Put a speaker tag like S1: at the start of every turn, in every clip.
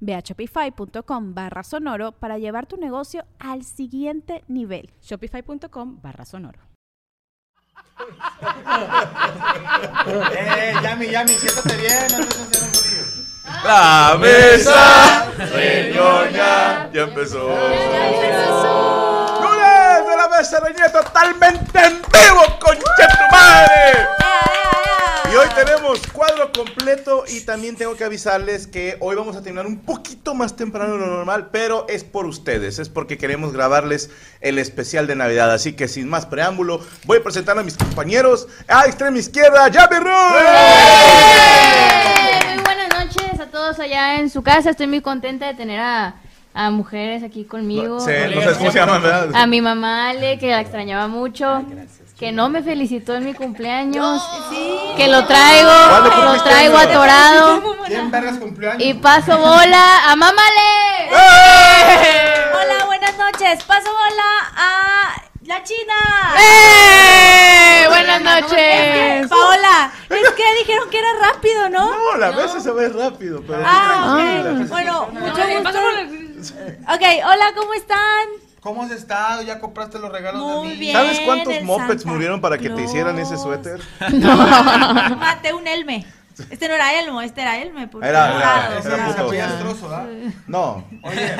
S1: Ve a shopify.com barra sonoro para llevar tu negocio al siguiente nivel.
S2: Shopify.com barra sonoro.
S3: Eh, Yami, Yami, siéntate bien, no te sientas un poquillo.
S4: La mesa reñoña ya empezó. Lunes de la mesa reñoña totalmente en vivo, concha tu madre. Y hoy tenemos cuadro completo y también tengo que avisarles que hoy vamos a terminar un poquito más temprano de lo normal, pero es por ustedes, es porque queremos grabarles el especial de Navidad. Así que sin más preámbulo, voy a presentar a mis compañeros. A extrema izquierda, Javi Ruiz.
S5: Eh, Muy buenas noches a todos allá en su casa. Estoy muy contenta de tener a, a mujeres aquí conmigo.
S4: Sí, no sabes cómo se llaman, ¿verdad?
S5: A mi mamá Ale, que la extrañaba mucho. Que no me felicitó en mi cumpleaños. Que lo traigo,
S4: ¿Cuándo
S5: que lo
S4: cumpliste
S5: traigo
S4: años?
S5: atorado.
S3: ¿Quién vergas cumpleaños?
S5: Y paso bola a mamá Ale. ¡Eh!
S6: Hola, buenas noches. Paso bola a la China.
S5: ¡Eh! Buenas
S6: Eh,
S5: noches.
S6: Paola, es que dijeron que era rápido, ¿no?
S4: No, la mesa se ve rápido, pero
S6: Ah,
S4: tranquila.
S6: ok. Bueno, mucho gusto. Ok, hola, ¿cómo están?
S3: ¿Cómo has estado? ¿Ya compraste los regalos de
S6: Muy
S3: mí?
S6: bien.
S4: ¿Sabes cuántos
S6: el
S4: mopeds
S6: Santa
S4: murieron para que te hicieran ese
S6: Claus.
S4: suéter?
S6: Maté un elme. Este no era elmo, este era elme. por
S4: Era-
S6: favor.
S4: era-
S3: Ese
S4: era
S3: era
S4: puto.
S3: destrozo, ¿verdad?
S4: No.
S3: Oye,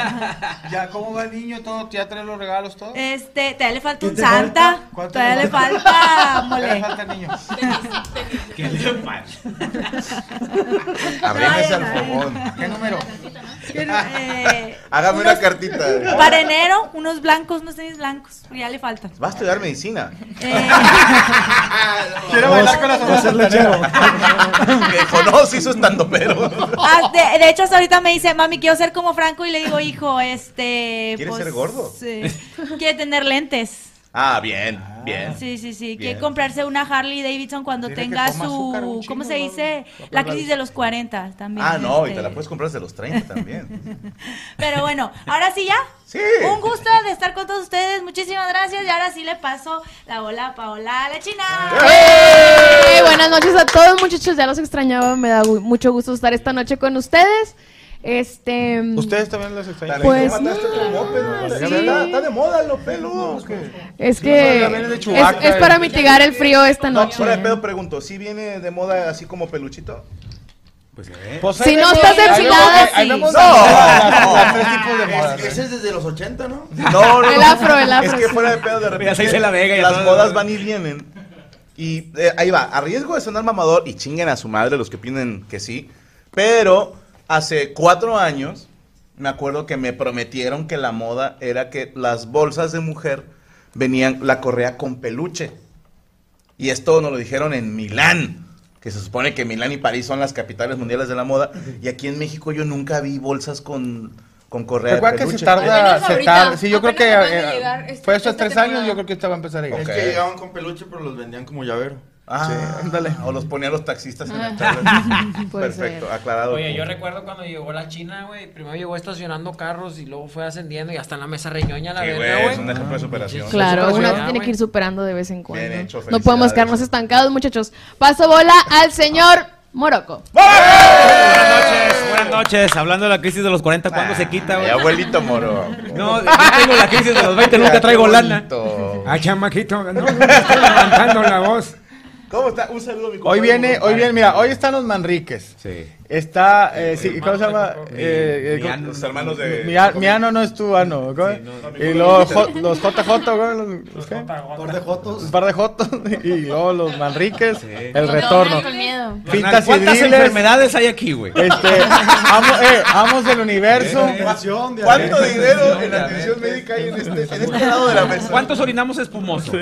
S3: ¿ya cómo va el niño todo? ¿Ya traes los regalos todo?
S6: Este, todavía le falta
S3: ¿Qué
S6: un
S3: te
S6: santa.
S3: falta? ¿Cuánto
S6: Todavía
S3: le
S6: le
S3: falta?
S6: falta
S3: Ya le
S6: mole.
S3: falta al niño.
S4: Arrímese al fogón.
S3: ¿Qué número?
S6: Eh,
S4: Hágame una cartita.
S6: para enero, unos blancos, unos tenis blancos. porque Ya le faltan.
S4: Va a estudiar medicina.
S6: Eh,
S3: Quiero bailar con las orejas.
S4: Me dijo, no, sí, eso es pero.
S6: Ah, de, de hecho, hasta ahorita me dice, mami, quiero ser como Franco. Y le digo, hijo, este.
S4: ¿Quieres ser gordo?
S6: sí. Quiere tener lentes.
S4: Ah, bien, bien.
S6: Sí, sí, sí. Quiere
S4: Bien.
S6: comprarse una Harley Davidson cuando
S3: Dile que
S6: tenga
S3: coma azúcar un
S6: su.
S3: chingo,
S6: ¿Cómo se
S3: ¿no?
S6: dice?
S3: Va a
S6: La
S3: perder.
S6: crisis de los 40 también.
S4: Ah, no, y
S6: este.
S4: te la puedes comprar desde los 30 también.
S6: Pero bueno, ahora sí ya.
S4: Sí.
S6: Un gusto de estar con todos ustedes. Muchísimas gracias. Y ahora sí le paso la bola a Paola a la China.
S7: Eh, buenas noches a todos muchachos, ya los extrañaba, me da gu- mucho gusto estar esta noche con ustedes. Este,
S3: Ustedes también los extrañan.
S7: Pues,
S4: ¿Tú mataste tu moped?
S7: sí.
S4: Está, está de moda los pelos.
S7: es
S3: Sí,
S7: que
S3: la viene de
S7: es,
S3: Chewbacca,
S7: es
S3: el-
S7: para mitigar el frío esta
S4: No,
S7: noche.
S4: fuera de pedo pregunto, ¿sí viene de moda así como peluchito?
S3: Pues,
S7: Si no estás enfilada, sí.
S4: No, no.
S3: tres tipos de modas.
S8: Ese es desde los 80, ¿no?
S4: No, no,
S7: El
S4: no.
S7: afro, el afro,
S4: Es que
S7: sí.
S4: fuera de pedo de repente.
S9: Ya se dice la vega, ya
S4: las
S9: todo.
S4: modas van y vienen. Y eh, ahí va, a riesgo de sonar mamador y chinguen a su madre los que opinen que sí. Pero hace cuatro años me acuerdo que me prometieron que la moda era que las bolsas de mujer venían la correa con peluche. Y esto nos lo dijeron en Milán, que se supone que Milán y París son las capitales mundiales de la moda. Y aquí en México yo nunca vi bolsas con, con correa de
S3: Recuerda
S4: peluche.
S3: que se tarda,
S10: Apenas
S3: se
S10: ahorita,
S3: tarda. Sí, yo creo
S10: apenas
S3: que
S10: acaban de
S3: eh,
S10: llegar este-
S3: fue esos
S10: esta
S3: tres
S10: temporada.
S3: años, yo creo que esta va a empezar a llegar.
S8: Es
S4: Ok.
S8: que llegaban con peluche, pero los vendían como llavero.
S4: Ah, O los ponía los taxistas en la charla. Perfecto, aclarado.
S11: Oye, yo recuerdo cuando llegó la China, güey. Primero llegó estacionando carros y luego fue ascendiendo y hasta en la mesa reñoña la
S4: Sí,
S11: verga,
S4: güey,
S11: güey.
S4: es un ejemplo de superación.
S7: mm, Claro,
S11: Sí,
S7: uno
S11: ya,
S7: tiene
S11: güey.
S7: que ir superando de vez en cuando.
S4: Bien hecho,
S7: no podemos
S4: felicidades.
S7: quedarnos estancados, muchachos. Paso bola al señor Morocco.
S9: Buenas noches, buenas noches. Hablando de la crisis de los 40, ¿cuándo se quita,
S4: Mi
S9: güey?
S4: abuelito moro.
S9: No, yo tengo la crisis de los 20, nunca traigo lana.
S10: Ah, chamaquito, no, no me estoy levantando la voz.
S4: ¿Cómo está? Un saludo, mi
S3: Hoy
S4: compadre.
S3: viene, hoy viene, mira, hoy están los Manriques.
S9: Sí.
S12: Está, eh, sí, ¿cómo se llama? Eh, eh,
S4: Mi ano,
S12: ¿cómo-
S4: los hermanos de-
S12: Mi, a- mi ano no es tu ano, ¿cómo? y luego jo- los JJ, ¿cómo? Los, los qué?
S3: Par de jotos.
S12: Un par de Jotos y luego los Manriques, el
S5: No,
S12: retorno.
S5: con miedo.
S12: Pintas y
S9: ¿Cuántas
S12: dribles.
S9: enfermedades hay aquí, güey?
S12: Este, amo, eh, amos del universo.
S4: ¿Cuánto dinero en atención médica hay en este, en este lado de la mesa?
S9: ¿Cuántos orinamos espumoso?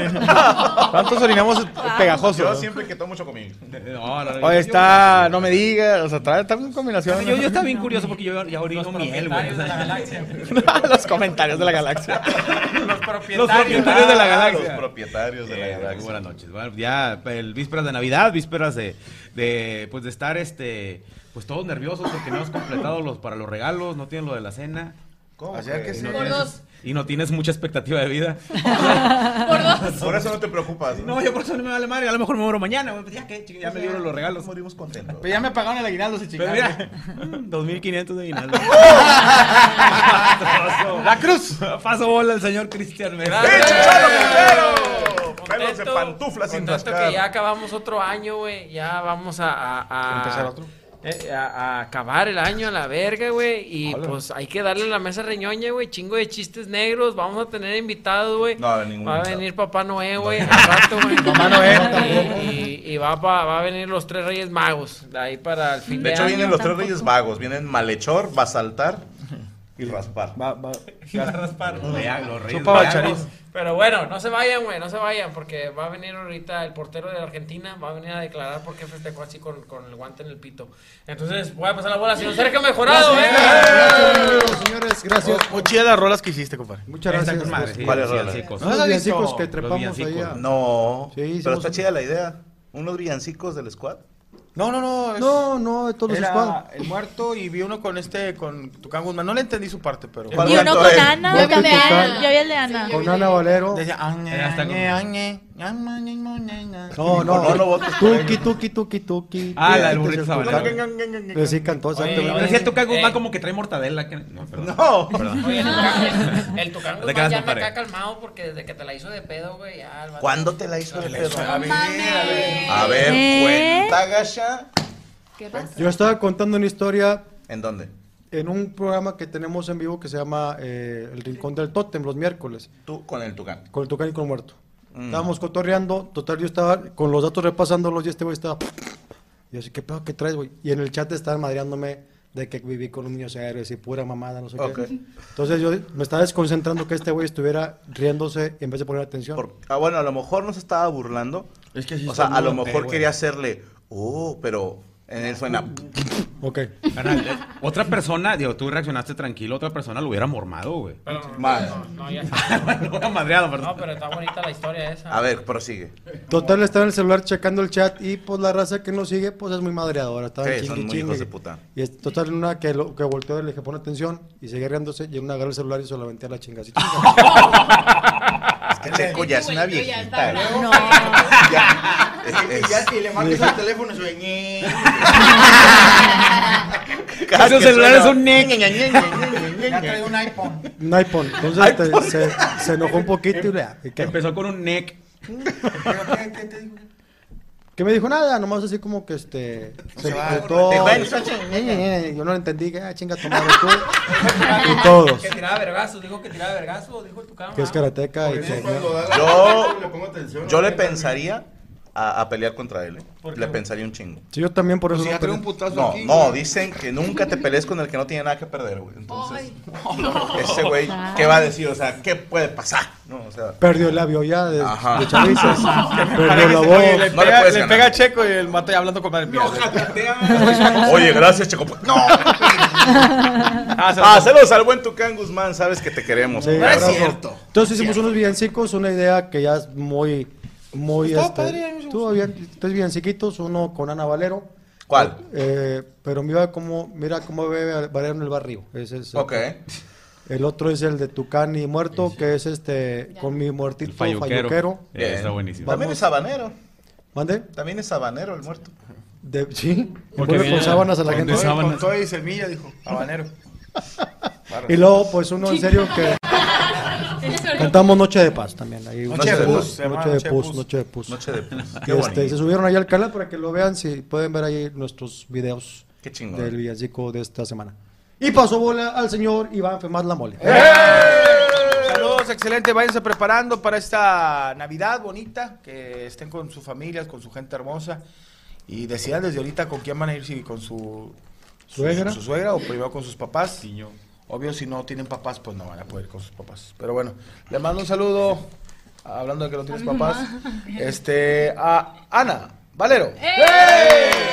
S12: ¿Cuántos orinamos pegajosos?
S4: Yo siempre que tomo chocomil.
S9: No, no, no.
S12: O está, no me digas, o sea, trae, trae una combinación.
S9: Yo, yo estaba bien curioso porque yo ya orino miel, güey. o sea,
S12: los comentarios de la galaxia.
S9: Los propietarios de la galaxia.
S4: Los propietarios de la
S9: Eh,
S4: galaxia.
S9: Buenas noches. Bueno, ya el vísperas de Navidad, vísperas de, de pues de estar este pues todos nerviosos porque no has completado los para los regalos, no tienes lo de la cena.
S4: ¿Cómo
S9: Ayer
S4: que
S9: y
S4: sí?
S9: no
S4: Por
S9: tienes-
S4: dos.
S9: Y no tienes mucha expectativa de vida.
S4: Por eso no te preocupas.
S9: No, yo por eso no me vale madre. A lo mejor me muero mañana. güey, pues Ya que ching- ya me libro los regalos.
S4: Morimos contentos.
S12: Pero Pues ya me pagaron el aguinaldo, se
S9: Pero
S12: chingaron.
S9: mira, mm, 2500 de aguinaldo.
S12: La cruz.
S9: Paso bola al señor Cristian Mesa.
S4: Pelos de pantufla sin
S11: Contento
S4: rascar.
S11: que ya acabamos otro año, güey. Ya vamos a. a- a-
S4: ¿Empezar otro?
S11: eh, a, a acabar el año a la verga, güey. Y pues hay que darle la mesa reñoña, güey. Chingo de chistes negros. Vamos a tener invitados, güey.
S4: No, ningún
S11: Va a
S4: invitado.
S11: venir Papá Noé, güey. al rato, güey.
S12: Papá Noé,
S11: Y, y- y va, pa- va a venir los tres Reyes Magos. De ahí para el fin de,
S4: De hecho,
S11: año.
S4: vienen los tres reyes vagos. Vienen malhechor, basaltar y raspar.
S12: Va, va.
S9: Los reyes
S12: Sopa
S9: magos.
S12: bachariz.
S11: Pero bueno, no se vayan, güey, no se vayan, porque va a venir ahorita el portero de la Argentina, va a venir a declarar por qué festejó así con, con el guante en el pito. Entonces, voy a pasar la bola a señor Sergio Mejorado, ¿eh?
S13: Gracias, señores, gracias.
S12: Muy chidas las rolas que hiciste, compadre.
S13: Muchas
S9: Está
S13: gracias.
S9: con madre, sí,
S4: ¿Cuáles
S9: sí,
S4: rolas?
S9: sí, cosas.
S13: Los
S4: ¿No has visto?
S13: villancicos que
S9: Los
S13: trepamos
S9: villancicos.
S13: allá.
S4: No.
S13: Sí, hicimos
S4: pero está
S13: un-
S4: chida la idea. Unos villancicos del squad.
S12: No, no, no. es-
S13: No, no, de todos los
S12: Era
S13: squad.
S12: el muerto y vi uno con este, con Tucán Guzmán. No le entendí su parte, pero.
S4: ¿Cuál
S6: Y uno
S4: canto
S6: con
S4: es?
S6: Ana.
S13: Yo vi el de
S6: también.
S13: Ana.
S6: Yo vi el de Ana.
S13: Con Ana Valero.
S12: Decía, añe,
S9: Era hasta
S12: añe,
S9: como-
S12: añe, ñama, ñama, ñama.
S13: No,
S4: No, no
S13: no.
S4: votes por
S13: Tuki, tuki, tuki, tuki.
S9: Ah, la del
S13: Tuki,
S9: burrito
S13: tuki, tuki.
S9: sabanero.
S13: Pero Pues sí cantó,
S9: Oye, eh,
S13: exactamente.
S9: Decía Tuca Guzmán como que trae mortadela. que- No, perdón.
S4: No.
S11: Eh. Oye, el Tucán- el Tucán
S9: No te
S11: Guzmán
S9: creas,
S11: ya me
S9: compadre.
S11: acá calmado porque desde que te la hizo de pedo, güey, ya. el vato-
S4: ¿Cuándo te la hizo el pedo? Ah, A ver,
S6: mames.
S4: a ver,
S6: ¿Eh?
S4: cuenta, Gasha.
S5: ¿Qué pasa?
S13: Yo estaba contando una historia
S4: ¿En dónde?
S13: en un programa que tenemos en vivo que se llama eh, El Rincón del Tótem, los miércoles,
S4: Tú con el Tucán.
S13: con el Tucán y con el Muerto.
S4: Mm.
S13: Estábamos cotorreando, total, yo estaba con los datos repasándolos y este güey estaba... Y yo así, ¿qué pedo que traes, güey? Y en el chat estaban madreándome de que viví con un niño héroes y pura mamada, no sé
S4: Ok.
S13: qué. Entonces yo me estaba desconcentrando que este güey estuviera riéndose en vez de poner atención.
S4: Por- ah, bueno, a lo mejor no se estaba burlando.
S3: Es que sí
S4: O
S3: está
S4: sea, a
S3: muy
S4: lo
S3: guapo,
S4: mejor
S3: güey.
S4: quería hacerle, oh, pero en él suena.
S13: Ok.
S9: Carnal, eh, otra persona, digo, tú reaccionaste tranquilo, otra persona lo hubiera mormado, güey.
S11: Pero no,
S4: Más.
S11: no, no, ya está.
S9: lo hubiera madreado, perdón.
S11: No, pero está bonita la historia esa.
S4: A ver, prosigue.
S13: Total, estaba en el celular checando el chat y pues la raza que nos sigue pues es muy madreadora. Estaba
S4: Sí, son muy hijos de puta.
S13: Y es total en una que, lo, que volteó y le dije, pon atención y seguía riéndose y en una agarró el celular y se lo aventé a la chingacita.
S4: Es que Checo ya es una viejita. ¿no?
S6: No.
S4: Ya.
S3: Y,
S4: Es-
S3: ya- y le marcas al teléfono y suena, ñe.
S4: es- cada
S9: Esos
S4: que
S9: celulares
S4: suena-
S9: son ñe, ñe, ñe, ñe, ñe.
S3: Ya trae un iPhone.
S13: Un iPhone. Entonces este, se, se enojó un poquito y le ah, ¿qué-
S9: Que
S13: ¿qué,
S9: empezó con un neck.
S3: Pero, ¿qué- qué te digo?
S13: que me dijo nada, nomás así como que este se
S4: va,
S13: retó.
S4: te cuento.
S13: Yo no lo entendí, que ah, chinga tu madre tú. y todos.
S11: Que tiraba vergazos, dijo que tiraba vergazos, dijo el Tucán.
S13: Que es
S11: ¿ah?
S13: karateca
S3: Por
S13: y
S3: eso
S13: que...
S3: cuando da la-
S4: Yo-
S3: le pongo atención,
S4: Yo le
S3: neta,
S4: pensaría a, a pelear contra él. eh. Le pensaría un chingo.
S13: Sí, yo también
S4: Pues
S13: por eso
S3: Si
S13: no
S3: ya trae
S13: perdí.
S3: un putazo
S4: No,
S3: aquí,
S4: no,
S3: güey.
S4: dicen que nunca te pelees con el que no tiene nada que perder, güey. Entonces, ese güey, ¿qué va a decir? O sea, ¿qué puede pasar? No, o sea,
S13: Perdió el labio ya de,
S4: Ajá.
S13: de chavitos. Perdió la
S12: Oye, le
S13: voz.
S4: No le
S12: pega,
S4: puedes
S12: le
S4: ganar.
S12: pega a Checo y el mato ya hablando con madre mía.
S4: oye, gracias, Checo. No,
S12: Ah, se lo-
S4: ah, saludos al buen Tucán Guzmán, sabes que te queremos.
S13: Sí,
S4: compadre.
S13: abrazo. Entonces hicimos unos villancicos, una idea que ya es muy, muy,
S12: Estaba
S13: este,
S12: padre, a mí me gustó.
S13: estuvo bien, tres villanciquitos, uno con Ana Valero.
S4: ¿Cuál?
S13: Eh, pero mira cómo, mira cómo bebe Valero en el barrio. Ese es,
S4: Ok.
S13: El otro es el de Tucán y Muerto, que es este, con mi muertito
S9: El falluquero.
S13: falluquero.
S9: Eh, está
S4: Bien.
S9: buenísimo.
S4: También es sabanero.
S13: ¿Mande?
S4: También es sabanero el muerto.
S13: De, sí,
S9: Porque
S13: vuelve con
S9: viene-
S13: sábanas a la
S9: con
S13: gente.
S9: de sábanas.
S12: Con todo y semilla, dijo. Habanero.
S13: Y luego, pues uno en serio que cantamos Noche de Paz también. ahí.
S4: Noche de Pus,
S12: se llama
S13: Noche de
S12: Noche de
S13: Pus,
S12: Pus.
S13: Noche de Pus.
S4: Noche de pus.
S13: Y,
S4: Qué
S13: este,
S4: bonito.
S13: se subieron ahí al canal para que lo vean, si pueden ver ahí nuestros videos.
S4: Qué chingón.
S13: del villancico de esta semana. Y pasó bola al señor Iván Femad La Mole.
S3: Saludos, excelente. Váyanse preparando para esta Navidad bonita. Que estén con sus familias, con su gente hermosa. Y decidan desde ahorita con quién van a ir, si con su su-
S13: ¿Suegra?
S3: su suegra o primero con sus papás. Obvio, si no tienen papás, pues no van a poder ir con sus papás. Pero bueno, le mando un saludo. Hablando de que no tienes
S14: mi
S3: papás,
S14: mamá.
S3: este, a Ana Valero.
S14: ¡Eh!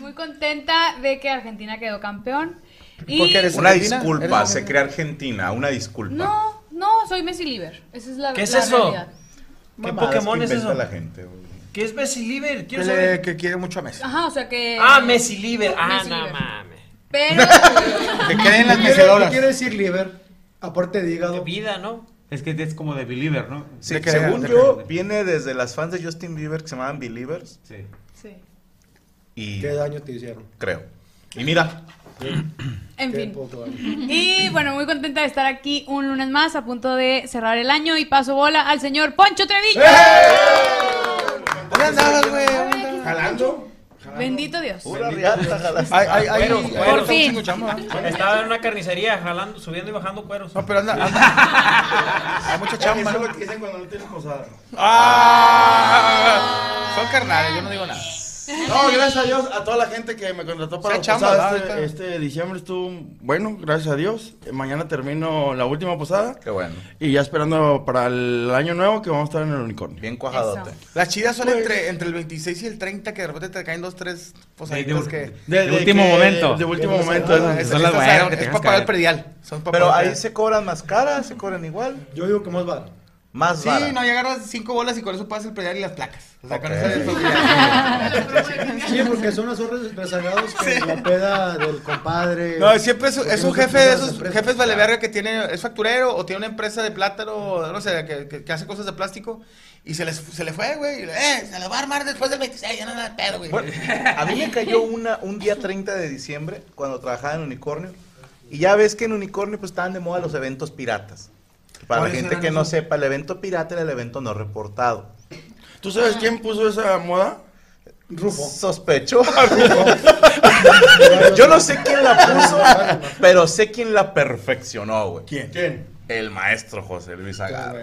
S14: Muy contenta de que Argentina quedó campeón. Y
S4: Porque eres una
S3: argentina?
S4: disculpa, se cree Argentina, una disculpa.
S14: No, no, soy Messi Liver. Esa es la
S4: ¿Qué es
S14: la
S4: eso?
S14: realidad.
S4: ¿Qué
S11: Mamadas
S4: Pokémon
S11: que
S4: es
S11: inventa
S4: eso?
S11: la
S4: gente,
S11: ¿Qué es Messi Liver?
S3: Que,
S11: Quiero
S3: le-
S11: saber.
S3: que quiere mucho a Messi.
S14: Ajá, o sea que.
S11: Ah, Messi Liver. Ah,
S14: Messi
S11: no
S14: Liver.
S11: mames.
S14: Pero.
S3: Te creen
S13: ¿Qué
S11: las
S13: quiere-
S11: mecedoras.
S13: ¿Qué quiere decir liver? Aparte de hígado.
S11: vida, ¿no?
S9: Es que es como de Believer, ¿no?
S4: Sí, según yo, viene desde las fans de Justin Bieber que se llamaban Believers.
S9: Sí.
S14: Sí.
S4: Y
S13: ¿Qué daño te hicieron?
S4: creo. Y mira.
S14: En fin.
S3: eh.
S13: fin.
S14: Y bueno, muy contenta de estar aquí un lunes más a punto de cerrar el año y paso bola al señor Poncho Treviño.
S3: ¿Dónde andabas, güey?
S12: ¿Jalando?
S14: Bendito Dios.
S3: Ay, ay, ay, ay,
S11: Cueros, cueros.
S3: ahorita nos escuchamos,
S13: ¿eh?
S3: ¿ah?
S11: Estaba en una carnicería jalando, subiendo y bajando cueros. No,
S3: pero anda. anda. Hay Ah, mucha
S12: Eso
S3: chamba.
S12: es
S3: ¿no?
S12: lo que dicen cuando no tienes posada.
S3: Ah, son carnales, yo no digo nada.
S12: No, gracias a Dios, a toda la gente que me contrató para
S3: Sea
S12: las
S3: chamba,
S12: posadas.
S3: ¿verdad?
S12: Este, este diciembre estuvo bueno, gracias a Dios. Eh, Mañana termino la última posada.
S4: Qué bueno.
S12: Y ya esperando para el año nuevo que vamos a estar en el unicornio.
S4: Bien
S3: cuajadote. Eso. Las chidas son entre, entre el 26 y el 30 que de repente te caen dos, tres posaditas
S4: De-
S3: que...
S4: de- de último momento.
S12: De último
S4: Que no se
S12: momento.
S4: jodan.
S12: esas-
S4: Son las
S12: esas
S4: buenas
S12: eran-
S4: que
S12: es
S4: tienes
S12: para
S4: que
S12: pagar
S4: ver.
S12: el predial. Son para
S4: Pero
S12: pagar el
S4: ahí se cobran más caras, se cobran igual.
S13: Yo digo que más barato.
S4: Más
S3: Sí,
S4: vara.
S3: no, y agarras cinco bolas y con eso pasas el predial y las placas. O sea, con
S4: Ok.
S3: eso es todo.
S13: Sí, porque son los zorros rezagados que la peda del compadre.
S3: No, siempre es, es un jefe de esos
S13: Empresas.
S3: jefes vale verga que tiene, es facturero o tiene una empresa de plátano, no sé, que, que- que hace cosas de plástico y se, les, se le fue, güey. y le- Eh, se la va a armar después del 26, ya no da pedo, güey.
S4: Bueno, a mí me cayó una un día 30 de diciembre cuando trabajaba en Unicornio. Y ya ves que en Unicornio pues estaban de moda los eventos piratas. Para la
S12: ¿Cuáles
S4: gente
S12: eran
S4: que no
S12: esos?
S4: sepa, el evento pirata era el evento no reportado.
S12: ¿Tú sabes quién puso esa moda?
S13: Rufo.
S4: Sospecho. Yo no sé quién la puso, pero sé quién la perfeccionó, güey.
S12: ¿Quién?
S4: El maestro José Luis Agar.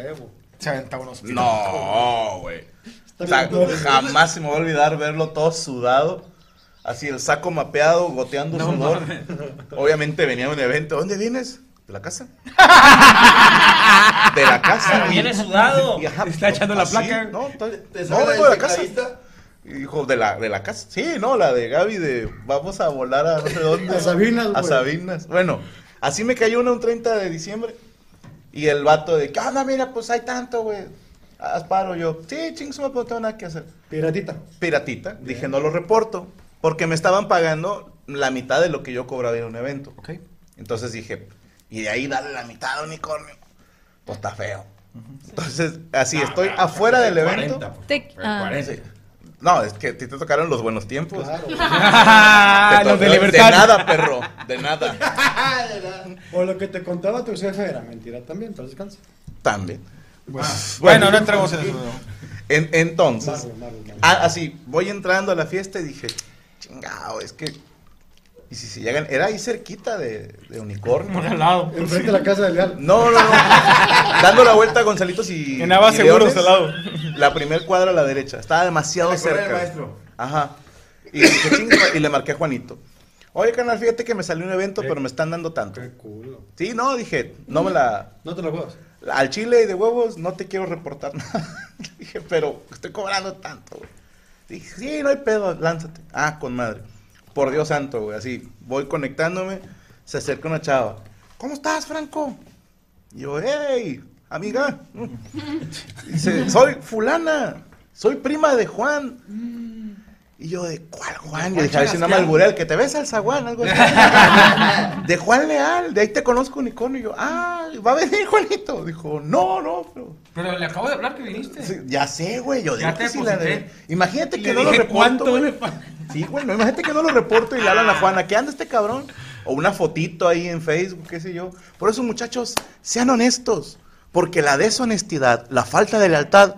S3: Se aventaba unos
S4: No, güey. O sea, jamás se me va a olvidar verlo todo sudado. Así el saco mapeado, goteando sudor. Obviamente venía a un evento. ¿Dónde vienes? ¿De la casa? De la casa.
S11: Pero Ah, viene sudado.
S4: Y ajá,
S11: Está echando la
S4: así,
S11: placa.
S4: No, está- no
S11: saca
S4: vengo de la
S11: del
S4: casa. Y Dijo, de la, de la casa. Sí, no, la de Gaby, de vamos a volar a no sé dónde.
S13: A Sabinas,
S4: A
S13: güey.
S4: Sabinas. Bueno, así me cayó una un 30 de diciembre. Y el vato de, ¿qué onda? Mira, pues hay tanto, güey. Haz paro yo. Sí, ching, me pues, no tengo nada que hacer.
S13: Piratita.
S4: Piratita. Dije, no lo reporto. Porque me estaban pagando la mitad de lo que yo cobraba en un evento.
S3: Ok.
S4: Entonces dije, y de ahí darle la mitad a unicornio. Pues está feo. Entonces, así estoy afuera del evento.
S14: Te- ah.
S4: Sí. No, es que a ti te tocaron los buenos tiempos.
S9: Claro.
S4: Te
S9: Los de
S4: tocaron-
S9: Libertad.
S4: nada, perro. De nada.
S13: O lo que te contaba tu jefe era mentira también, pero descansa.
S4: También.
S13: Bueno.
S3: Bueno, no entremos en eso,
S4: En- entonces,
S13: Marvel, Marvel, Marvel.
S4: ah, así, voy entrando a la fiesta y dije, chingado, es que. Y si se llegan, era ahí cerquita de, de Unicornio.
S11: Por al lado.
S13: Enfrente de la casa del Leal.
S4: No, no, no. Dando la vuelta a Gonzalitos y.
S11: En Nava
S4: y
S11: Seguros
S4: Leones,
S11: al lado.
S4: La primer cuadra a la derecha. Estaba demasiado
S12: Recorrer
S4: cerca.
S12: al maestro.
S4: Ajá. Y, dije, "Chinga", y le marqué a Juanito. Oye, canal, fíjate que me salió un evento, pero me están dando tanto. Sí, no, dije, no me la.
S13: No te lo juegas.
S4: Al chile y de huevos no te quiero reportar nada. dije, pero estoy cobrando tanto, güey. Dije, sí, no hay pedo, lánzate. Ah, con madre. Por Dios santo, güey. Así, voy conectándome, se acerca una chava. ¿Cómo estás, Franco? Y yo, hey, amiga. Dice, soy fulana, soy prima de Juan. Y yo, ¿de cuál Juan? Yo dije, a ver si no me alburé, el que te ves al zaguán, algo así. de Juan Leal, de ahí te conozco, unicornio. Y yo, ah, va a venir Juanito. Dijo, no, no, pero
S11: Pero le acabo de hablar que viniste.
S4: ya sé, güey. Yo
S11: Ya
S4: digo
S11: te
S4: que sí la de...
S11: deposité.
S4: Imagínate
S11: Le
S4: que no lo
S11: dije,
S4: reporto.
S11: ¿cuánto Ah.
S4: güey.
S11: le
S4: Sí, güey, no, imagínate que no lo reporto y le hablan a Juana, ¿qué anda este cabrón? O una fotito ahí en Facebook, qué sé yo. Por eso, muchachos, sean honestos. Porque la deshonestidad, la falta de lealtad,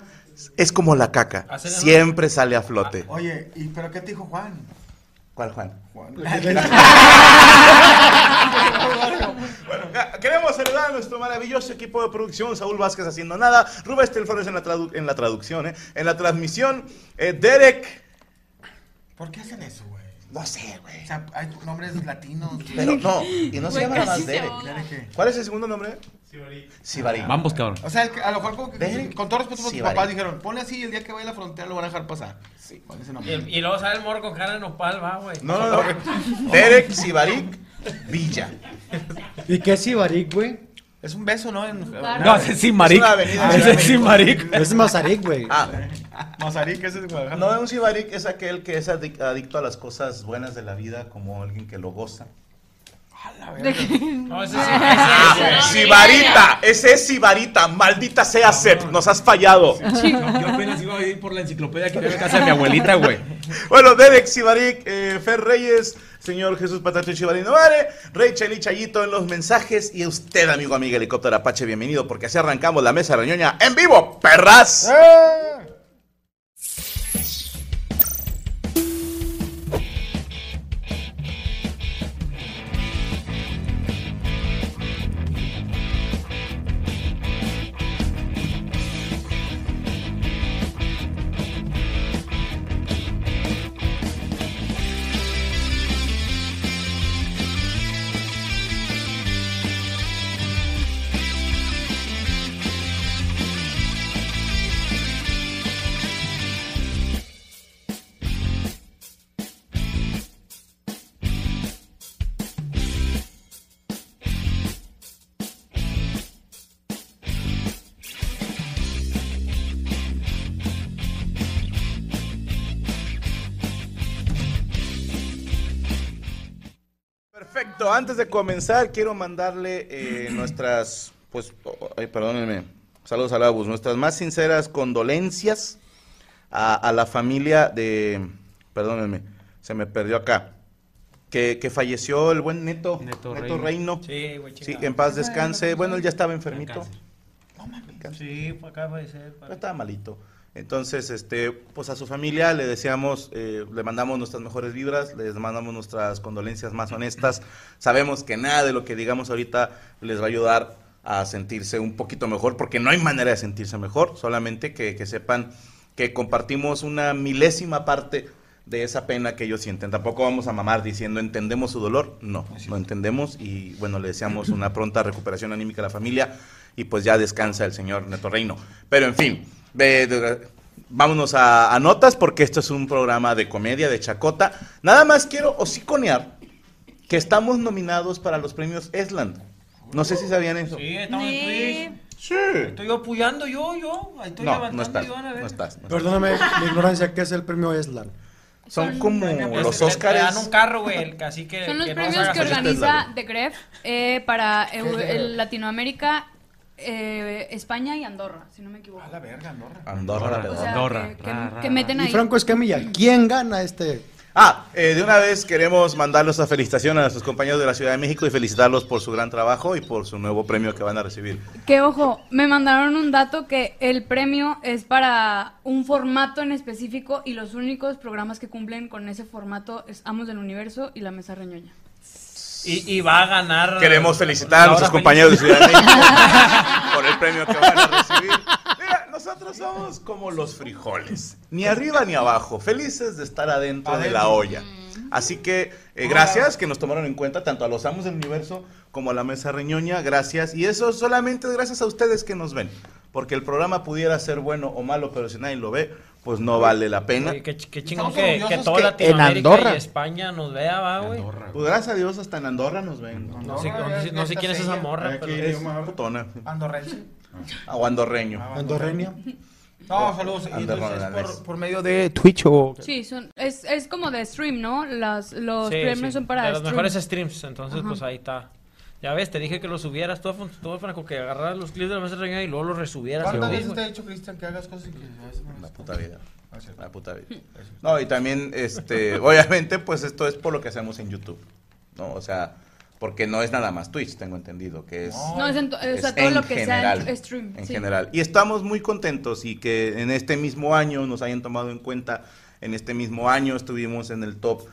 S4: es como la caca.
S3: Hacer-
S11: Ah,
S4: Siempre sale a flote.
S3: Oye, ¿y pero qué te dijo Juan?
S4: ¿Cuál Juan?
S15: Bueno,
S4: Ah, Queremos saludar a nuestro maravilloso equipo de producción, Saúl Vázquez haciendo nada, Rubén Estel Flores en la, tradu- en la traducción, ¿eh? en la transmisión, eh, Derek.
S3: ¿Por qué hacen eso, güey?
S4: No sé, güey.
S3: O sea, hay nombres latinos. güey.
S4: Pero no, y no se
S3: Güey,
S4: llama nada
S3: casi
S4: más
S3: se
S4: Derek.
S3: ahoga. qué?
S4: ¿Cuál es el segundo nombre? Sibarí.
S9: Vamos, cabrón.
S3: O sea, el que- a lo mejor como que-
S4: Derek
S3: con todo respeto,
S4: Sí,
S3: tus
S4: vale.
S3: papás dijeron, ponle así y el día que vaya a la frontera lo van a dejar pasar. Sí.
S11: Y, y luego sale el morro con cara de nopal, va, güey.
S4: No, no, no. Derek Sibarik Villa.
S13: ¿Y qué es Sibarik, güey?
S3: Es un beso, ¿no? En-
S9: No, ese es Simaric.
S4: una avenida.
S9: Ese es Simaric.
S13: Es Mazarik, güey.
S4: Ah,
S3: Mazarik, ese es Guadalajara.
S4: No, un Sibarik es aquel que es adic- adicto a las cosas buenas de la vida como alguien que lo goza.
S11: No, ese
S4: Ah, Sibarita, ese es Sibarita, maldita sea Sep, nos has fallado.
S9: Yo apenas iba a ir por la enciclopedia que había en casa de mi abuelita, güey.
S4: Bueno, Derek Sibarik, eh, Fer Reyes, señor Jesús Patacho Chivarino Vare, Rachel y Chayito en los mensajes y usted, amigo, amiga, helicóptero Apache, bienvenido porque así arrancamos la mesa reñoña en vivo, perras.
S3: Eh.
S4: Perfecto, antes de comenzar quiero mandarle eh, nuestras, pues, oh, ay, perdónenme, saludos a Labus, nuestras más sinceras condolencias a, a la familia de, perdónenme, se me perdió acá, que, que falleció el buen Neto, Neto,
S11: Reino.
S4: Reino.
S11: Sí, güey,
S4: Sí,
S11: chingado.
S4: en paz descanse, bueno, él ya estaba enfermito.
S11: Sí, por acá puede ser.
S4: Pero estaba malito. Entonces, este, pues a su familia le deseamos, eh, le mandamos nuestras mejores vibras, les mandamos nuestras condolencias más honestas. Sabemos que nada de lo que digamos ahorita les va a ayudar a sentirse un poquito mejor, porque no hay manera de sentirse mejor, solamente que, que sepan que compartimos una milésima parte de esa pena que ellos sienten. Tampoco vamos a mamar diciendo entendemos su dolor, no, lo entendemos y bueno, le deseamos una pronta recuperación anímica a la familia y pues ya descansa el señor Neto Reino. Pero en fin, ve- de- vámonos a, a notas porque esto es un programa de comedia, de chacota. Nada más quiero hociconear que estamos nominados para los premios Esland. No sé si sabían eso.
S11: Sí, estamos en Twitch.
S4: Sí.
S11: Estoy apoyando yo, yo. Ahí estoy
S4: No,
S11: levantando
S4: no estás,
S11: yo a la
S4: no
S11: verga.
S4: estás. no
S13: Perdóname
S4: estás.
S13: mi ignorancia, ¿qué es el premio Eslan?
S4: Son como
S11: Te-
S4: los
S11: Te
S4: Óscares. Este
S11: dan un carro, güey, el- así que...
S14: Son los
S11: que no
S14: premios
S11: hagas
S14: que
S11: eso.
S14: organiza The Gref eh, para
S11: ¿Qué es
S14: Eu-
S11: The Gref?
S14: el Latinoamérica, eh, España y Andorra, si no me equivoco.
S3: la verga, Andorra.
S4: Andorra,
S14: O sea,
S4: Andorra.
S14: que- que- que meten
S13: Y
S14: ahí.
S13: Franco Escamilla, ¿quién gana este?
S4: Ah, eh, de una vez queremos mandarlos a felicitación a nuestros compañeros de la Ciudad de México y felicitarlos por su gran trabajo y por su nuevo premio que van a recibir.
S14: Que ojo, me mandaron un dato que el premio es para un formato en específico y los únicos programas que cumplen con ese formato es Amos del Universo y La Mesa Reñoña.
S11: Y, y va a ganar...
S4: Queremos felicitar a nuestros compañeros de Ciudad de México por el premio que van a recibir. Mira, nosotros somos como los frijoles, ni arriba ni abajo, felices de estar adentro, de la
S3: Adentro.
S4: olla. Así que eh, gracias que nos tomaron en cuenta tanto a los amos del universo como a la mesa reñoña, gracias. Y eso solamente es gracias a ustedes que nos ven, porque el programa pudiera ser bueno o malo, pero si nadie lo ve, pues no vale la pena.
S11: Oye, qué, ch- qué chingón
S4: Estamos
S11: que, que
S4: orgullosos
S11: toda
S4: que en
S11: Latinoamérica
S4: Andorra.
S11: y España nos vea, va, güey.
S4: Pues gracias a Dios hasta en Andorra nos ven.
S11: No sé- no sé- no sé quién es esa morra,
S4: Aquí
S11: pero-
S4: es putona.
S3: Andorrense.
S4: Ah, o andorreño.
S13: Andorreño.
S3: No, saludos. Y
S4: Andorra,
S3: entonces,
S4: la
S3: por,
S4: vez.
S3: por medio de Twitch o...
S14: Sí, son, es, es como de stream, ¿no? Las, los
S11: Sí,
S14: premios
S11: sí,
S14: son para
S11: de los
S14: stream.
S11: mejores streams, entonces
S14: Ajá.
S11: pues ahí está. Ya ves, te dije que los subieras tú, Afon- tú Franco, que agarraras los clips de la mesa reñida y luego los resubieras.
S3: ¿Cuántas
S11: Sí,
S3: veces
S11: güey.
S3: te ha dicho, Cristian, que hagas cosas y que...
S4: La puta vida. La puta vida.
S3: Eso
S4: No, y también, este, obviamente, pues esto es por lo que hacemos en YouTube. No, o sea, porque no es nada más Twitch, tengo entendido, que es.
S14: No, es en to- o sea, todo lo que sea en stream,
S4: En
S14: sí.
S4: general. Y estamos muy contentos y que en este mismo año nos hayan tomado en cuenta. En este mismo año estuvimos en el top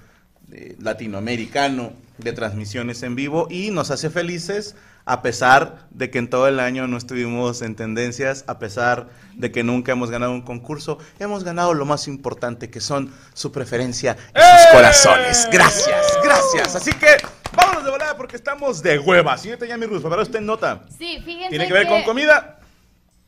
S4: eh, latinoamericano de transmisiones en vivo y nos hace felices a pesar de que en todo el año no estuvimos en tendencias, a pesar de que nunca hemos ganado un concurso, hemos ganado lo más importante que son su preferencia y sus
S3: ¡Eh!
S4: corazones. Gracias, gracias. Así que vámonos de volada porque estamos de hueva. Señorita Yami Ruz, ¿para usted nota?
S5: Sí, fíjense.
S4: ¿Tiene que ver con comida?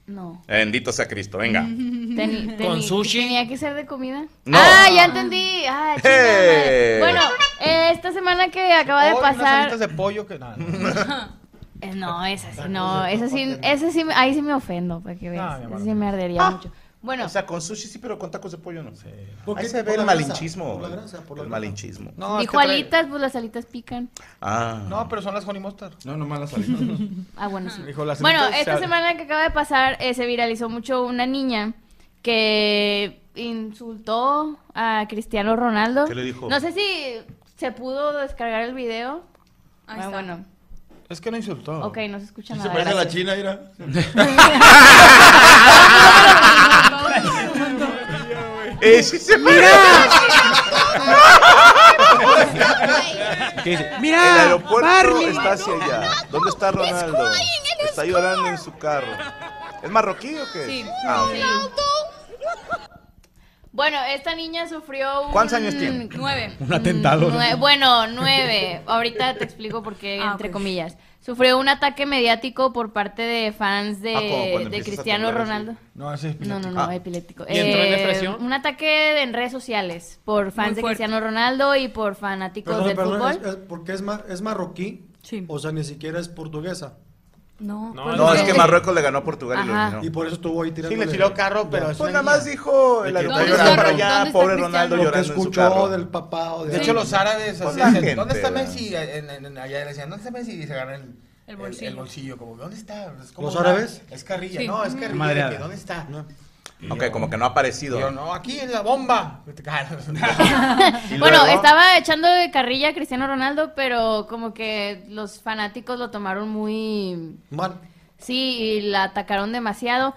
S5: No.
S4: Bendito sea Cristo, venga.
S5: Teni-
S4: ¿Con
S5: teni-
S4: sushi?
S5: ¿Tenía que ser de comida?
S4: No.
S5: Ah, ya entendí. Ah, chingada madre.
S4: ¡Eh!
S5: Bueno, eh, esta semana que acaba de
S3: Hoy unas
S5: pasar.
S3: alitas de pollo que nada.
S5: Eh, No, esa sí, no, esa sí, esa sí, ahí sí me ofendo, para que veas.
S4: mi
S5: Esa sí me ardería mucho. Bueno.
S4: O sea, con sushi sí, pero con tacos de pollo no. sé.
S5: ¿Por
S4: Ahí
S5: qué?
S4: se
S5: Por
S4: ve el
S5: la grasa,
S4: malinchismo.
S5: por la
S3: grasa, por la
S4: el
S3: grasa.
S4: malinchismo.
S5: Dijo alitas, pues las alitas pican.
S4: Ah.
S3: No, pero son las Honey Mustard.
S9: No, nomás las alitas.
S5: Ah, bueno, sí.
S3: Dijo, las
S5: Bueno,
S3: alitas
S5: esta
S3: se-
S5: semana que acaba de pasar eh, se viralizó mucho una niña que insultó a Cristiano Ronaldo.
S3: ¿Qué le dijo?
S5: No sé si se pudo descargar el video.
S14: Ahí
S5: Ah,
S14: está.
S5: bueno,
S3: Es que no insultó.
S5: ok, no se escucha
S3: Sí, se
S5: nada.
S3: parece a la
S5: gracias.
S3: China, mira.
S4: Eh, sí se ¿Qué dice?
S16: Mira,
S4: el aeropuerto
S16: Barney.
S4: está hacia allá. ¿Dónde está Ronaldo? Está llorando en su carro. ¿Es marroquí o qué?
S5: Sí.
S4: Ah, ok.
S5: Sí. Bueno, esta niña sufrió un...
S4: ¿Cuántos años tiene?
S5: Nueve.
S4: Un atentado, ¿no?
S5: Nue- bueno, nueve. Ahorita te explico por qué,
S13: Ah,
S5: entre comillas. Sufrió un ataque mediático por parte de fans
S3: Ah, como
S5: de,
S3: cuando
S5: de
S3: empiezas a
S5: Cristiano
S3: temblar así.
S5: Ronaldo.
S3: No, ese es Ah.
S5: No, no, no, epiléptico.
S11: ¿Y entró en
S5: Eh,
S11: depresión?
S5: un ataque en redes sociales por fans
S14: Muy
S5: de
S14: fuerte.
S5: Cristiano Ronaldo y por fanáticos
S13: Perdón,
S5: Pues, del
S13: perdón,
S5: fútbol.
S13: es- es porque es, ma- es marroquí. O sea, ni siquiera es portuguesa.
S14: No.
S4: No, no, es que Marruecos le ganó a Portugal y lo
S13: Ajá.
S4: eliminó. Pues
S13: Y por eso estuvo ahí tirando.
S4: le tiró carro, pero es una niña.
S13: pues dijo
S4: el aeropuerto llorando para allá, pobre Ronaldo
S13: Lo que
S4: llorando en su
S13: escuchó
S4: carro.
S13: del papá o de.
S3: De hecho, los árabes
S13: Pues
S3: así
S13: la
S3: dicen,
S13: gente,
S3: ¿dónde está
S13: ¿verdad?
S3: Messi? En- en- en- allá le decían, ¿dónde está Messi? Y se gana el, el-
S14: bolsillo.
S3: el bolsillo, como, ¿dónde está? Es como
S13: ¿Los
S3: una-
S13: árabes?
S3: Es carrilla,
S13: Sí.
S3: no, es carrilla.
S4: Madreada.
S3: de que, ¿Dónde está?
S4: Ok, como que no ha aparecido.
S3: Y yo, no, aquí en la bomba. Y te cagas.
S4: Y
S5: Bueno,
S4: luego-
S5: estaba echando de carrilla a Cristiano Ronaldo, pero como que los fanáticos lo tomaron muy...
S13: Mal.
S5: Sí, y la atacaron demasiado.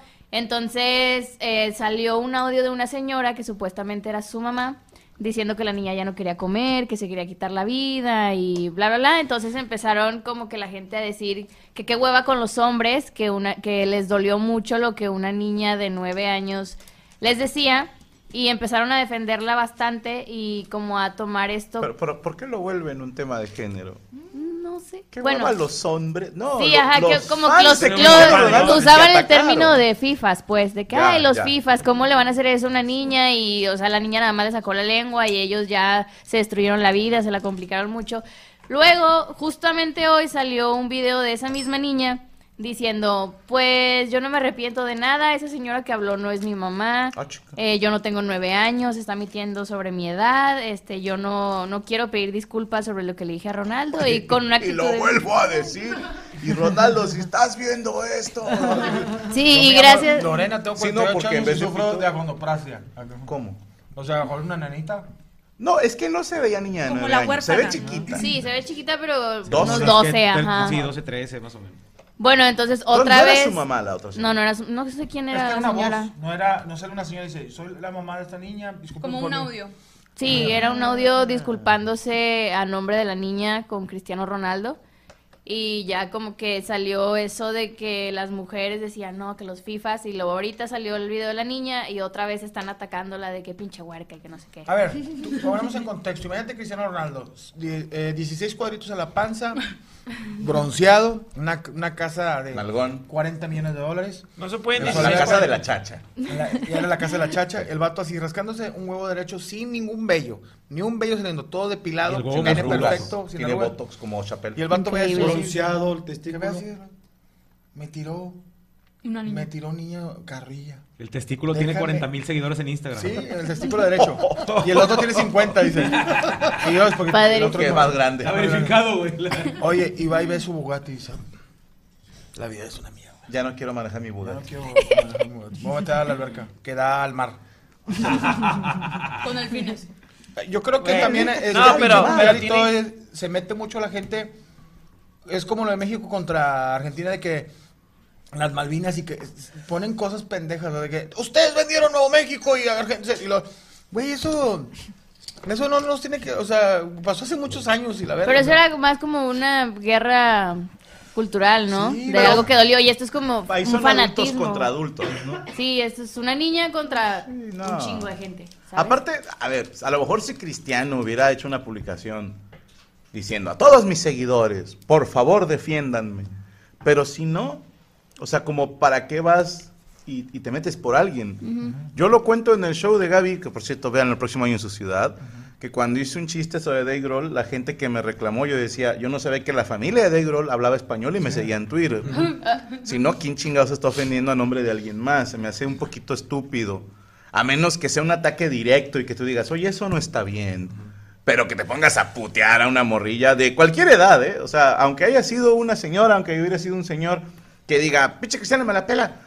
S5: Entonces eh, salió un audio de una señora que supuestamente era su mamá, diciendo que la niña ya no quería comer, que se quería quitar la vida y bla, bla, bla. Entonces empezaron como que la gente a decir que qué hueva con los hombres, que, una, que les dolió mucho lo que una niña de nueve años les decía. Y empezaron a defenderla bastante y como a tomar esto...
S4: Pero, pero, ¿Por qué lo vuelven un tema de género?
S5: no sé.
S4: ¿Qué
S5: bueno,
S4: hueva los hombres? No,
S5: Sí,
S4: lo-
S5: ajá, que
S4: los
S5: como
S4: fans
S5: los,
S4: de
S5: los-
S4: Cristiano Ronaldo que
S5: usaban el
S4: atacaron.
S5: término de FIFAs, pues, de que,
S4: Ya,
S5: ay, los
S4: ya.
S5: FIFAs, ¿cómo le van a hacer eso a una niña? Y, o sea, la niña nada más le sacó la lengua y ellos ya se destruyeron la vida, se la complicaron mucho. Luego, justamente hoy salió un video de esa misma niña diciendo, pues, yo no me arrepiento de nada, esa señora que habló no es mi mamá, eh, yo no tengo nueve años, está mintiendo sobre mi edad, este, yo no, no quiero pedir disculpas sobre lo que le dije a Ronaldo y con una
S4: Y
S5: actitud...
S4: lo
S5: de-
S4: vuelvo a decir. Y Ronaldo, si estás viendo esto.
S5: Sí,
S3: Yo
S5: y
S3: me llamo
S5: gracias.
S3: Lorena, tengo
S4: Sí, no,
S3: 48
S4: porque en
S3: años
S4: vez
S3: y
S4: de
S3: sufro
S4: pito-
S3: de agondoprasia.
S4: ¿Cómo?
S3: O sea, con una nenita.
S4: No, es que no se veía niña de
S3: Como
S4: nueve
S3: la
S4: años, Se
S3: huérfana.
S4: ve chiquita.
S5: Sí, se ve chiquita, pero
S4: Doce.
S5: unos
S4: Es que
S5: 12,
S4: del-
S5: ajá.
S9: Sí, 12, 13, más o menos.
S5: Bueno, entonces
S4: No,
S5: otra
S4: no era
S5: vez.
S4: su mamá la otra
S5: No, no era su- no sé quién
S3: Es que
S5: era
S3: era
S5: la
S3: una
S5: señora.
S3: voz. No era, no sale una señora y dice, soy la mamá de esta niña. disculpen
S14: Como
S3: por
S14: un
S3: mí".
S14: audio.
S5: Sí,
S4: Ah.
S5: era un audio disculpándose a nombre de la niña con Cristiano Ronaldo. Y ya como que salió eso de que las mujeres decían no, que los FIFAs. Y luego ahorita salió el video de la niña y otra vez están atacándola de que pinche huerca y que no sé qué.
S3: A ver, tú- ponemos en contexto. Imagínate Cristiano Ronaldo, die- eh, 16 cuadritos a la panza, bronceado, una, una casa de 40 millones de dólares.
S11: No se pueden
S3: En
S11: decir.
S3: sola
S4: casa de la chacha.
S3: En la- Y era la casa de la chacha, el vato así rascándose un huevo derecho sin ningún vello. Ni un vello saliendo, todo depilado,
S4: Sin
S3: sin
S4: las
S3: pene
S4: arrugas,
S3: perfecto, sin
S4: Tiene
S3: arrugas.
S4: botox como Chapel.
S3: Y el vato ve así,
S13: Bronceado, el
S3: que
S13: testículo.
S3: ve así, Me tiró, me tiró niña carrilla.
S9: El testículo tiene
S3: Déjame.
S9: 40 mil seguidores en Instagram.
S3: Sí, el testículo derecho. Y el otro tiene 50, dice. Y yo, es porque
S9: Padre.
S3: el otro
S9: Que es
S3: no.
S9: más grande. Está verificado, güey.
S3: Oye, y va y ve su Bugatti y dice, la vida es una mierda.
S4: Ya no quiero manejar mi Buda.
S3: Voy a meter a la alberca, que da al mar.
S14: Con el fines.
S3: Yo creo que
S14: Bueno.
S3: también es-
S11: No,
S3: es-
S11: pero-
S3: y
S11: pero
S3: todo
S11: tiene-
S3: es- se mete mucho la gente. Es como lo de México contra Argentina de que las Malvinas y que s- ponen cosas pendejas ¿no? de que ustedes vendieron Nuevo México y Argentina y lo- güey eso Eso no nos tiene que, o sea, pasó hace muchos años y la verdad.
S5: Pero eso era más como una guerra cultural, ¿no?
S3: Sí,
S5: de
S3: pero-
S5: algo que dolió y esto es como
S4: Ahí
S5: un
S4: son adultos
S5: fanatismo.
S4: contra adultos, ¿no?
S5: Sí, esto es una niña contra
S4: no.
S5: un chingo de gente. ¿sabes?
S4: Aparte, a ver, a lo mejor si Cristiano hubiera hecho una publicación diciendo a todos mis seguidores, por favor defiéndanme. Pero si no, o sea, como para qué vas y, y te metes por alguien. Yo lo cuento en el show de Gaby, que por cierto vean el próximo año en su ciudad, que cuando hice un chiste sobre Dave Grohl, la gente que me reclamó, yo decía, yo no sabía que la familia de Dave Grohl hablaba español y me seguía en Twitter. Si no, ¿quién chingados está ofendiendo a nombre de alguien más? Se me hace un poquito estúpido. A menos que sea un ataque directo y que tú digas, oye, eso no está bien. Pero que te pongas a putear a una morrilla de cualquier edad, ¿eh? O sea, aunque haya sido una señora, aunque hubiera sido un señor, que diga, pinche cristiano, me la pela.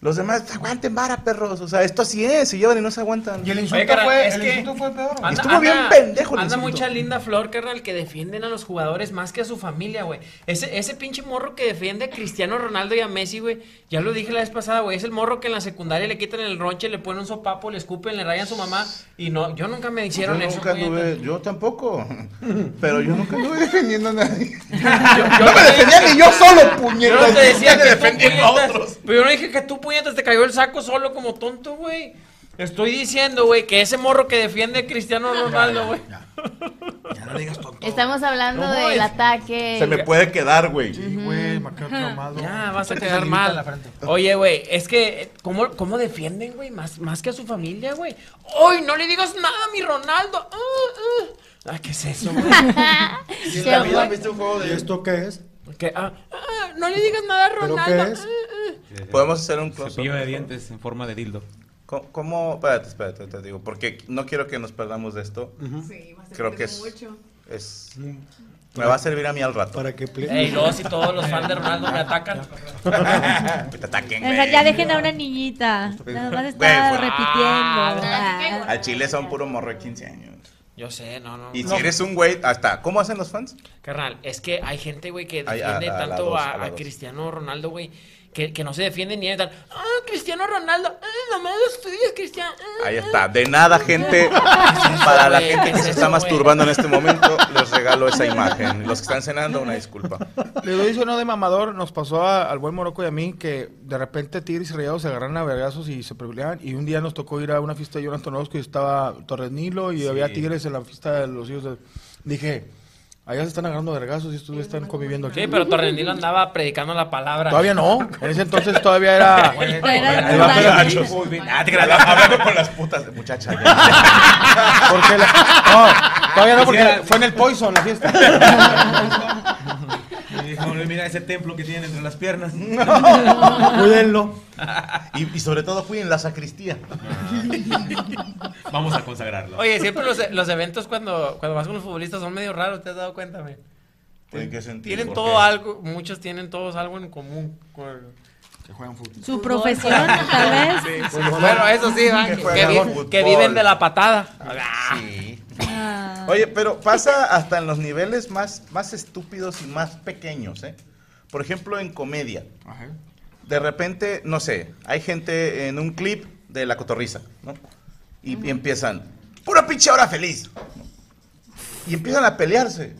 S4: Los demás, aguanten vara, perros. O sea, esto así es, y llevan y no se aguantan. Y el
S11: insulto Oye, carnal, fue- es el que- insulto
S4: fue peor.
S11: Anda-
S4: Estuvo bien
S11: anda-
S4: pendejo el
S11: Anda
S4: insulto.
S11: mucha linda flor, carnal, que defienden a los jugadores más que a su familia, güey. Ese, ese pinche morro que defiende a Cristiano Ronaldo y a Messi, güey. Ya lo dije la vez pasada, güey. Es el morro que en la secundaria le quitan el ronche, le ponen un sopapo, le escupen, le rayan a su mamá. Y no, yo nunca me hicieron
S4: yo
S11: eso,
S4: nunca
S11: güey.
S4: anduve- yo tampoco. Pero yo nunca anduve defendiendo a nadie.
S11: Yo
S4: no me defendía ni yo solo,
S11: Yo
S4: puñetas.
S11: no te decía
S4: que
S11: que tú
S4: defendiendo a
S11: puñetas,
S4: otros.
S11: Pero yo no dije que tú puñetas te cayó el saco solo como tonto, güey. Estoy diciendo, güey, que ese morro que defiende a Cristiano Ronaldo, güey.
S5: Estamos hablando
S11: No,
S5: del
S11: es-
S5: ataque.
S4: Se me puede quedar, güey.
S3: güey, me quedo traumado.
S11: Ya, vas a
S3: Te
S11: quedar
S3: salivita en la
S11: mal.
S3: frente.
S11: Oye, güey, es que, eh, ¿cómo, cómo defienden, güey? Más, más que a su familia, güey. ¡Ay, no le digas nada a mi Ronaldo! ¡Ah, ah! Ay, ¿qué es eso, güey?
S13: ¿Y en
S11: Sí,
S13: la vida
S11: güey.
S13: viste un juego de- ¿Y esto qué es?
S11: ¿Qué? Ah, ah, no le digas nada a
S13: ¿Pero
S11: Ronaldo. Uh,
S13: qué es?
S4: Podemos hacer un close
S9: Cepillo de dientes en forma de dildo.
S4: ¿Cómo, cómo- Espérate, espérate, te digo. Porque no quiero que nos perdamos de esto.
S13: Ujú.
S6: Sí, va a ser
S4: Creo que es.
S6: mucho.
S4: es- me va a servir a mí al rato. Para
S13: que.
S11: Ey, luego si todos los fans de Ronaldo me atacan.
S4: Que te ataquen,
S6: O
S4: güey.
S6: sea, ya dejen a una niñita. Nada más está
S4: Güey, fue-
S6: Ah,
S4: Ah,
S6: repitiendo.
S4: Pues, Al Chile son puro morro de 15 años.
S11: Yo sé, no, no.
S4: Y
S11: no.
S4: si eres un güey, hasta. ¿Cómo hacen los fans?
S11: Carnal, es que hay gente, güey, que
S4: Ay, a-
S11: defiende
S4: a la
S11: tanto
S4: dos,
S11: a,
S4: a la
S11: a
S4: dos.
S11: Cristiano Ronaldo, güey, que, que no se defiende ni están. ¡Ah, Cristiano Ronaldo! ¡Ah, nomás lo estudias, Cristiano! ah".
S4: Ahí está. De nada, gente. Para la
S11: güey?
S4: gente
S11: ¿Qué
S4: que
S11: es eso,
S4: se está
S11: güey?
S4: masturbando en este momento, les regalo esa imagen. Los que están cenando, una disculpa.
S3: Le doy eso no de mamador, nos pasó a- al buen Morocco y a mí que de repente Tigres y Rayados se agarran a vergazos y se peleaban y un día nos tocó ir a una fiesta de Jonathan Orozco y estaba Torres Nilo y había Tigres en la fiesta de los hijos de... Dije, allá se están agarrando a vergazos y estos güeyes están conviviendo aquí.
S11: Sí, pero Torrendino andaba predicando la palabra.
S3: Todavía no, en ese entonces todavía era...
S11: Era-
S3: el bajo de
S11: era-
S3: machos.
S4: Muy bien. Ah, te creas, hablando con las putas de muchacha. ya.
S3: Porque la- no, todavía no, porque fue en el Poison la fiesta.
S9: Y dijo, mira ese templo que tienen entre las piernas.
S4: Cuídenlo. Y, y sobre todo, cuiden la sacristía.
S9: Vamos a consagrarlo.
S11: Oye, siempre los, los eventos cuando, cuando vas con los futbolistas son medio raros, ¿te has dado cuenta, güey?
S4: ¿En qué sentido?
S11: Tienen
S4: ¿Por
S11: todo
S4: qué?
S11: algo, muchos tienen todos algo en común. Con...
S3: Que juegan fútbol.
S6: Su profesión, tal vez.
S11: Sí, sí. Bueno, eso sí, va, que,
S4: Que
S11: que
S4: juegan
S11: vi-
S4: fútbol.
S11: que viven de la patada.
S4: Sí. Oye, pero pasa hasta en los niveles más, más estúpidos y más pequeños, ¿eh? Por ejemplo, en comedia. De repente, no sé, hay gente en un clip de La Cotorrisa, ¿no? Y, y empiezan, ¡pura pinche hora feliz! ¿no? Y empiezan a pelearse.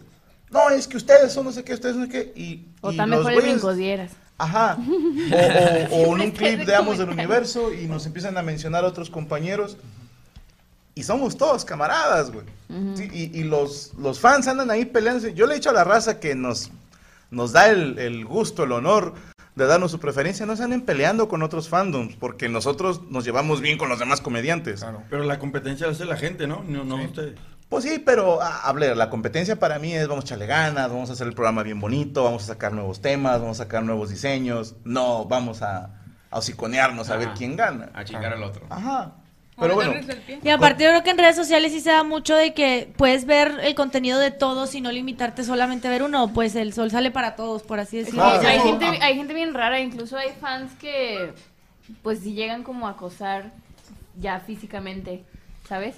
S4: No, es que ustedes son no sé qué, ustedes no sé qué. Y,
S5: O
S4: y
S5: tan
S4: los
S5: mejor
S4: güeyes-
S5: brincos dieras.
S4: Ajá. O, o- o en
S7: pues,
S4: un clip de Amos del Universo y nos empiezan a mencionar otros compañeros. Y somos todos camaradas, güey. Sí, y y los, los fans andan ahí peleándose. Yo le he dicho a la raza que nos, nos da el, el gusto, el honor de darnos su preferencia. No se anden peleando con otros fandoms, porque nosotros nos llevamos bien con los demás comediantes.
S16: Pero la competencia la hace la gente, ¿no? No, no ustedes.
S4: Pues sí, pero a, a ver, la competencia para mí es vamos a echarle ganas, vamos a hacer el programa bien bonito, vamos a sacar nuevos temas, vamos a sacar nuevos diseños. No, vamos a, a hociconearnos a ver quién gana. A
S9: chingar al otro.
S4: Ajá. Pero bueno.
S6: Y aparte yo creo que en redes sociales sí se da mucho de que puedes ver el contenido de todos y no limitarte solamente a ver uno, pues el sol sale para todos, por así decirlo.
S5: Sí, hay, gente, hay gente bien rara, incluso hay fans que pues si llegan como a acosar ya físicamente, ¿sabes?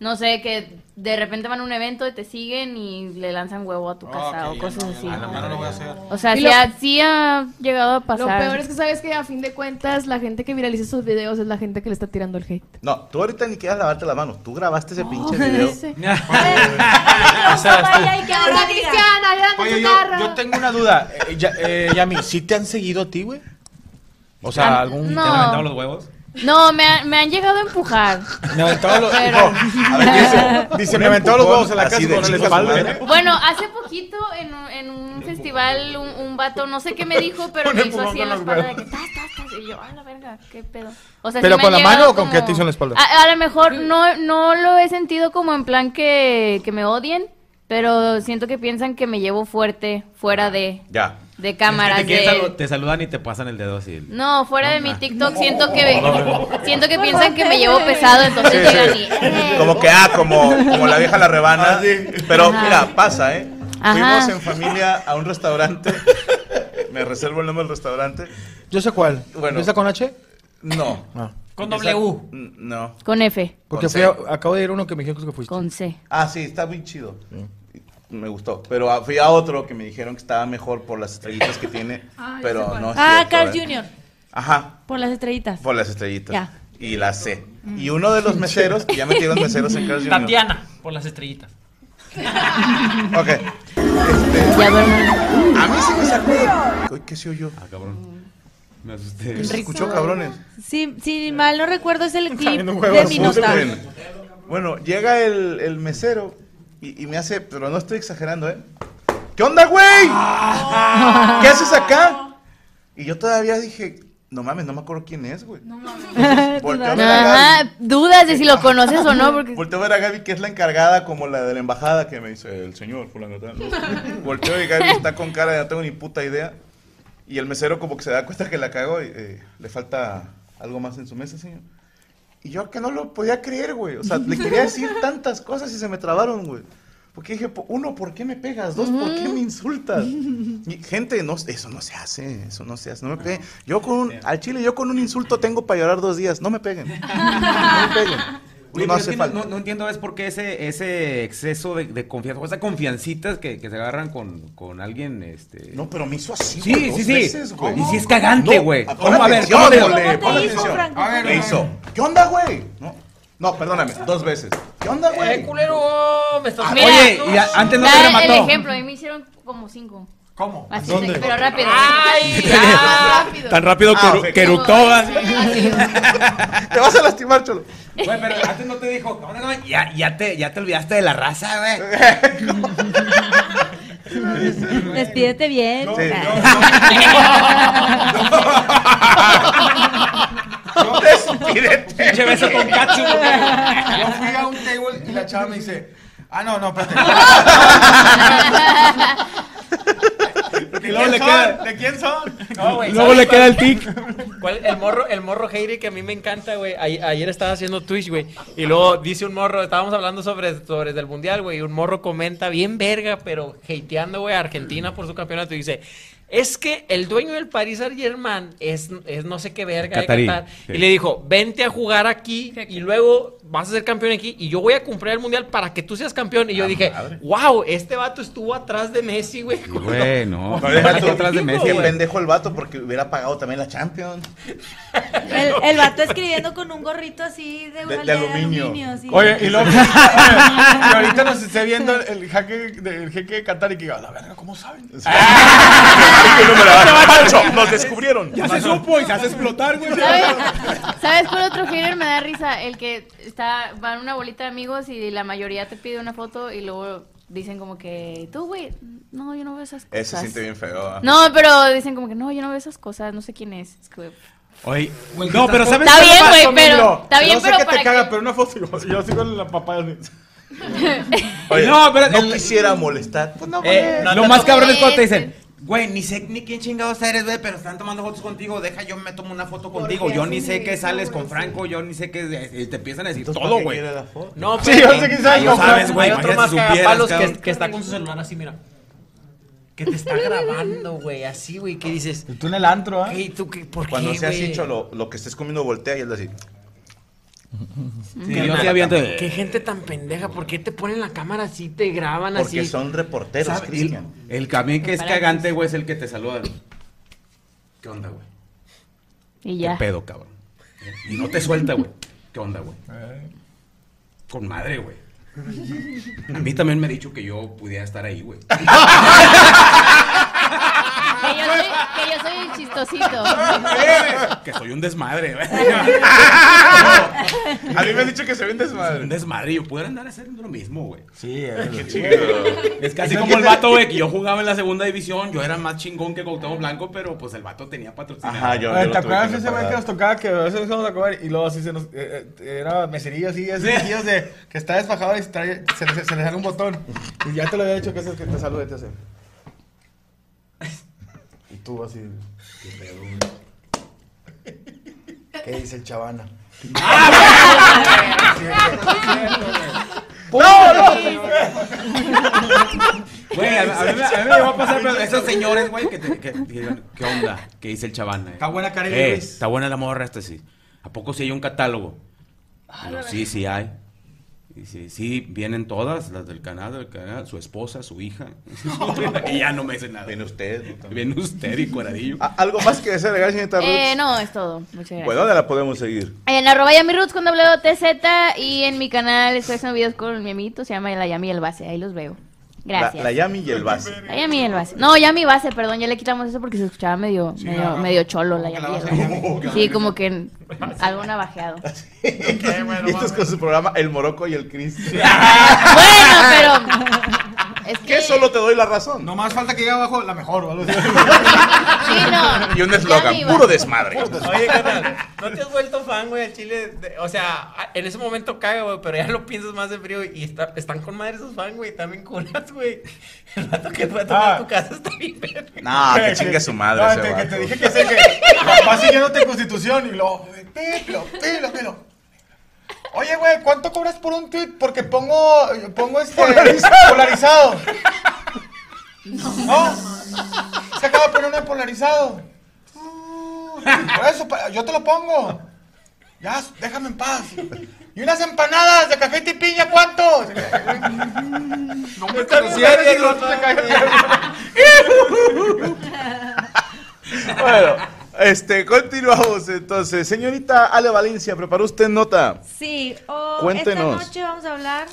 S5: No sé, que de repente van a un evento y te siguen y le lanzan huevo a tu casa o cosas así.
S3: Oh, no lo voy a hacer.
S5: O sea,
S7: Y
S5: sí,
S7: lo-
S5: ha, sí ha llegado a
S7: Lo
S5: pasar.
S7: peor es que sabes que a fin de cuentas la gente que viraliza esos videos es la gente que le está tirando el hate.
S4: No, tú ahorita ni quieras lavarte las manos. Tú grabaste ese pinche video.
S7: ese.
S5: Ahora, Cristian, adelante
S3: Oye,
S5: tu
S3: yo,
S5: carro.
S3: yo tengo una duda. Eh, ya- eh, Yami, ¿sí te han seguido a ti, güey? O sea,
S5: Ah,
S3: algún...
S5: no. ¿Te han aventado los
S3: huevos?
S5: No, me, han- me han llegado a empujar.
S3: Me aventado los...
S5: Pero-
S3: dijo, a ver, ¿qué dice? Dice, me aventó los huevos en la casa
S4: Así de
S3: con el
S4: chingo a su
S3: espalda.
S5: Bueno, hace poquito en, un- en un festival un, un vato, no sé qué me dijo, pero
S3: Un
S5: me hizo
S3: empujón
S5: así en la
S3: con los
S5: espalda de
S3: huevos.
S5: que tas, tas, tas, y yo, a la verga, qué pedo. O sea,
S3: ¿Pero
S5: me
S3: con
S5: han
S3: la mano
S5: llegado
S3: o con qué te hizo en la espalda?
S5: A, a lo mejor no, no lo he sentido como en plan que, que me odien, pero siento que piensan que me llevo fuerte fuera de,
S9: Ya.
S5: de cámaras.
S9: te, quieren
S5: de-
S9: salu- te saludan y te pasan el dedo así.
S5: No, fuera de mi TikTok siento que siento que piensan que me llevo pesado, entonces
S4: Sí,
S5: llegan
S4: sí.
S5: y eh,
S4: Como que, ah, como, como la vieja la rebana. Pero mira, pasa, ¿eh?
S5: Ajá.
S4: Fuimos en familia a un restaurante. Me reservo el nombre del restaurante.
S12: Yo sé cuál.
S4: Bueno.
S12: ¿Empieza con H?
S4: No.
S12: Con
S4: Empieza-
S12: W.
S4: N- No.
S5: con F.
S12: Porque
S4: Con
S12: fui
S4: C.
S12: a- acabo de ir a uno que me dijeron que fuiste.
S5: Con C.
S4: Ah, sí, está muy chido. Me gustó. Pero ah, fui a otro que me dijeron que estaba mejor por las estrellitas que tiene.
S6: Ah, ya sé
S4: pero
S6: cuál.
S4: no es
S6: Ah,
S4: cierto,
S6: Carl
S4: ¿eh?
S6: Jr.
S4: Ajá.
S6: Por las estrellitas.
S4: Por las estrellitas.
S6: Ya.
S4: Y la C. Y uno de los meseros, que ya metieron meseros en Carl Jr.
S11: Tatiana, por las estrellitas.
S4: Ok. Este, a mí sí me sacó. Uy, ¿Qué se oyó? Ah, cabrón.
S9: Me asusté.
S4: ¿Se escuchó, cabrones?
S6: Sí, si mal no recuerdo es el clip
S4: Saliendo
S6: de
S4: huevos.
S6: Minuta.
S4: Bueno, Bueno, llega el, el mesero y, y me hace, pero no estoy exagerando, ¿eh? ¿Qué onda, güey? ¿Qué haces acá? Y yo todavía dije, no mames, no me acuerdo quién es, güey. No mames. Volteo a ver a Gaby.
S5: Ajá, dudas de si lo conoces o no, porque
S4: Volteo a ver a Gaby, que es la encargada, como la de la embajada, que me dice, el señor, fulano de tal. ¿no?". Volteo y Gaby está con cara de no tengo ni puta idea. Y el mesero como que se da cuenta que la cago y eh, le falta algo más en su mesa, señor. Y yo que no lo podía creer, güey. O sea, le quería decir tantas cosas y se me trabaron, güey. Porque dije, po- uno, ¿por qué me pegas? Dos, ¿por qué me
S12: Ah.
S4: insultas? Y, gente, no, eso no se hace, eso no se hace. No me peguen. Yo con un- al chile, yo con un insulto tengo para llorar dos días. No me peguen. No me peguen.
S9: Oye, pero
S4: no
S9: es
S4: hace
S9: que no,
S4: falta.
S9: no- no entiendo es por qué ese, ese exceso de, de confianza, o esas confiancitas que, que se agarran con, con alguien, este...
S4: No, pero me hizo así,
S9: Sí,
S4: güey,
S9: sí,
S4: dos
S9: sí.
S4: veces, güey.
S9: y si es cagante,
S4: No,
S9: güey.
S4: pon
S9: ¿Cómo? a ver,
S4: atención,
S9: ¿cómo le-
S4: güey,
S9: ¿cómo te
S4: pon
S9: hizo,
S4: atención.
S9: Franco?
S4: A ver, me hizo, ¿qué onda, güey? No, no, perdóname, dos veces. ¿Qué onda, güey?
S11: Eh, culero, me estás
S4: Ah,
S11: mirando.
S4: oye, y a- antes no te
S5: da el
S4: remató.
S5: ejemplo, a mí me hicieron como cinco.
S9: ¿Cómo?
S5: Así,
S9: ¿Dónde?
S5: de que- pero rápido.
S11: Ay,
S5: ya.
S9: Tan rápido que
S4: Ah,
S9: eru-
S4: ok.
S9: que eructó, así.
S4: Te vas a lastimar, cholo.
S9: Güey, pero antes no te dijo, "Cabrón, no, ya, ya, te, ya te olvidaste de la raza, güey.
S6: Despídete bien.
S3: Pinche
S9: beso con
S3: cacho.
S9: catsup.
S3: Yo fui a un table y la chava me dice, ah, no, no, espérate.
S11: ¿De
S3: luego
S11: quién
S3: le
S11: son?
S3: queda-
S11: ¿De quién son? No, güey,
S12: Luego
S11: ¿sabes
S12: le queda el
S11: cuál?
S12: tic.
S11: ¿Cuál? El morro, el morro hater que a mí me encanta, güey. Ay- ayer estaba haciendo Twitch, güey. Y luego dice un morro, estábamos hablando sobre, sobre del mundial, güey. Y un morro comenta bien verga, pero hateando, güey, a Argentina por su campeonato. Y dice. Es que el dueño del Paris Saint Germain es, es no sé qué verga de
S9: Catarí,
S11: Qatar.
S9: sí.
S11: Y le dijo, vente a jugar aquí y luego vas a ser campeón aquí y yo voy a comprar el mundial para que tú seas campeón. Y yo dije, wow, este vato estuvo atrás de Messi, güey.
S9: Güey, no.
S4: No, deja tú
S9: atrás de Messi,
S4: Qué
S9: güey.
S4: pendejo el vato porque hubiera pagado también la Champions.
S6: El, el vato escribiendo con un gorrito así de,
S4: De- de
S6: de
S4: aluminio.
S6: aluminio. sí.
S3: Oye, y
S9: pues,
S3: luego. oye, y ahorita nos esté viendo el, el jaque de, el jeque de Qatar y que diga, "A la verga, ¿cómo saben?
S9: Ah.
S4: Pancho, nos descubrieron.
S9: Ya se supo y se hace explotar, güey.
S5: ¿Sabes cuál otro hater me da risa? El que está, van una bolita de amigos y la mayoría te pide una foto y luego dicen como que, tú, güey, no, yo no veo esas cosas.
S4: Ese se siente bien feo. ¿ah?
S5: No, pero dicen como que, no, yo no veo esas cosas, no sé quién es. Es que,
S9: Oye, no, pero ¿sabes
S5: Está
S9: qué?
S5: bien,
S9: Vato,
S5: güey, pero-
S9: Milo.
S5: está bien,
S9: No sé
S5: pero
S9: qué
S5: para
S9: caga,
S5: qué-
S9: pero una foto y yo-
S3: Yo sigo en la papaya.
S4: Oye,
S9: no, pero
S4: no quisiera molestar. Pues no,
S9: Eh,
S4: molesta.
S9: lo más cabrón es cuando te dicen, güey, ni sé ni quién chingados eres, güey, pero están tomando fotos contigo, deja yo me tomo una foto contigo,
S11: qué
S9: yo
S11: así
S9: ni
S11: me
S9: sé que
S11: hizo,
S9: sales
S11: güey?
S9: con Franco, yo ni sé que eh, te empiezan a decir
S4: ¿para
S9: todo,
S4: qué
S9: güey.
S4: quiere la foto?
S11: No,
S9: Sí,
S11: pero-
S9: yo sé que sabes,
S11: Hay otro-
S9: sabes, güey,
S11: hay otro
S9: imagínate
S11: más
S9: si supieras,
S11: cagapalos que,
S9: cabrón.
S11: que está con su celular así, mira. Que te está grabando, güey, así, güey, que dices.
S3: Tú en el antro, ¿ah?
S11: ¿Y tú qué? ¿Por
S4: Cuando
S11: qué,
S4: seas
S11: güey?
S4: hincho, lo, lo que estés comiendo voltea y él así.
S9: Sí, yo sí había antes-
S11: Qué gente tan pendeja, ¿por qué te ponen la cámara así, te graban
S4: Porque
S11: así?
S4: son reporteros,
S9: ¿Sabe?
S4: Cristian.
S9: El, el camión que es
S11: Preparados.
S9: cagante, güey, es el que te saluda. ¿Qué onda, güey?
S5: Y
S9: ¿Qué
S5: ya.
S9: pedo, cabrón? Y no te suelta, güey. ¿Qué onda, güey? Con madre, güey. A mí también me ha dicho que yo pudiera estar ahí, güey.
S5: "Ah, Que yo soy, que yo soy el chistosito.
S4: Ah,
S9: que soy un desmadre, güey.
S4: A mí me han dicho que soy un desmadre.
S9: Un desmadre, yo pudiera andar haciendo lo mismo, güey. Sí,
S4: Qué
S9: es,
S4: chido.
S9: es casi como el vato, güey, que yo jugaba en la segunda división, yo era más chingón que Cuauhtémoc Blanco, pero pues el vato tenía patrocinador.
S4: Ajá, yo- yo
S3: Oye, Ah,
S4: lo
S3: ¿Te
S4: tuve
S3: acuerdas
S4: que
S3: ese güey que
S4: pagar.
S3: nos tocaba que a veces íbamos a comer y luego así se nos. eh, eh, era meserillo así, así, tíos de que está desfajado y se, trae- se, le- se le sale un botón. Y ya te lo había dicho que es el que te salude, te hace. Y tú así. Qué pedo, güey. ¿Qué dice el chavana?
S9: ¡No, Güey, a, a mí, me- a mí me llegó a pasar, pero esos señores, güey, que, te- que- que digan, ¿qué onda? ¿Qué dice el chavana? eh?
S17: Está buena Karen
S9: Eh,
S17: Lewis.
S9: Está buena la morra esta, sí. ¿A poco sí hay un catálogo?
S6: Ah,
S9: Pero sí, sí hay. Dice, sí, vienen todas, las del Canadá, del Canadá, su esposa, su hija. y ya no me dice nada. Viene
S4: usted.
S9: Viene usted y cuadradillo.
S4: ¿Algo más que desea agregar, señorita Ruth?
S5: Eh, no, es todo. Muchas gracias.
S4: Bueno, ¿dónde la podemos seguir?
S5: En arroba yamiruts con doble O T Z y en mi canal estoy haciendo videos con mi amiguito, se llama La Yami y el Base, ahí los veo. Gracias.
S4: La, la Yami y el Base.
S5: La Yami y el Base. No, Yami Base, perdón, ya le quitamos eso porque se escuchaba medio, medio,
S4: claro.
S5: medio cholo la
S4: Como que
S5: Yami y
S4: la
S5: el
S4: base.
S5: Base.
S4: Como que
S5: Sí,
S4: la-
S5: como que en- algo navajeado.
S4: y esto es con su programa El Morocco y el Cristian.
S5: bueno, pero. Es que...
S4: ¿Qué? Solo te doy la razón.
S3: No más falta que llegue abajo la mejor, ¿vale?
S4: Y un eslogan,
S11: Yami, va.
S4: puro desmadre.
S11: Oye, carnal, ¿no te has vuelto fan, güey, al chile? De- o sea, a- en ese momento caga, güey, pero ya lo piensas más de frío y está- están con madre esos fans, güey, también curas, güey. El rato que fue a
S4: Ah.
S11: tomar a tu casa está bien, verga.
S4: No, que chingue su madre
S3: No,
S4: ese
S3: te, que
S4: vato.
S3: te dije que es el que va siguiéndote constitución y luego, pelo, pelo, pelo. Oye, güey, ¿cuánto cobras por un tweet? Porque pongo, pongo este
S4: Polarizado.
S3: polarizado. No, se acaba de poner uno de polarizado. Uh, Por eso, pa- yo te lo pongo. Ya, déjame en paz. Y unas empanadas de café y piña, ¿cuánto? No me
S4: conocía, Diego. Bueno, este, continuamos entonces. Señorita Ale Valencia, ¿preparó usted nota?
S6: Sí, o
S4: Cuéntenos.
S6: esta noche vamos a hablar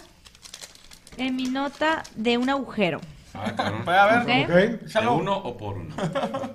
S6: en mi nota de un agujero.
S9: a
S6: ver,
S9: Ah, ¿De uno o por uno?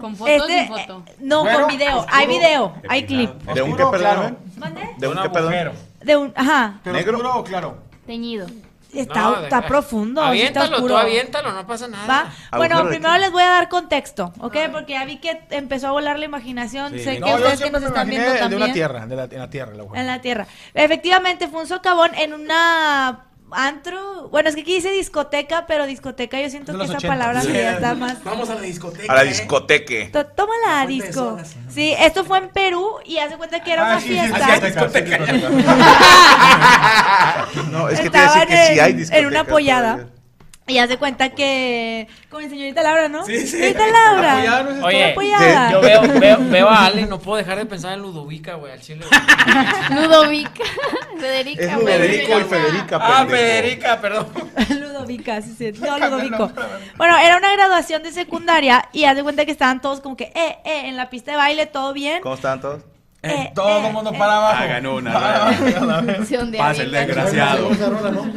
S14: Con fotos
S6: Este,
S14: y foto.
S6: eh, no,
S14: Bueno,
S6: con video.
S14: oscuro.
S6: Hay video, hay clip.
S4: ¿De un qué,
S3: Oscuro,
S4: perdón?
S6: ¿Mande?
S4: ¿De un qué, perdón?
S6: De un, ajá.
S3: ¿Pero ¿Negro? oscuro o claro?
S5: Teñido.
S6: Está,
S11: No,
S6: está
S11: de-
S6: profundo. sí está
S11: Aviéntalo,
S6: oscuro.
S11: tú aviéntalo, no pasa nada.
S6: ¿Va?
S11: Agujero
S6: Bueno,
S11: de
S6: primero
S11: qué.
S6: les voy a dar contexto, ¿ok? Porque ya vi que empezó a volar la imaginación. Sé que
S3: No, yo
S6: ustedes que
S3: siempre
S6: nos
S3: me
S6: están
S3: imaginé
S6: viendo
S3: de
S6: también.
S3: una tierra, de la, en la tierra, el agujero.
S6: En la tierra. Efectivamente, fue un socavón en una antro. Bueno, es que aquí dice discoteca, pero discoteca yo siento
S4: De
S6: que
S4: los
S6: esa
S4: 80.
S6: palabra
S4: Sí.
S6: sí ya está más.
S11: Vamos a la discoteca.
S4: A la discoteque.
S6: To- Tómala,
S11: fuente de
S6: disco.
S11: sodas.
S6: Sí, esto fue en Perú y hace cuenta que era
S4: Ah,
S6: una
S4: sí, sí, sí,
S6: fiesta.
S4: sí, sí, discoteca. Ah, No, es que te iba a
S6: Estaban
S4: decir que sí hay
S6: en-
S4: discoteca.
S6: en una pollada. Y hace cuenta que. Con el señorita Laura, ¿no?
S11: Sí, sí.
S6: Señorita Laura.
S11: Apoyada, ¿no?
S6: estuvo
S11: Oye,
S6: apoyada.
S11: yo veo, veo, veo a Ale, no puedo dejar de pensar en Ludovica, güey, al chile.
S5: Ludovica. Federica,
S4: Es
S5: güey.
S4: Federico y Federica.
S11: Ah,
S4: pendejo.
S11: Federica, perdón.
S6: Ludovica, sí, sí. No, Ludovico. Bueno, era una graduación de secundaria y haz de cuenta que estaban todos como que, eh, eh, en la pista de baile, todo bien.
S4: ¿Cómo están todos?
S3: Eh,
S6: Eh,
S3: Todo el mundo para abajo.
S9: Ah, ganó una. Pasa el desgraciado.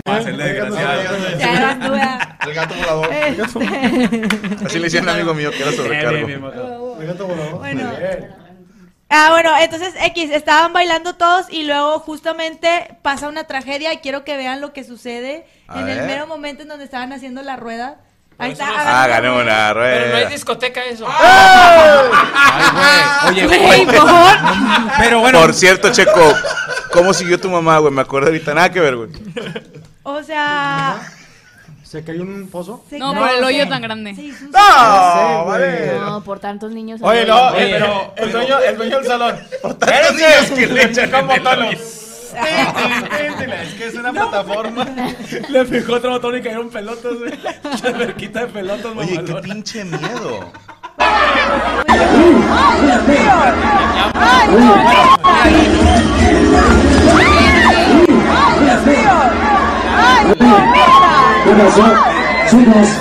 S9: Pasa el desgraciado.
S6: Ya era duda. Este.
S4: El gato volador. Así le decían a un amigo mío que era
S9: Bien, bien,
S4: sobrecargo.
S3: El gato volador.
S6: Bueno. Ah, bueno, entonces X, estaban bailando todos y luego justamente pasa una tragedia y quiero que vean lo que sucede
S4: A
S6: en el
S4: ver.
S6: mero momento en donde estaban haciendo la rueda. Ahí está.
S4: Ah, ganó una rueda.
S11: Pero no es discoteca eso.
S6: Ah.
S9: Oye,
S11: Güey,
S4: güey.
S11: por-
S9: Pero
S4: bueno. Por cierto, Checo, ¿cómo siguió tu mamá, güey? Me acuerdo ahorita. Nada que ver, güey.
S6: O sea,
S13: ¿Se cayó en un pozo?
S6: se
S14: No,
S6: cayó.
S14: por el hoyo tan grande.
S4: No, vale.
S5: No, por tantos niños.
S3: Oye,
S5: no,
S3: no, eh, pero el dueño, el dueño del salón.
S4: niños que le echan
S3: como
S4: en el
S3: tono.
S4: hoyo.
S3: Es que es una plataforma.
S9: Le fijó otro botón y cayeron pelotas, güey. Chaverquita de pelotas, Oye, qué
S4: pinche miedo.
S9: ¡Ay,
S6: no!
S2: Subas, subas.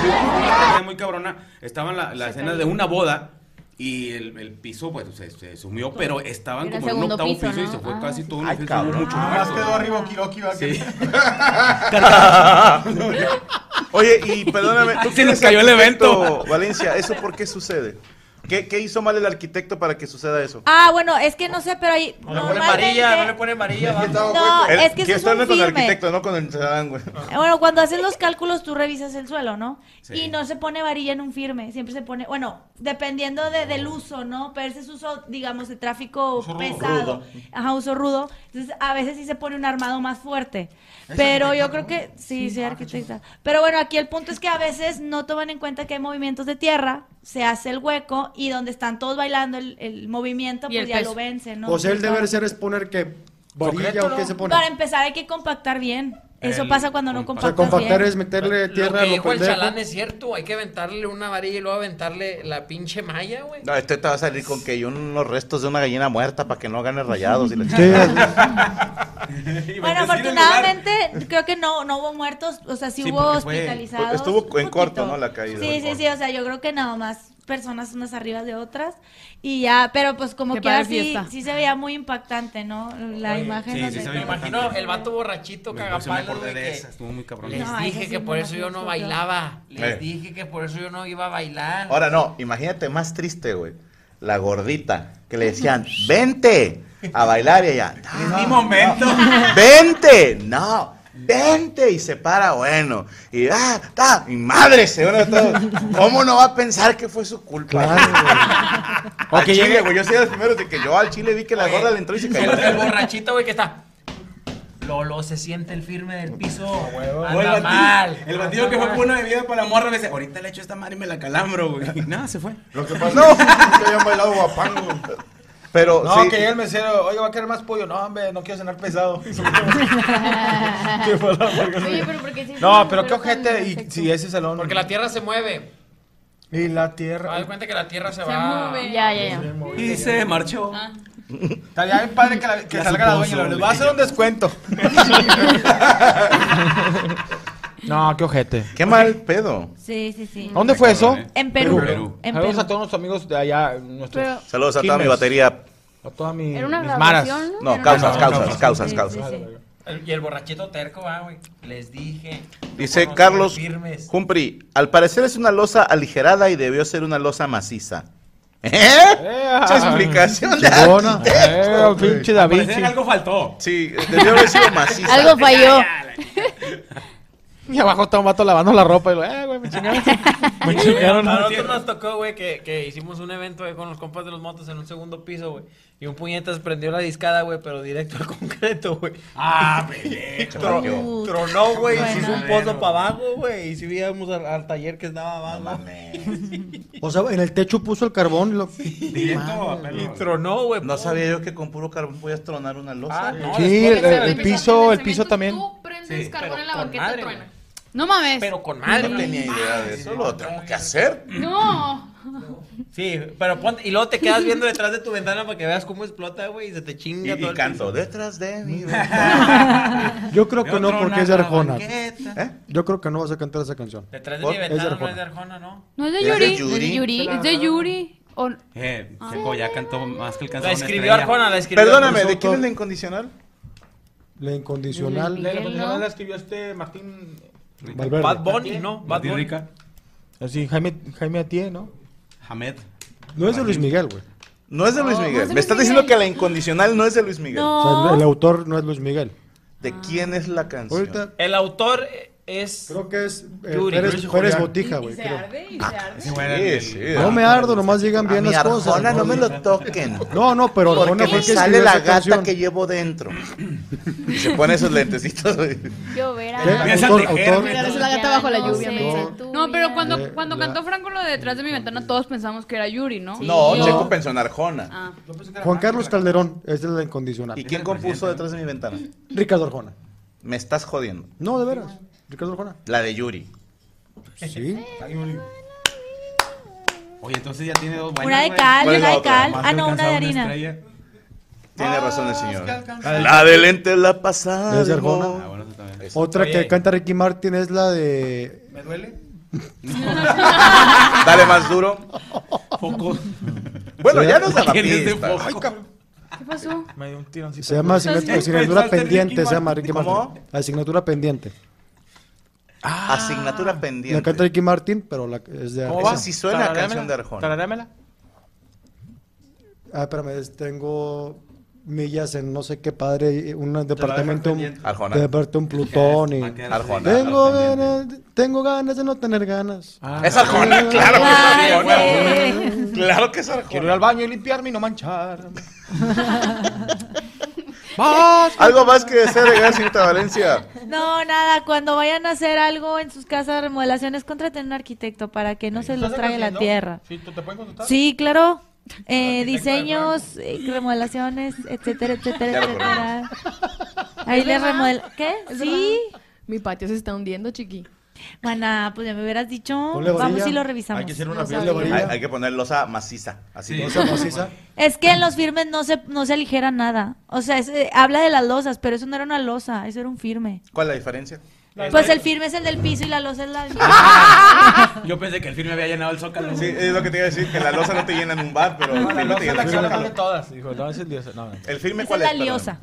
S9: Está muy cabrona. Estaba la, la escena de una boda y el, el piso pues se, se sumió, pero estaban
S12: Era
S9: como en un
S12: segundo
S9: octavo
S12: piso,
S9: piso, y
S12: ¿no?
S9: se fue
S12: Ah,
S9: casi
S12: sí.
S9: todo un
S12: Ay,
S9: piso,
S12: cabrón.
S9: hubo mucho
S12: Nomás
S9: muerto.
S12: quedó arriba Kiroki, va que-
S4: Oye, y perdóname. tú
S9: Se
S4: que
S9: nos
S4: eres
S9: cayó el
S4: arquitecto,
S9: evento.
S4: Valencia, ¿eso por qué sucede? ¿Qué, qué hizo mal el arquitecto para que suceda eso?
S6: Ah, bueno, es que no sé, pero ahí.
S11: no le pone amarilla.
S6: No,
S4: El-
S6: es que eso es
S4: estoy
S6: un
S4: hablando con el
S6: firme.
S4: arquitecto, no con el ciudadano, güey.
S11: Ah.
S6: Bueno, cuando haces los cálculos, tú revisas el suelo, ¿no?
S4: Sí.
S6: Y no se pone varilla en un firme, siempre se pone, bueno, dependiendo de- del uso, ¿no? Pero ese es uso, digamos, de tráfico pesado.
S18: Rudo.
S6: Ajá, uso rudo. Entonces, a veces sí se pone un armado más fuerte. Pero yo creo que, sí, sí, arquitecta. Pero bueno, aquí el punto es que a veces no toman en cuenta que hay movimientos de tierra, se hace el hueco y donde están todos bailando el, el movimiento,
S11: Y
S6: pues
S11: el
S6: ya
S11: peso.
S6: lo vencen, ¿no?
S13: O sea, el
S6: Entonces,
S13: deber ser es poner que varilla o qué se pone.
S6: Para empezar hay que compactar bien. Eso
S13: El
S6: pasa cuando no
S13: O
S6: compactas
S13: sea, compactar
S6: bien.
S13: es meterle
S11: Lo
S13: tierra a
S11: que
S13: lo
S11: dijo el chalán
S13: pendejo.
S11: es cierto, hay que aventarle una varilla y luego aventarle la pinche malla, güey.
S4: No, este te va a salir con que hay unos restos de una gallina muerta para que no gane rayados. Y la
S6: Bueno, afortunadamente creo que no, no hubo muertos, o sea, sí,
S4: Sí,
S6: hubo
S4: porque fue-
S6: hospitalizados.
S4: estuvo en corto, ¿no? La caída.
S6: Sí, sí, sí, o sea, yo creo que nada más personas unas arriba de otras y ya, pero pues como
S11: Qué
S6: quiera
S11: padre
S6: sí,
S11: fiesta.
S6: sí se veía muy impactante, ¿no? La imagen. no sé.
S11: Me imagino el vato borrachito cagapalo de que
S9: Estuvo muy cabrón.
S11: les
S6: No, esa
S11: dije
S6: sí
S11: que
S6: me
S11: por
S6: la
S11: eso yo no
S6: disfruto.
S11: bailaba. Les
S4: Eh.
S11: dije que por eso yo no iba a bailar.
S4: Ahora no, imagínate más triste, güey. La gordita, que le decían, vente a bailar y ella. Es mi momento. vente, no, vente. Y se para, bueno. Y ah, ta, y madre, se uno de todos. ¿Cómo no va a pensar que fue su culpa? Al
S11: que
S4: chile,
S11: llegue-
S4: güey. Yo soy de los primeros de que yo al chile vi que la
S11: Oye,
S4: gorda le entró y se
S11: El,
S4: cayó.
S11: el borrachito, güey, que está. Lolo se siente el firme del piso.
S9: Ah,
S16: O el
S11: Anda
S16: batido,
S11: mal.
S16: el batido que fue por una bebida para la morra me dice, ahorita le echo esta madre y me la calambro, güey. Y nada, se fue. Lo que pasa es que hayan bailado guapango.
S4: Pero
S3: No,
S4: sí,
S3: que llega el mesero, oye, va a querer más pollo. No, hombre, no quiero cenar pesado. Qué mala verga.
S5: Oye, pero ¿por qué sí
S3: No,
S5: hicieron
S3: pero qué
S5: tan
S3: ojete. Y
S5: perfecto?
S3: si ese salón.
S11: Porque la tierra se mueve.
S3: Y la
S11: Te
S3: tierra.
S11: das cuenta que la tierra se, va.
S5: Ya, ya, ya.
S9: Y se marchó.
S11: Ah.
S3: Estaría bien padre que, la- que
S9: Ya
S3: salga la
S9: supuso,
S3: dueña. Les voy a
S9: güey.
S3: hacer un descuento. no, qué ojete.
S4: Qué mal pedo. ¿eh?
S6: Sí, sí, sí.
S3: ¿Dónde fue eso?
S6: En Perú. En
S3: Saludos
S6: Perú.
S3: a todos nuestros amigos de allá. nuestros
S6: Pero-
S4: Saludos a toda mi
S3: Kimmers.
S4: batería.
S3: A todas mis,
S6: Era una
S3: mis maras.
S6: graduación, ¿no?
S4: No, causas, causas, causas, causas.
S11: El- Y el borrachito terco, ah, güey. Les dije.
S4: Dice
S11: Con los
S4: Carlos
S11: firmes.
S4: Humphrey, al parecer es una losa aligerada y debió ser una losa maciza. ¿Eh? Mucha explicación de
S3: Chingona.
S4: arquitecto,
S3: Eh,
S4: güey.
S3: pinche Da Vinci.
S9: Al parecer algo faltó.
S4: Sí, debió haber sido maciza.
S5: Algo falló.
S3: Y abajo está un vato lavando la ropa y lo, eh, güey, me chingaron. me chingaron.
S11: A nosotros nos tocó, güey, que, que hicimos un evento güey, con los compas de los motos en un segundo piso, güey. Y un puñetas prendió la discada, güey, pero directo al concreto, güey.
S16: Ah,
S11: Tro- Tronó, güey, y se hizo un pozo para abajo, güey. Y si veíamos al, al taller que estaba abajo.
S13: O sea, en el techo puso el carbón y lo...
S11: y tronó, güey.
S4: No sabía yo que con puro carbón podías tronar una losa. güey.
S3: Sí, el, el piso, el piso también.
S7: Prendes carbón en la
S11: con
S7: banqueta
S11: madre,
S7: truena.
S14: No mames.
S11: Pero con
S4: No
S11: madre.
S4: tenía idea de eso, lo tengo que hacer.
S14: No.
S11: Sí, pero ponte. Y luego te quedas viendo detrás de tu ventana para que veas cómo explota, güey, y se te
S4: Y,
S11: chinga
S4: y
S11: todo. el
S4: canto, detrás de mí.
S13: Yo creo que no, porque es de Arjona.
S11: banqueta.
S13: ¿Eh? Yo creo que no vas a cantar esa canción.
S11: Detrás de
S13: Por-
S11: mi ventana no es de Arjona, ¿no?
S14: No es de
S13: ¿Es
S14: Yuri.
S13: de Yuri?
S14: Es de Yuri. O-
S9: Eh, Checo ya cantó más que el canción.
S11: La escribió Arjona, la escribió.
S4: Perdóname, ¿de quién
S11: Nosotros.
S4: es la incondicional?
S13: La incondicional.
S3: La incondicional la escribió este Martín.
S13: Valverde.
S11: Bad Bunny, ¿no? Bad
S9: Martín
S11: Bunny.
S9: Rica.
S3: Así, Jaime, Jaime Atié, ¿no?
S9: Hamed.
S13: No es de Luis Miguel, güey.
S4: No es de Luis
S13: No, no es
S4: Miguel.
S13: de
S4: Me estás
S13: Luis
S4: diciendo
S13: Miguel.
S4: que la incondicional no es de Luis Miguel.
S13: O sea, el, el autor no es Luis Miguel. Ah.
S4: ¿De quién es la canción?
S13: Ahorita-
S11: El autor es.
S13: Creo que es. eh,
S11: Yuri.
S13: Pérez-
S11: Luis
S13: Pérez
S11: Julián.
S13: Botija, güey. creo.
S4: Sí, sí.
S13: No me ardo, nomás llegan bien
S4: A mi
S13: las cosas.
S4: Arjona no me lo toquen.
S13: No, no, pero Arjona
S4: Porque
S13: fue
S4: le
S13: el que
S4: sale
S13: escribió
S4: la
S13: esa
S4: gata
S13: canción.
S4: que llevo dentro. Y se pone esos lentecitos. güey.
S7: Yo verá.
S13: ¿Qué?
S4: Empieza a
S13: Autor,
S4: tejer,
S13: autor.
S7: mira, es la gata bajo la lluvia, me dice tú.
S14: No, pero cuando,
S4: Eh,
S14: cuando
S4: la-
S14: cantó Franco lo de detrás de mi ventana, todos pensamos que era Yuri, ¿no?
S4: No,
S14: Yo-
S4: Checo pensó en Arjona.
S14: Ah.
S13: Juan Carlos Calderón es de la incondicional.
S4: ¿Y quién compuso detrás de mi ventana?
S13: Ricardo Arjona.
S4: Me estás jodiendo.
S13: No, de veras. Ricardo Arjona.
S4: La de Yuri.
S13: Sí.
S9: Oye, entonces ya tiene dos buenas.
S6: Una de
S9: güey.
S6: cal,
S9: ¿Cuál es
S6: una
S9: la
S6: de
S9: otra?
S6: cal.
S9: Más
S6: Ah, no,
S9: que
S6: una de
S9: alcanzaba
S6: harina.
S9: estrella.
S4: Tiene razón el señor.
S9: que
S6: Ah,
S4: La de lente es la pasada.
S9: Es de
S4: amor.
S9: Arjona. Ah, bueno, eso también.
S4: Es-
S13: Otra
S4: Oye.
S13: que canta Ricky Martin es la de.
S3: ¿Me duele?
S4: Dale más duro. Bueno, ya no es la
S13: Ay,
S14: ¿Qué pasó?
S3: Me dio un tironcito.
S13: Se llama asigna-
S3: Entonces,
S13: asignatura
S3: pensaste
S13: pendiente,
S3: Ricky
S13: se llama
S3: Martin.
S13: Ricky Martin.
S3: ¿Cómo?
S13: Asignatura pendiente.
S4: Asignatura
S13: La
S4: pendiente.
S13: canta Ricky Martin, pero la, es de
S4: ¿Cómo va? Esa sí suena a canción de Arjona.
S3: Tararéamela.
S13: Ah, espérame, es- tengo millas en no sé qué padre, eh, un departamento, un,
S4: pendiente. Arjona.
S13: de departamento en Plutón y...
S4: quedar Arjona,
S13: Tengo ganas, tengo ganas de no tener ganas.
S3: Ah.
S4: Es Arjona, claro que es Arjona.
S13: sí.
S4: Claro que es Arjona.
S3: Quiero ir al baño y limpiarme y no manchar.
S4: Algo más que desear agregar, señorita Valencia.
S6: No, nada, cuando vayan a hacer algo en sus casas, remodelaciones, contraten un arquitecto para que no se los trague la tierra.
S3: Sí, ¿tú te pueden contestar?
S6: Sí, claro. Eh, diseños, eh, remodelaciones, etcétera, etcétera,
S7: Ya lo
S6: etcétera. Ahí
S7: ¿Es
S6: les
S7: verdad?
S6: remodel... ¿Qué?
S7: ¿Es
S6: Sí.
S7: verdad? Mi patio se está hundiendo, chiqui.
S6: Bueno, pues ya me hubieras dicho.
S4: Ponle varilla.
S6: Vamos y lo revisamos. No sabía.
S4: Hay, hay que poner losa maciza. Así.
S13: Losa maciza.
S6: Es que en los firmes no se, no se aligera nada. O sea, es, eh, habla de las losas, pero eso no era una losa, eso era un firme.
S4: ¿Cuál es la diferencia?
S6: Pues el firme es el del piso y la losa es la...
S9: Yo pensé que el firme había llenado el zócalo.
S4: Sí, es lo que te iba a decir, que la losa no te llena en un bar, pero el firme te llena
S3: la
S4: el
S3: cara de
S4: zócalo.
S3: todas. Dijo, no, es el dios. No, no.
S4: ¿El firme
S6: Esa
S4: cuál
S6: es
S4: es?
S6: la liosa.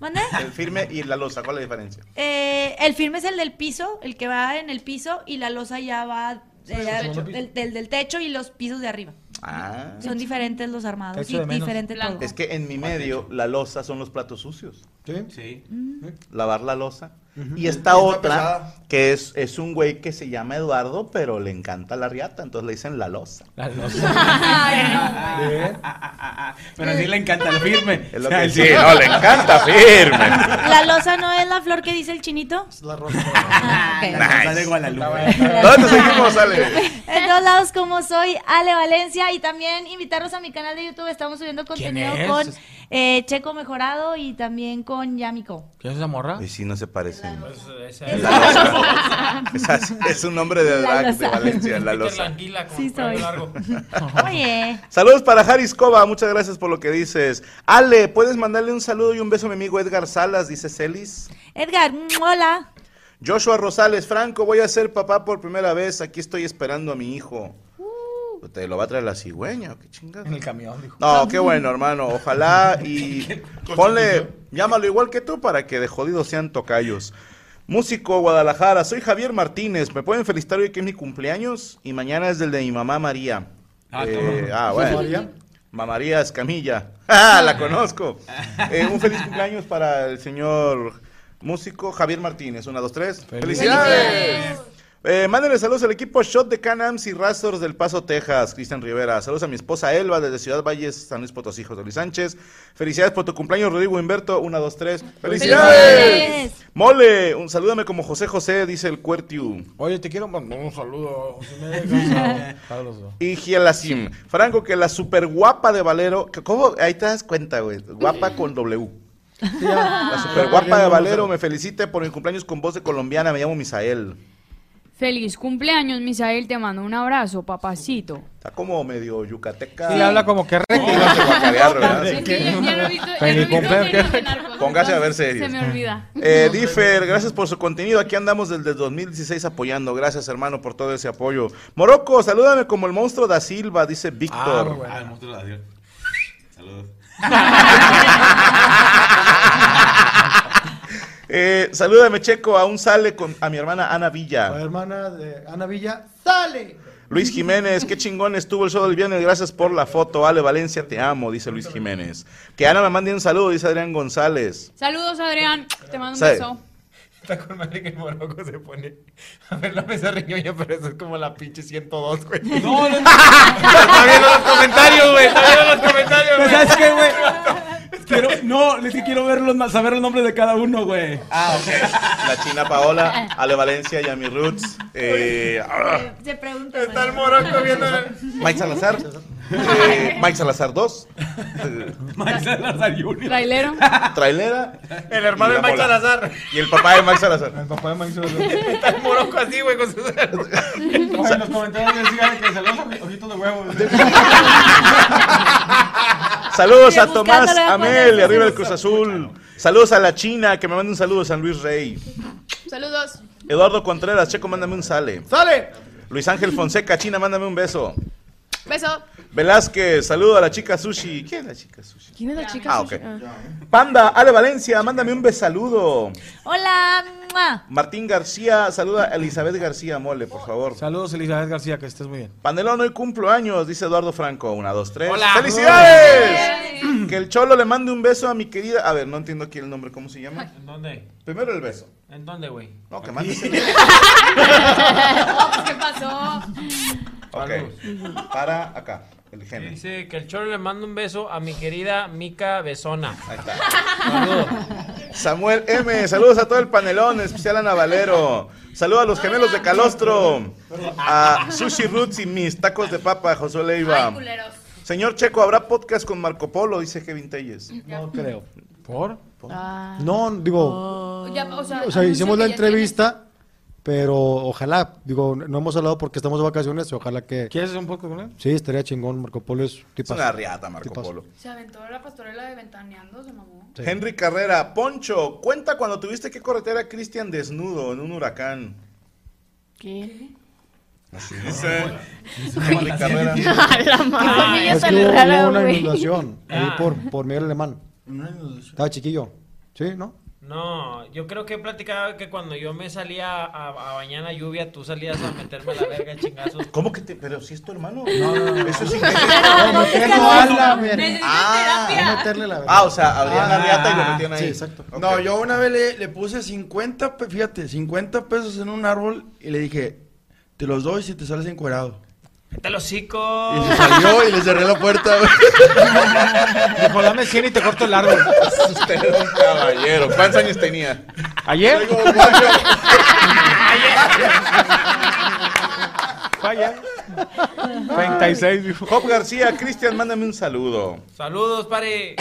S6: ¿Mande?
S4: El firme y la losa, ¿cuál es la diferencia?
S6: Eh, el firme es el del piso, el que va en el piso y la losa ya va
S4: Sí, el
S6: ya-
S4: segundo piso.
S6: del, del- del techo y los pisos de arriba.
S4: Ah.
S6: Son diferentes los armados
S4: Techo
S6: y
S4: de menos.
S6: diferente todo.
S4: Es que en mi medio, la losa son los platos sucios.
S13: Sí.
S4: Lavar la losa.
S13: Ujú.
S4: Y esta
S13: Está
S4: otra,
S13: pesada.
S4: que es, es un güey que se llama Eduardo, pero le encanta la riata, entonces le dicen la losa.
S3: La
S9: Pero sí le encanta el firme.
S4: Es lo que- sí, no, le encanta firme.
S6: ¿La losa no es la flor que dice el chinito? Ah, Es
S13: la
S9: Sale Guadalupe.
S4: ¿Dónde seguimos, Ale?
S6: En todos lados como soy, Ale Valencia, y también invitarlos a mi canal de YouTube. Estamos subiendo
S3: ¿Quién
S6: contenido
S3: es?
S6: con eh, Checo Mejorado y también con Yamiko.
S3: ¿Quién es esa morra?
S4: Y sí, no se parecen.
S11: esa
S4: La
S11: es.
S4: losa. Esa es, es un nombre de
S6: La
S4: drag
S6: losa.
S4: de Valencia, la
S11: Peter la
S4: losa.
S11: anguila con
S6: Sí,
S11: el cabello
S6: soy.
S11: largo.
S6: Oye.
S4: Saludos para Jaris Cova, muchas gracias por lo que dices. Ale, ¿puedes mandarle un saludo y un beso a mi amigo Edgar Salas? Dice Celis.
S6: Edgar, mm, hola.
S4: Joshua Rosales, Franco, voy a ser papá por primera vez. Aquí estoy esperando a mi hijo. Te lo va a traer la cigüeña, qué chingada.
S3: En el camión, dijo.
S4: No, qué bueno, hermano. Ojalá y ponle, llámalo igual que tú para que de jodidos sean tocayos. Músico Guadalajara, soy Javier Martínez. ¿Me pueden felicitar hoy que es mi cumpleaños? Y mañana es el de mi mamá María.
S9: Ah,
S4: Eh,
S9: cabrón.
S4: ah, bueno.
S9: ¿María?
S4: Mamá María Escamilla. ¡Ah, la conozco! Eh, un feliz cumpleaños para el señor músico Javier Martínez. Una, dos, tres. ¡Felicidades! Eh, mándenle saludos al equipo Shot de Canams y Razors del Paso, Texas, Cristian Rivera. Saludos a mi esposa Elba desde Ciudad Valles, San Luis Potosí, José Luis Sánchez. Felicidades por tu cumpleaños, Rodrigo Humberto. Una, dos, tres. ¡Felicidades!
S11: ¡Felicidades!
S4: Mole, un salúdame como José José, dice el Cuertiu.
S3: Oye, te quiero mandar un saludo. Si me dejas, saludos.
S4: Y Gielasim. Franco, que la super guapa de Valero. que- ¿Cómo? Ahí te das cuenta, güey. Guapa con W.
S9: Ah,
S4: La
S14: Ah.
S4: super guapa de Valero me felicite por mi cumpleaños con voz de colombiana. Me llamo Misael.
S14: Feliz cumpleaños, Misael. Te mando un abrazo, papacito.
S4: Está como medio yucateca.
S3: Sí, le habla como que
S4: No,
S3: retirado.
S4: no, de guacarear, ¿verdad?
S3: Sí, sí,
S14: ya lo he visto- ya
S3: lo he visto en series de
S4: Póngase a ver series.
S14: Se me olvida.
S4: Eh, Differ, gracias por su contenido. Aquí andamos desde el 2016 apoyando. Gracias, hermano, por todo ese apoyo. Morocco, salúdame como el monstruo da Silva, dice
S9: Ah,
S4: Víctor.
S9: el monstruo de Adiós. Saludos.
S4: Eh, salúdame, Checo. Aún sale con a mi hermana Ana Villa.
S13: La hermana de Ana Villa, ¡sale!
S4: Luis Jiménez, qué chingón estuvo el show del viernes. Gracias por la foto. Ale Valencia, te amo, dice Luis Jiménez. Que Ana me mande un saludo, dice Adrián González.
S14: Saludos, Adrián. Te mando un
S4: Sí.
S14: beso.
S3: Está con madre que el Morocco se pone. A ver, la mesa riñoña, pero eso es como la pinche 102, güey. No, no, no. Está viendo los comentarios, güey. Está viendo los comentarios,
S9: Pero
S3: güey.
S9: ¿Sabes qué, güey? Quiero, no, es que quiero ver los, saber los nombres de cada uno, güey.
S4: Ah, ok. La China Paola, Ale Valencia, Yami Roots. Eh, ah,
S6: Se pregunta. Está
S3: el Morocco viendo.
S4: Mike Salazar. Eh, Mike Salazar 2.
S9: Mike Salazar Jr.
S14: Trailero.
S4: Trailera.
S3: El hermano
S4: Y
S3: de
S4: la
S3: Mike
S4: bola.
S3: Salazar.
S4: Y el papá de Mike Salazar.
S3: El papá de Mike Salazar. Está el Morocco así, güey, con sus. Oye, en los comentarios decían que saludos ojitos de huevo.
S4: Saludos a
S3: Estoy
S4: Tomás
S3: buscándole, voy a
S4: Amel,
S3: poner
S4: arriba
S3: saludos.
S4: del Cruz Azul. Saludos a la China, que me mande un saludo de San Luis Rey.
S7: Saludos.
S4: Eduardo Contreras, Checo, mándame un sale.
S3: ¡Sale!
S4: Luis Ángel Fonseca, China, mándame un beso.
S7: Beso.
S4: Velázquez, saludo a la chica sushi. ¿Quién es la chica sushi?
S7: ¿Quién es la chica?
S4: Ah,
S7: sushi?
S4: ok. Panda, Ale Valencia, mándame un besaludo.
S6: Hola. ¡mua!
S4: Martín García, saluda a Elizabeth García Mole, por favor.
S3: Saludos, Elizabeth García, que estés muy bien.
S4: Panelón, hoy cumplo años, dice Eduardo Franco. Una, dos, tres.
S3: Hola.
S4: ¡Felicidades! Que el Cholo le mande un beso a mi querida. A ver, no entiendo aquí el nombre, ¿cómo se llama?
S11: ¿En dónde?
S4: Primero el beso.
S11: ¿En dónde, güey?
S4: No, que mandes el
S14: Oh,
S11: ¿Qué pasó?
S4: Ok. Para acá, el genio.
S11: Dice que el choro le manda un beso a mi querida Mica Besona.
S4: Ahí está. Samuel M, saludos a todo el panelón, en especial a Navalero. Saludos a los gemelos de Calostro, a Sushi Roots y mis tacos de papa, José Leiva. Señor Checo, ¿habrá podcast con Marco Polo? Dice Kevin Telles.
S13: No creo.
S3: ¿Por?
S13: No, digo,
S7: Ya, o
S3: Ah,
S7: sea,
S13: o sea, hicimos la entrevista, pero ojalá, digo, no hemos hablado porque estamos de vacaciones, y ojalá que...
S3: ¿Quieres hacer un poco con él?
S13: Sí, estaría chingón, Marco Polo es tipazo.
S4: una riata, Marco
S13: Tipazo.
S4: Polo.
S14: Se aventó la pastorela de ventaneando, se mamó.
S4: Henry Carrera, Poncho, cuenta cuando tuviste que corretear a Cristian desnudo en un huracán.
S5: ¿Qué?
S4: Dice Henry Carrera.
S5: La madre.
S13: Es que
S5: sale
S13: hubo,
S5: rara,
S13: hubo una
S5: güey.
S13: inundación ahí
S11: Ah.
S13: por, por Miguel Alemán.
S11: Una inundación.
S13: Estaba chiquillo. ¿Sí? ¿No?
S11: No, yo creo que he platicado que cuando yo me salía a, a bañar en la lluvia, tú salías a meterme a la verga, chingazos.
S4: ¿Cómo que te.? Pero si es tu hermano.
S11: No, no, no.
S4: Eso es
S11: Pero,
S4: ingeniería.
S11: No, meterlo no, a la verga.
S13: Necesitas
S4: Ah,
S13: terapia. meterle la verga.
S4: Ah, o sea, abrían la
S13: Ah,
S4: riata y lo metían ahí.
S13: sí, exacto.
S4: Ok.
S12: No, yo una vez le, le puse 50, pe- fíjate, 50 pesos en un árbol y le dije, te los doy si te sales encuerado.
S11: ¡Te lo hocico!
S12: Y se salió y le cerré la puerta. güey.
S3: Dijo, dame 100 y te corto el árbol.
S4: Usted es un caballero. ¿Cuántos años tenía?
S3: ¿Ayer?
S4: Traigo cuatro.
S3: Vaya. 36, dijo.
S4: Job García, Cristian, mándame un saludo.
S11: Saludos, pare.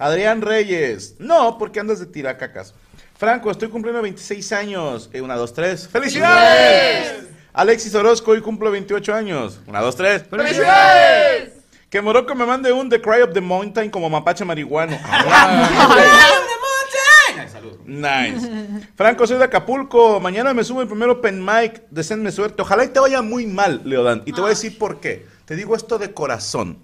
S4: Adrián Reyes. No, porque andas de tiracacas. Franco, estoy cumpliendo 26 años. Eh, una, dos, tres. ¡Felicidades! Alexis Orozco, hoy cumplo 28 años. Una, dos, tres. ¡Felicidades! Que Morocco me mande un The Cry of the Mountain como mapache marihuano. Ah, Nice. Franco, soy de Acapulco. Mañana me subo el primer open mic. Deseenme suerte. Ojalá y te vaya muy mal, Leodan. Y te voy a decir por qué. Te digo esto de corazón.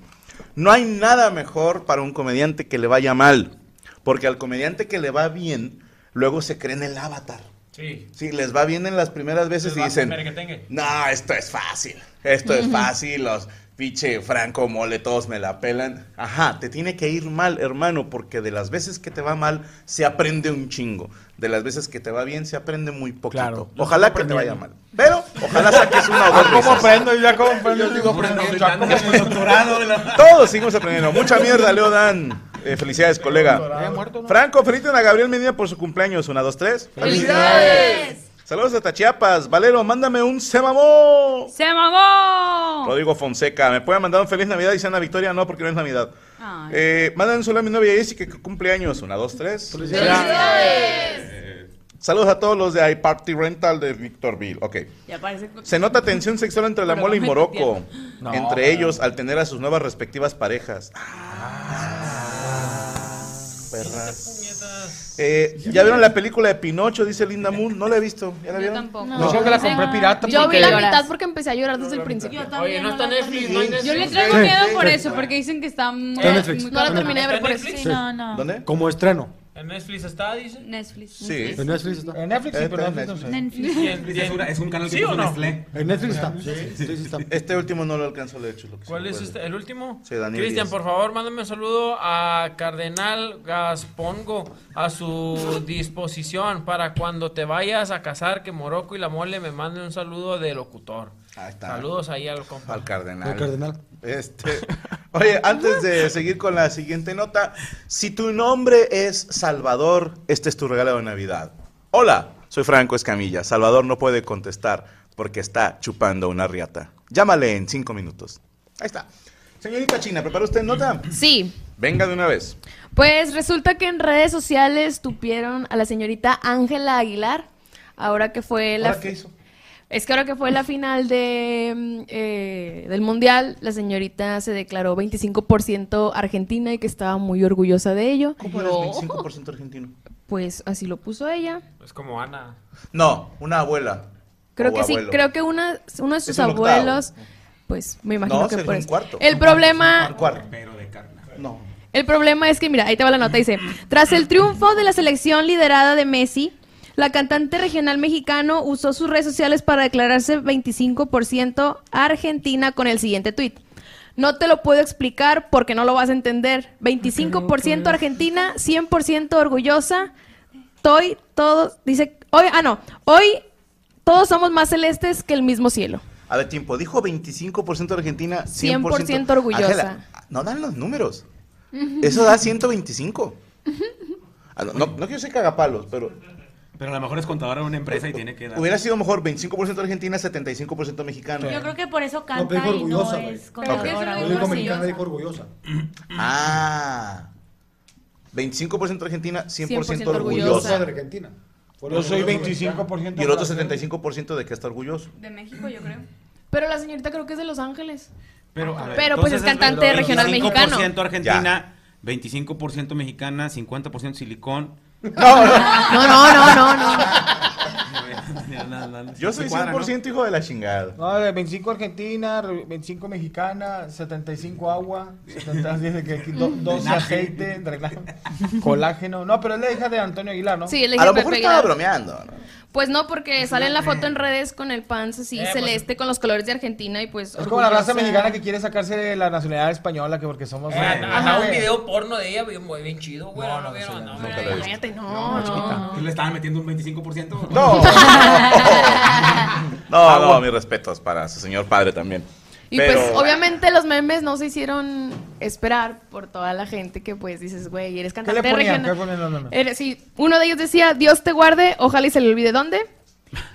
S4: No hay nada mejor para un comediante que le vaya mal. Porque al comediante que le va bien, luego se cree en el avatar.
S11: Sí.
S4: Si les va bien en las primeras veces y dicen, no, esto es fácil, esto es fácil, los pinche Franco Mole, todos me la pelan. Ajá, te tiene que ir mal, hermano, porque de las veces que te va mal, se aprende un chingo. De las veces que te va bien, se aprende muy poquito. Ojalá que te vaya mal. Pero, ojalá saques una o dos
S3: Ah, ¿Cómo
S4: risas.
S3: aprendo? Ya cómo aprendo. Yo digo
S12: aprendiendo,
S3: ya como en el doctorado. de la-
S4: Todos seguimos aprendiendo. Mucha mierda, Leo Dan. Eh, felicidades, colega. Franco, feliciten a Gabriel Medina por su cumpleaños. Una, dos, tres.
S14: ¡Felicidades!
S4: Saludos hasta Chiapas. Valero, mándame un se mamó.
S14: ¡Se mamó!
S4: Rodrigo Fonseca, me puede mandar un feliz Navidad y Sana Victoria, no, porque no es Navidad.
S14: Ay.
S4: Eh, mandan un saludo a mi novia Jessica que cumple años. Una, dos, tres. Saludos a todos los de iParty Rental de Victorville. Ok.
S6: Ya parece.
S4: Se nota tensión sexual entre la
S6: Pero
S4: mola y
S6: no me
S4: Morocco.
S6: entiendo.
S4: No, entre ellos, al tener a sus nuevas respectivas parejas. Perras. Eh, ¿Ya vieron la película de Pinocho? Dice Linda Moon. No la he visto. ¿Ya
S7: Yo
S4: la vieron?
S7: tampoco.
S4: No. Yo creo que la compré pirata
S7: Yo
S4: porque-
S7: vi la
S4: Lloras.
S7: mitad porque empecé a llorar desde el principio.
S11: Oye, no está Netflix, no hay Netflix.
S14: Yo le traigo
S13: Sí.
S14: miedo por eso, porque dicen que está muy...
S13: Está en Netflix.
S14: muy
S13: No la
S14: cabrón.
S13: terminé de
S11: ver por eso.
S13: Sí.
S14: pues, No, no.
S4: ¿Dónde?
S13: Como estreno.
S11: ¿En Netflix está, dice?
S14: Netflix.
S4: Sí.
S13: En Netflix está.
S3: En Netflix, sí, pero Netflix no sé.
S14: Netflix.
S11: Y en- y en-
S9: Es una- es un canal que
S11: ¿Sí o
S9: puso
S11: no?
S9: Nestlé.
S13: En Netflix está.
S4: Este último no lo alcanzó, de hecho. lo que se
S11: ¿Cuál es
S4: puede.
S11: este? ¿El último?
S4: Sí, Daniel
S11: Cristian,
S4: Díaz.
S11: por favor, mándame un saludo a Cardenal Gaspongo a su disposición para cuando te vayas a casar, que Morocco y la Mole me manden un saludo de locutor. Saludos ahí al compa.
S4: Al cardenal.
S13: Al cardenal.
S4: Este. Oye, antes de seguir con la siguiente nota, si tu nombre es Salvador, este es tu regalo de Navidad. Hola, soy Franco Escamilla. Salvador no puede contestar porque está chupando una riata. Llámale en cinco minutos. Ahí está. Señorita China, ¿prepara usted nota?
S7: Sí.
S4: Venga de una vez.
S7: Pues resulta que en redes sociales tupieron a la señorita Ángela Aguilar, ahora que fue la...
S4: ¿Ahora qué hizo?
S7: Es que ahora que fue la final de, mm, eh, del Mundial, la señorita se declaró 25% argentina y que estaba muy orgullosa de ello. Yo,
S4: 25% argentino.
S7: Pues así lo puso ella.
S11: Es como Ana.
S4: No, una abuela.
S7: Creo
S4: o
S7: que sí,
S4: abuelo.
S7: creo que una, uno de
S4: Es
S7: sus
S4: un octavo.
S7: abuelos, pues me imagino
S4: No,
S7: que
S4: sería
S7: por
S4: un
S7: eso.
S4: cuarto.
S7: El
S4: Un
S7: problema,
S4: cuarto. de carne. No.
S7: El problema es que, mira, ahí te va la nota, dice, tras el triunfo de la selección liderada de Messi, la cantante regional mexicano usó sus redes sociales para declararse 25% argentina con el siguiente tuit. No te lo puedo explicar porque no lo vas a entender. 25% argentina, 100% orgullosa. Hoy todos, dice, hoy, ah, no, hoy todos somos más celestes que el mismo cielo.
S4: A ver, tiempo. Dijo 25% argentina, 100%,
S7: 100% orgullosa.
S4: Ángela, no dan los números. Eso da 125. Ah, no, no, no quiero ser cagapalos, pero
S9: Pero a lo mejor es contadora de una empresa y tiene que dar.
S4: hubiera sido mejor 25% argentina, 75% mexicano.
S6: Yo creo que por eso
S4: pero
S6: canta
S4: dijo
S6: y no
S4: orgullosa, güey.
S6: es
S4: Pero que
S6: contadora.
S4: eso
S6: güey.
S4: no es
S6: Sí.
S13: mexicana dijo orgullosa.
S4: Ah. 25% argentina, 100%,
S13: 100%
S4: orgullosa.
S13: de Argentina.
S4: Yo soy
S3: 25%
S4: Y el otro 75% de que está orgulloso.
S7: De México, yo creo. Pero la señorita creo que es de Los Ángeles.
S9: Pero, a ver,
S7: Pero, pues, es
S9: entonces
S7: cantante regional
S9: 25% argentina, 25% mexicana, 50% silicón.
S7: No, no, no, no, no.
S4: Yo soy 100% hijo de la chingada.
S3: No, de 25 Argentina, re- 25 Mexicana, 75 agua, 70, dice que aquí do-
S7: Mm.
S3: 12
S4: Drenaje.
S3: aceite, drenaje, colágeno. No, pero es la hija de Antonio Aguilar, ¿no?
S7: Sí, es la hija A lo de mejor Pepe estaba Aguilar.
S4: bromeando.
S7: Pues no, porque sale en la
S9: eh.
S7: foto en redes con el pants así
S3: Eh, pues-
S7: celeste, con los colores de Argentina y pues...
S3: Es como la raza
S7: orgullosa.
S3: mexicana que quiere sacarse la nacionalidad española que porque somos...
S11: Eh,
S3: eh,
S11: Ajá, un
S3: güey.
S11: video porno de ella bien, bien chido, güey. No, lo vieron, no,
S9: nunca lo he
S7: Cállate,
S9: No,
S7: no, no.
S9: chiquita. ¿Qué le estaban metiendo un 25%?
S4: No. No, no, mis respetos para su señor padre también.
S7: Y
S4: Pero-
S7: pues obviamente los memes no se hicieron esperar por toda la gente que pues dices, güey, eres
S3: ¿Qué le
S7: cantante
S3: ponían? ¿Qué le
S7: regional.
S3: ponían los memes?
S7: Eres- sí, uno de ellos decía, Dios te guarde, ojalá y se le olvide dónde.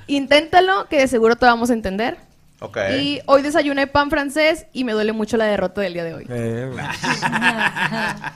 S7: Inténtalo, que de seguro te vamos a entender.
S4: Ok.
S7: Y hoy desayuné pan francés y me duele mucho la derrota del día de hoy.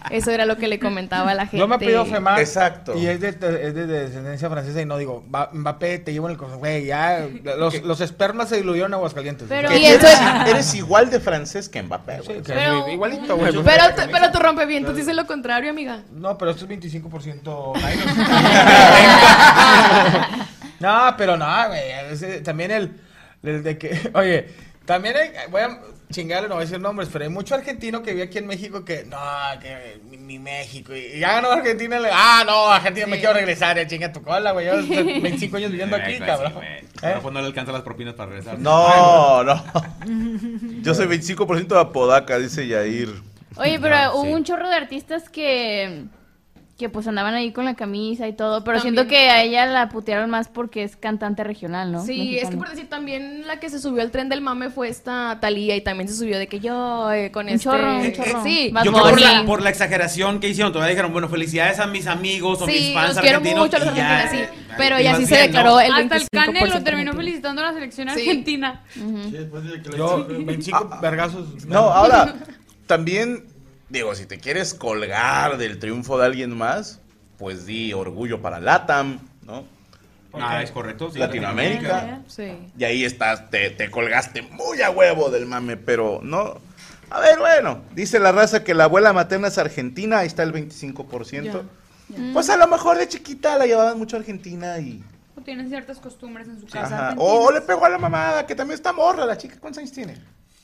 S7: Eso era lo que le comentaba a la gente.
S3: Yo me pido Femar.
S4: Exacto.
S3: Y es de, es de descendencia francesa y no digo, "Va- Mbappé, te llevo en el corazón. Güey, ya, los, los espermas se diluyeron en Aguascalientes.
S7: Pero-
S3: Que
S7: y
S3: eres-
S7: eso es-
S4: Eres igual de francés que Mbappé, güey.
S3: que Pero- es igualito, güey.
S7: Pero,
S3: Pues,
S7: te- pero tu rompevientos dice lo contrario, amiga.
S3: No, pero esto es 25% No, pero no, güey. ese- También el, el de que, oye, también hay- voy a chingarle, no voy a decir nombres, pero hay mucho argentino que vive aquí en México que, no,
S11: Ah,
S3: que mi, mi México. Y ya ganó Argentina, le, ah, no, Argentina, me quiero regresar, ya chinga tu cola, güey. Yo 25 años viviendo
S9: Ay,
S3: aquí,
S9: pues,
S3: cabrón.
S9: sí, güey. Pero, pues, no le alcanza las propinas para regresar.
S4: ¿Eh? No, no. Yo soy 25% de Apodaca, dice Yair.
S5: Oye, pero
S4: Ah,
S5: hubo
S4: sí.
S5: un chorro de artistas que que pues andaban ahí con la camisa y todo, pero siento que a ella la putearon más porque es cantante regional, ¿no?
S7: Sí, es que
S5: Mexicana.
S7: por decir también la que se subió al tren del mame fue esta Talía y también se subió de que yo eh, con
S5: Un
S7: este
S5: chorro, un chorro.
S7: sí,
S5: Bad
S9: Yo creo que por
S5: Bunny.
S9: la, por la exageración que hicieron, todavía dijeron, bueno, felicidades a mis amigos o
S7: sí,
S9: mis fans
S7: los quiero
S9: argentinos.
S7: mucho a los
S9: y ya. eh,
S7: argentinos, sí, pero
S9: Y
S7: ella
S9: más
S7: sí se
S9: bien, ¿no?
S7: declaró el
S14: Hasta
S7: 25%.
S14: el Canelo terminó
S7: argentino.
S14: felicitando a la selección
S7: Sí.
S14: argentina.
S4: pues,
S3: Yo, 25
S4: Ah,
S7: Pues,
S3: vergazos.
S4: No, ahora, también, digo, si te quieres colgar del triunfo de alguien más, pues di orgullo para Latam, ¿no?
S9: Ah, es correcto. sí,
S4: Latinoamérica.
S7: Sí.
S4: Y ahí estás, te, te colgaste muy a huevo del mame, pero no. A ver, bueno, dice la raza que la abuela materna es argentina, ahí está el 25%. Pues a lo mejor de chiquita la llevaban mucho a Argentina y.
S14: O Tienen ciertas costumbres en su casa.
S4: Ajá.
S14: argentina.
S4: O le pegó a la mamada, que también está morra la chica. ¿Cuántos años tiene?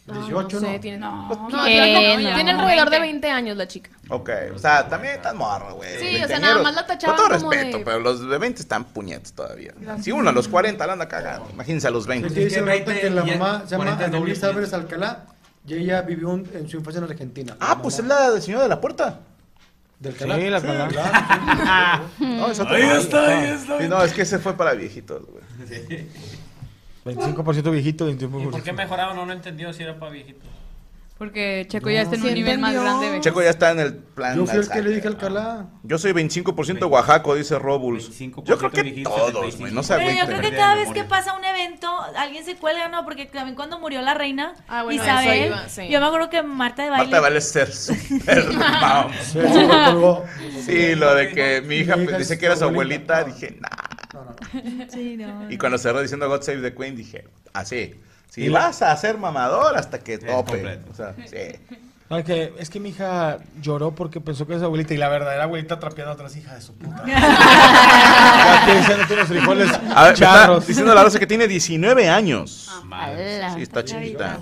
S7: Ah, no, sé, tiene, no,
S4: Pues,
S7: no,
S4: ¿qué?
S7: no,
S4: No.
S7: tiene alrededor de 20 años la chica.
S4: Ok, o sea, también están morra, güey.
S7: Sí, o sea, nada
S4: Veinteañeros.
S7: más la tachaban
S4: Con todo
S7: como
S4: respeto,
S7: de-
S4: pero los de 20 están puñetes todavía.
S13: Gracias.
S4: Si uno a los 40 la anda cagando, imagínense a los 20.
S13: Aquí dice Marta que la mamá se llama
S4: 40 es doble
S13: Annalisa Álvarez Alcalá y ella vivió un- en su infancia en Argentina.
S4: Ah, pues es la del señor de la puerta.
S13: Del
S4: Sí,
S13: canal.
S4: la canal. No, es otro rollo. Sí, no, es que ese fue para viejitos, güey.
S3: 25% viejito, 21%.
S11: ¿Por qué mejoraron? No, no entendió si era para viejitos.
S14: Porque Checo
S11: No,
S14: ya está en un
S11: sí
S14: nivel más
S11: entendió.
S14: grande.
S4: Checo ya está en el plan.
S13: Yo fui el que
S4: Alzheimer.
S13: le dije a Alcalá.
S4: Yo soy 25% Oaxaco, dice Robus. Yo creo que
S9: viejito,
S4: todos, güey. No se
S6: Pero yo
S4: agüiten.
S6: creo que cada vez que pasa un evento, alguien se cuelga, ¿no? Porque también cuando murió la reina
S7: Ah, bueno, eso
S6: Isabel,
S7: iba, sí.
S6: yo me acuerdo que Marta de Baile...
S4: Marta vale ser super mamón.
S6: Sí, se me
S4: Sí, lo de que mi hija pues, dice que era su abuelita, dije, nah.
S6: Sí, no.
S4: Y cuando cerró diciendo God Save the Queen, dije, así. Si
S3: Y la-
S4: vas a ser mamador hasta que tope.
S3: completo.
S4: O sea, sí.
S3: No, es, que, es que mi hija lloró porque pensó que era su abuelita y la verdadera abuelita trapeando a otras hijas de su puta. Ya estoy diciendo que unos frijoles
S4: A ver, me está
S3: charros.
S4: diciendo la Rosa que tiene 19 años. Sí, está chiquita.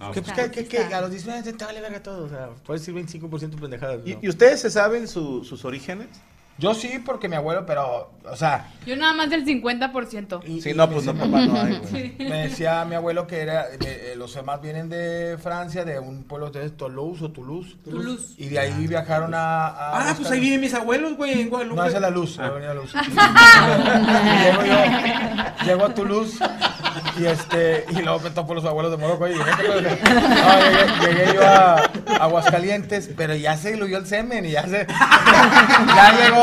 S9: Ah,
S3: Que, pues, que, que- que a los 19 años te vale verga todo. O sea, puedes decir 25% pendejadas.
S4: ¿Y,
S3: ¿no?
S4: y ustedes se saben su- sus orígenes?
S3: Yo sí, porque mi abuelo, pero, o sea,
S14: Yo nada más del 50%.
S4: Sí, no, pues no, papá, no hay, güey.
S14: Sí.
S3: me decía mi abuelo que era, eh, eh, los demás vienen de Francia, de un pueblo de Toulouse o Toulouse.
S9: Toulouse.
S3: Y de ahí viajaron a.
S9: Ah, pues ahí viven mis abuelos, güey, en Guadalupe. Ah.
S3: No, esa es la luz, la avenida luz. llego yo, llego a Toulouse y este, y luego me topo los abuelos de Morocco y no, llegué, llegué yo a, Aguascalientes, pero ya se diluyó el semen y ya se, ya llegó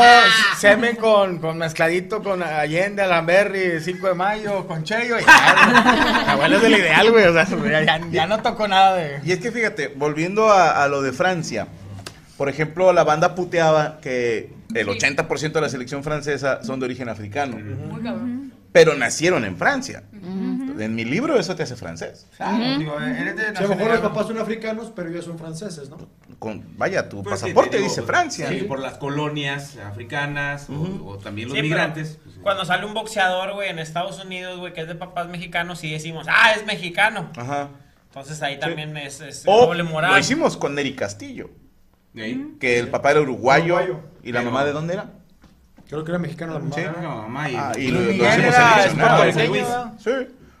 S3: semen con, con mezcladito con Allende, Alamberri, 5 de mayo, con Cheyo y ya, mi abuelo es del ideal, güey, o sea, ya- ya, ya no tocó nada de...
S4: Y es que fíjate, volviendo a, a lo de Francia, por ejemplo, la banda puteaba que el 80% de la selección francesa son de origen africano,
S14: Muy cabrón.
S4: pero nacieron en Francia. En mi libro eso te hace francés.
S13: Claro,
S3: digo, eres de
S13: Sí, a lo mejor
S3: nacionalidad-
S13: los papás son africanos, pero ellos son franceses, ¿no?
S4: Con, vaya, tu
S9: Pues,
S4: pasaporte
S9: te digo,
S4: dice Francia.
S9: Sí, por las colonias africanas o- o, también los
S11: Sí, pero
S9: migrantes.
S4: pues,
S11: Cuando sale un boxeador, güey, en Estados Unidos, güey, que es de papás mexicanos, y decimos, ah, es mexicano.
S4: Ajá.
S11: Entonces ahí también es, es
S4: O
S11: doble moral.
S4: lo hicimos con Neri Castillo, que el papá era uruguayo, y la mamá de dónde era.
S13: Creo que era mexicano la mamá.
S4: Sí.
S9: mamá y-
S4: Ah, y
S9: Luis
S4: lo, lo
S9: Miguel
S4: hicimos
S9: era
S4: seleccionar.
S9: puertorriqueño,
S4: Luis.
S9: ¿verdad?
S4: Sí.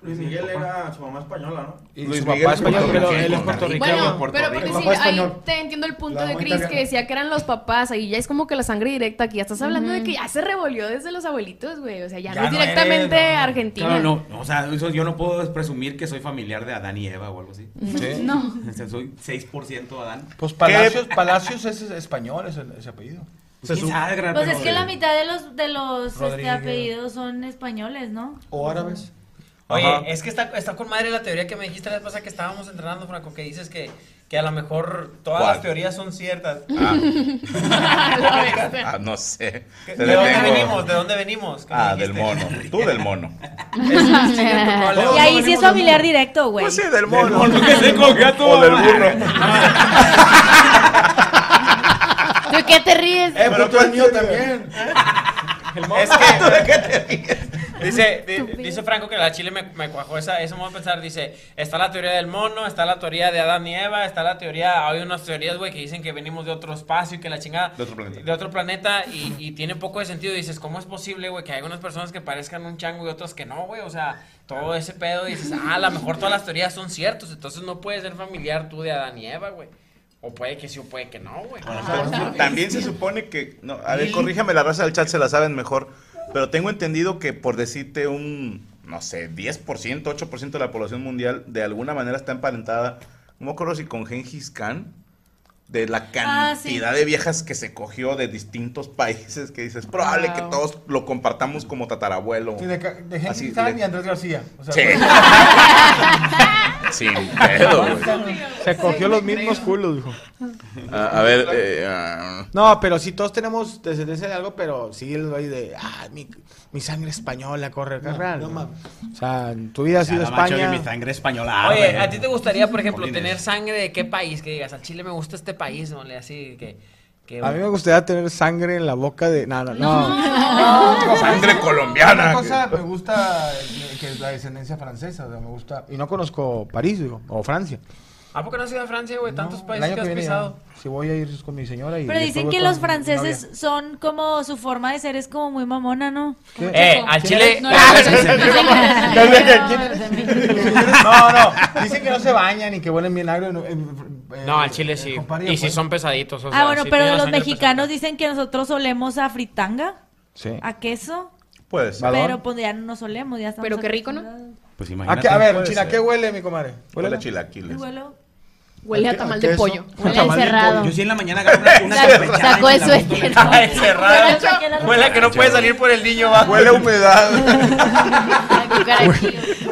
S16: Luis Miguel era su mamá española, ¿no?
S4: Y Luis su Miguel papá es español, pero puertorriqueño. él es puertorriqueño.
S16: Bueno,
S4: Puerto
S7: Pero
S4: Rico.
S7: porque
S4: Papá
S7: sí, ahí
S4: español.
S7: te entiendo el punto
S4: La
S7: de
S4: mamá
S7: Chris que
S4: italiana.
S7: decía que eran los papás, ahí ya es como que la sangre directa aquí, ya estás hablando de que ya se revolvió desde los abuelitos, güey, o sea, ya,
S9: Ya
S7: no es
S9: no
S7: directamente
S9: eres,
S7: Argentina.
S9: Claro, no, o sea, eso yo no puedo presumir que soy familiar de Adán y Eva o algo así.
S7: Sí. No.
S9: O sea, soy 6% Adán.
S3: Pues Palacios, Palacios es español, es el- ese apellido.
S9: Pues, quién sabe, gran-
S6: Pues es que la mitad de los de los este,
S3: Rodríguez.
S6: apellidos son españoles, ¿no?
S13: O árabes.
S11: Oye,
S3: eh,
S13: Ajá.
S11: es que está, está con madre la teoría que me dijiste la vez pasada que estábamos entrenando, Franco, que dices que, que a lo mejor todas
S4: ¿Cuál?
S11: las teorías son ciertas.
S4: Ah, no sé.
S11: ¿De
S4: Te
S11: dónde
S4: detengo.
S11: venimos? ¿De dónde venimos? ¿Qué me
S4: Ah, del
S11: dijiste?
S4: mono. Tú del mono.
S6: y ahí sí es familiar directo, güey.
S4: Pues sí, del mono.
S9: que se cogió a tu
S4: O del
S9: mamá.
S4: burro.
S5: ¿De qué te ríes?
S3: Eh, pero tú el mío también.
S11: Es que- Dice, di- dice Franco que la Chile me, me cuajó esa, eso vamos a pensar, dice, está la teoría del mono, está la teoría de Adán y Eva, está la teoría, hay unas teorías, güey, que dicen que venimos de otro espacio y que la chingada,
S4: De otro planeta.
S11: de otro planeta, y, y tiene un poco de sentido, dices, ¿cómo es posible, güey, que hay unas personas que parezcan un chango y otras que no, güey? O sea, todo ese pedo, y dices, ah, a lo mejor todas las teorías son ciertas, entonces no puedes ser familiar tú de Adán y Eva, güey. O puede que sí, o puede que no, güey.
S4: También se supone que. No, a ver, corríjame, la raza del chat se la saben mejor. Pero tengo entendido que por decirte un, no sé, 10%, 8% de la población mundial de alguna manera está emparentada. No me acuerdo si con Gengis Khan. De la
S6: Ah,
S4: cantidad
S6: sí.
S4: de viejas que se cogió de distintos países que dices, probable que
S6: Wow.
S4: todos lo compartamos como tatarabuelo.
S3: Sí, de, ca- de Henry
S4: Así,
S3: Stan
S4: le-
S3: y Andrés García. O sea, pues,
S4: Sí. Sin pedo, güey.
S3: Se cogió los mismos culos, dijo.
S4: A, a ver, eh, ah,
S3: No, pero sí, todos tenemos descendencia de algo, pero sí el güey de, ah, mi, mi sangre española corre acá. real,
S13: no
S3: ¿no?
S13: mames.
S3: O sea, tu vida ha sido
S9: Ya, macho,
S3: España.
S9: de mi sangre española.
S11: Oye,
S9: árabe.
S11: ¿a ti te gustaría, por ejemplo,
S9: Molines.
S11: tener sangre de qué país? Que digas, al Chile me gusta este país, ¿no? Le Así que... que
S3: A mí me gustaría tener sangre en la boca de... No, no, no.
S4: Sangre colombiana.
S3: Una cosa me gusta eh, que es la descendencia francesa, o sea, me gusta... Y no conozco París, digo, o Francia.
S11: ¿A poco no has ido a Francia, güey? Tantos
S3: El
S11: países
S3: año
S11: que
S3: que
S11: has
S3: viene
S11: pisado.
S3: ya, si voy a ir con mi señora y...
S6: Pero
S3: después
S6: dicen
S3: voy
S6: que
S3: con
S6: los
S3: mi novia.
S6: franceses son como su forma de ser es como muy mamona, ¿no?
S3: ¿Qué?
S11: Eh, al
S3: ¿Quién
S11: Chile-
S3: es? No, no, no, dicen que no se bañan y que huelen bien agrio. No, eh,
S11: No, al Chile sí.
S3: compadre,
S11: Y si
S3: pues.
S11: son pesaditos, o sea,
S6: ah, bueno,
S11: sí
S6: pero de
S11: tienen la
S6: los
S11: sangre
S6: mexicanos dicen que nosotros olemos a fritanga,
S3: Sí.
S6: a queso,
S4: puede ser.
S6: pero pues ya no nos olemos, ya estamos
S7: Pero qué rico, ¿no?
S6: acostumbrados.
S9: Pues
S3: ¿A,
S9: imagínate.
S3: qué- a ver,
S9: Puede
S3: China,
S9: ser.
S3: ¿qué huele, mi comadre?
S4: Huele a chilaquiles.
S6: Huelo-
S7: Huele a
S3: ¿Al
S7: tamal
S3: qué-
S7: de
S3: al queso?
S7: pollo.
S3: Al tamal de
S5: encerrado.
S3: pollo.
S9: Yo sí en la mañana agarro una, una campechana
S5: Sacó
S9: y
S5: el
S9: me la meto en
S5: suéter.
S9: el-
S11: Ay, cerrada. Huele a que no
S9: Chacho,
S11: puede
S9: güey.
S11: salir por el niño, va.
S4: Huele a humedad.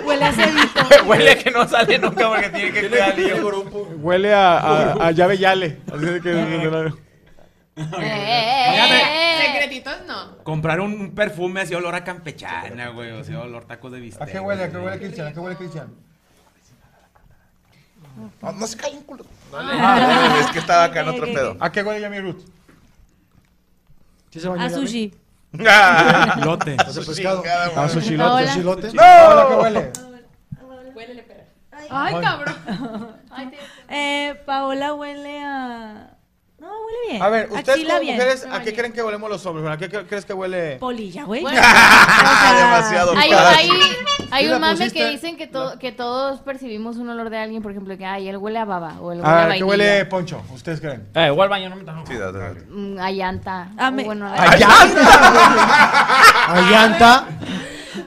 S6: Huele a cebito.
S11: Huele a que no sale nunca porque tiene que cuidar el niño.
S3: Huele a, a- a llave yale. Así de que-
S9: Fíjate.
S7: Secretitos no.
S9: Comprar un, un perfume así olor a campechana, güey. O sea, olor tacos de bistec.
S3: ¿A qué huele? ¿A qué huele Cristian? ¿A qué huele Cristian?
S4: No, no se cae un culo.
S3: Ah,
S4: es que estaba acá en otro pedo.
S3: ¿A qué huele Yami Ruth?
S6: A sushi.
S4: Ah.
S3: Lote.
S4: A su
S3: pescado. Ah,
S4: chingada,
S3: A
S4: madre.
S3: su chilote. ¿A
S4: Hola.
S3: su chilote?
S4: No.
S3: ¿A qué huele?
S7: Huélele, pera.
S3: Ay.
S7: cabrón. Ay, te-
S6: Eh, Paola huele a. No, huele bien.
S3: A ver, ustedes
S6: Axila
S3: como
S6: bien.
S3: mujeres, ¿a qué creen que huelemos los hombres? ¿A qué cre- crees que huele?
S6: Polilla, güey.
S4: Demasiado.
S5: Hay,
S4: padre.
S5: hay, hay
S3: Ah, Sí
S5: un
S3: la
S5: mame
S3: pusiste.
S5: que dicen que, to- que todos percibimos un olor de alguien, por ejemplo, que ay, él huele a baba o él huele a,
S3: A ver, ¿a qué
S5: vainilla.
S3: Ah, huele Poncho? ¿Ustedes creen?
S11: Eh, igual baño, no me tajo.
S4: Sí,
S5: Mm, a llanta.
S6: A
S14: Ah,
S5: o
S6: me-
S5: bueno, a-
S3: ¡A llanta! ¡A
S6: Ah,
S3: llanta!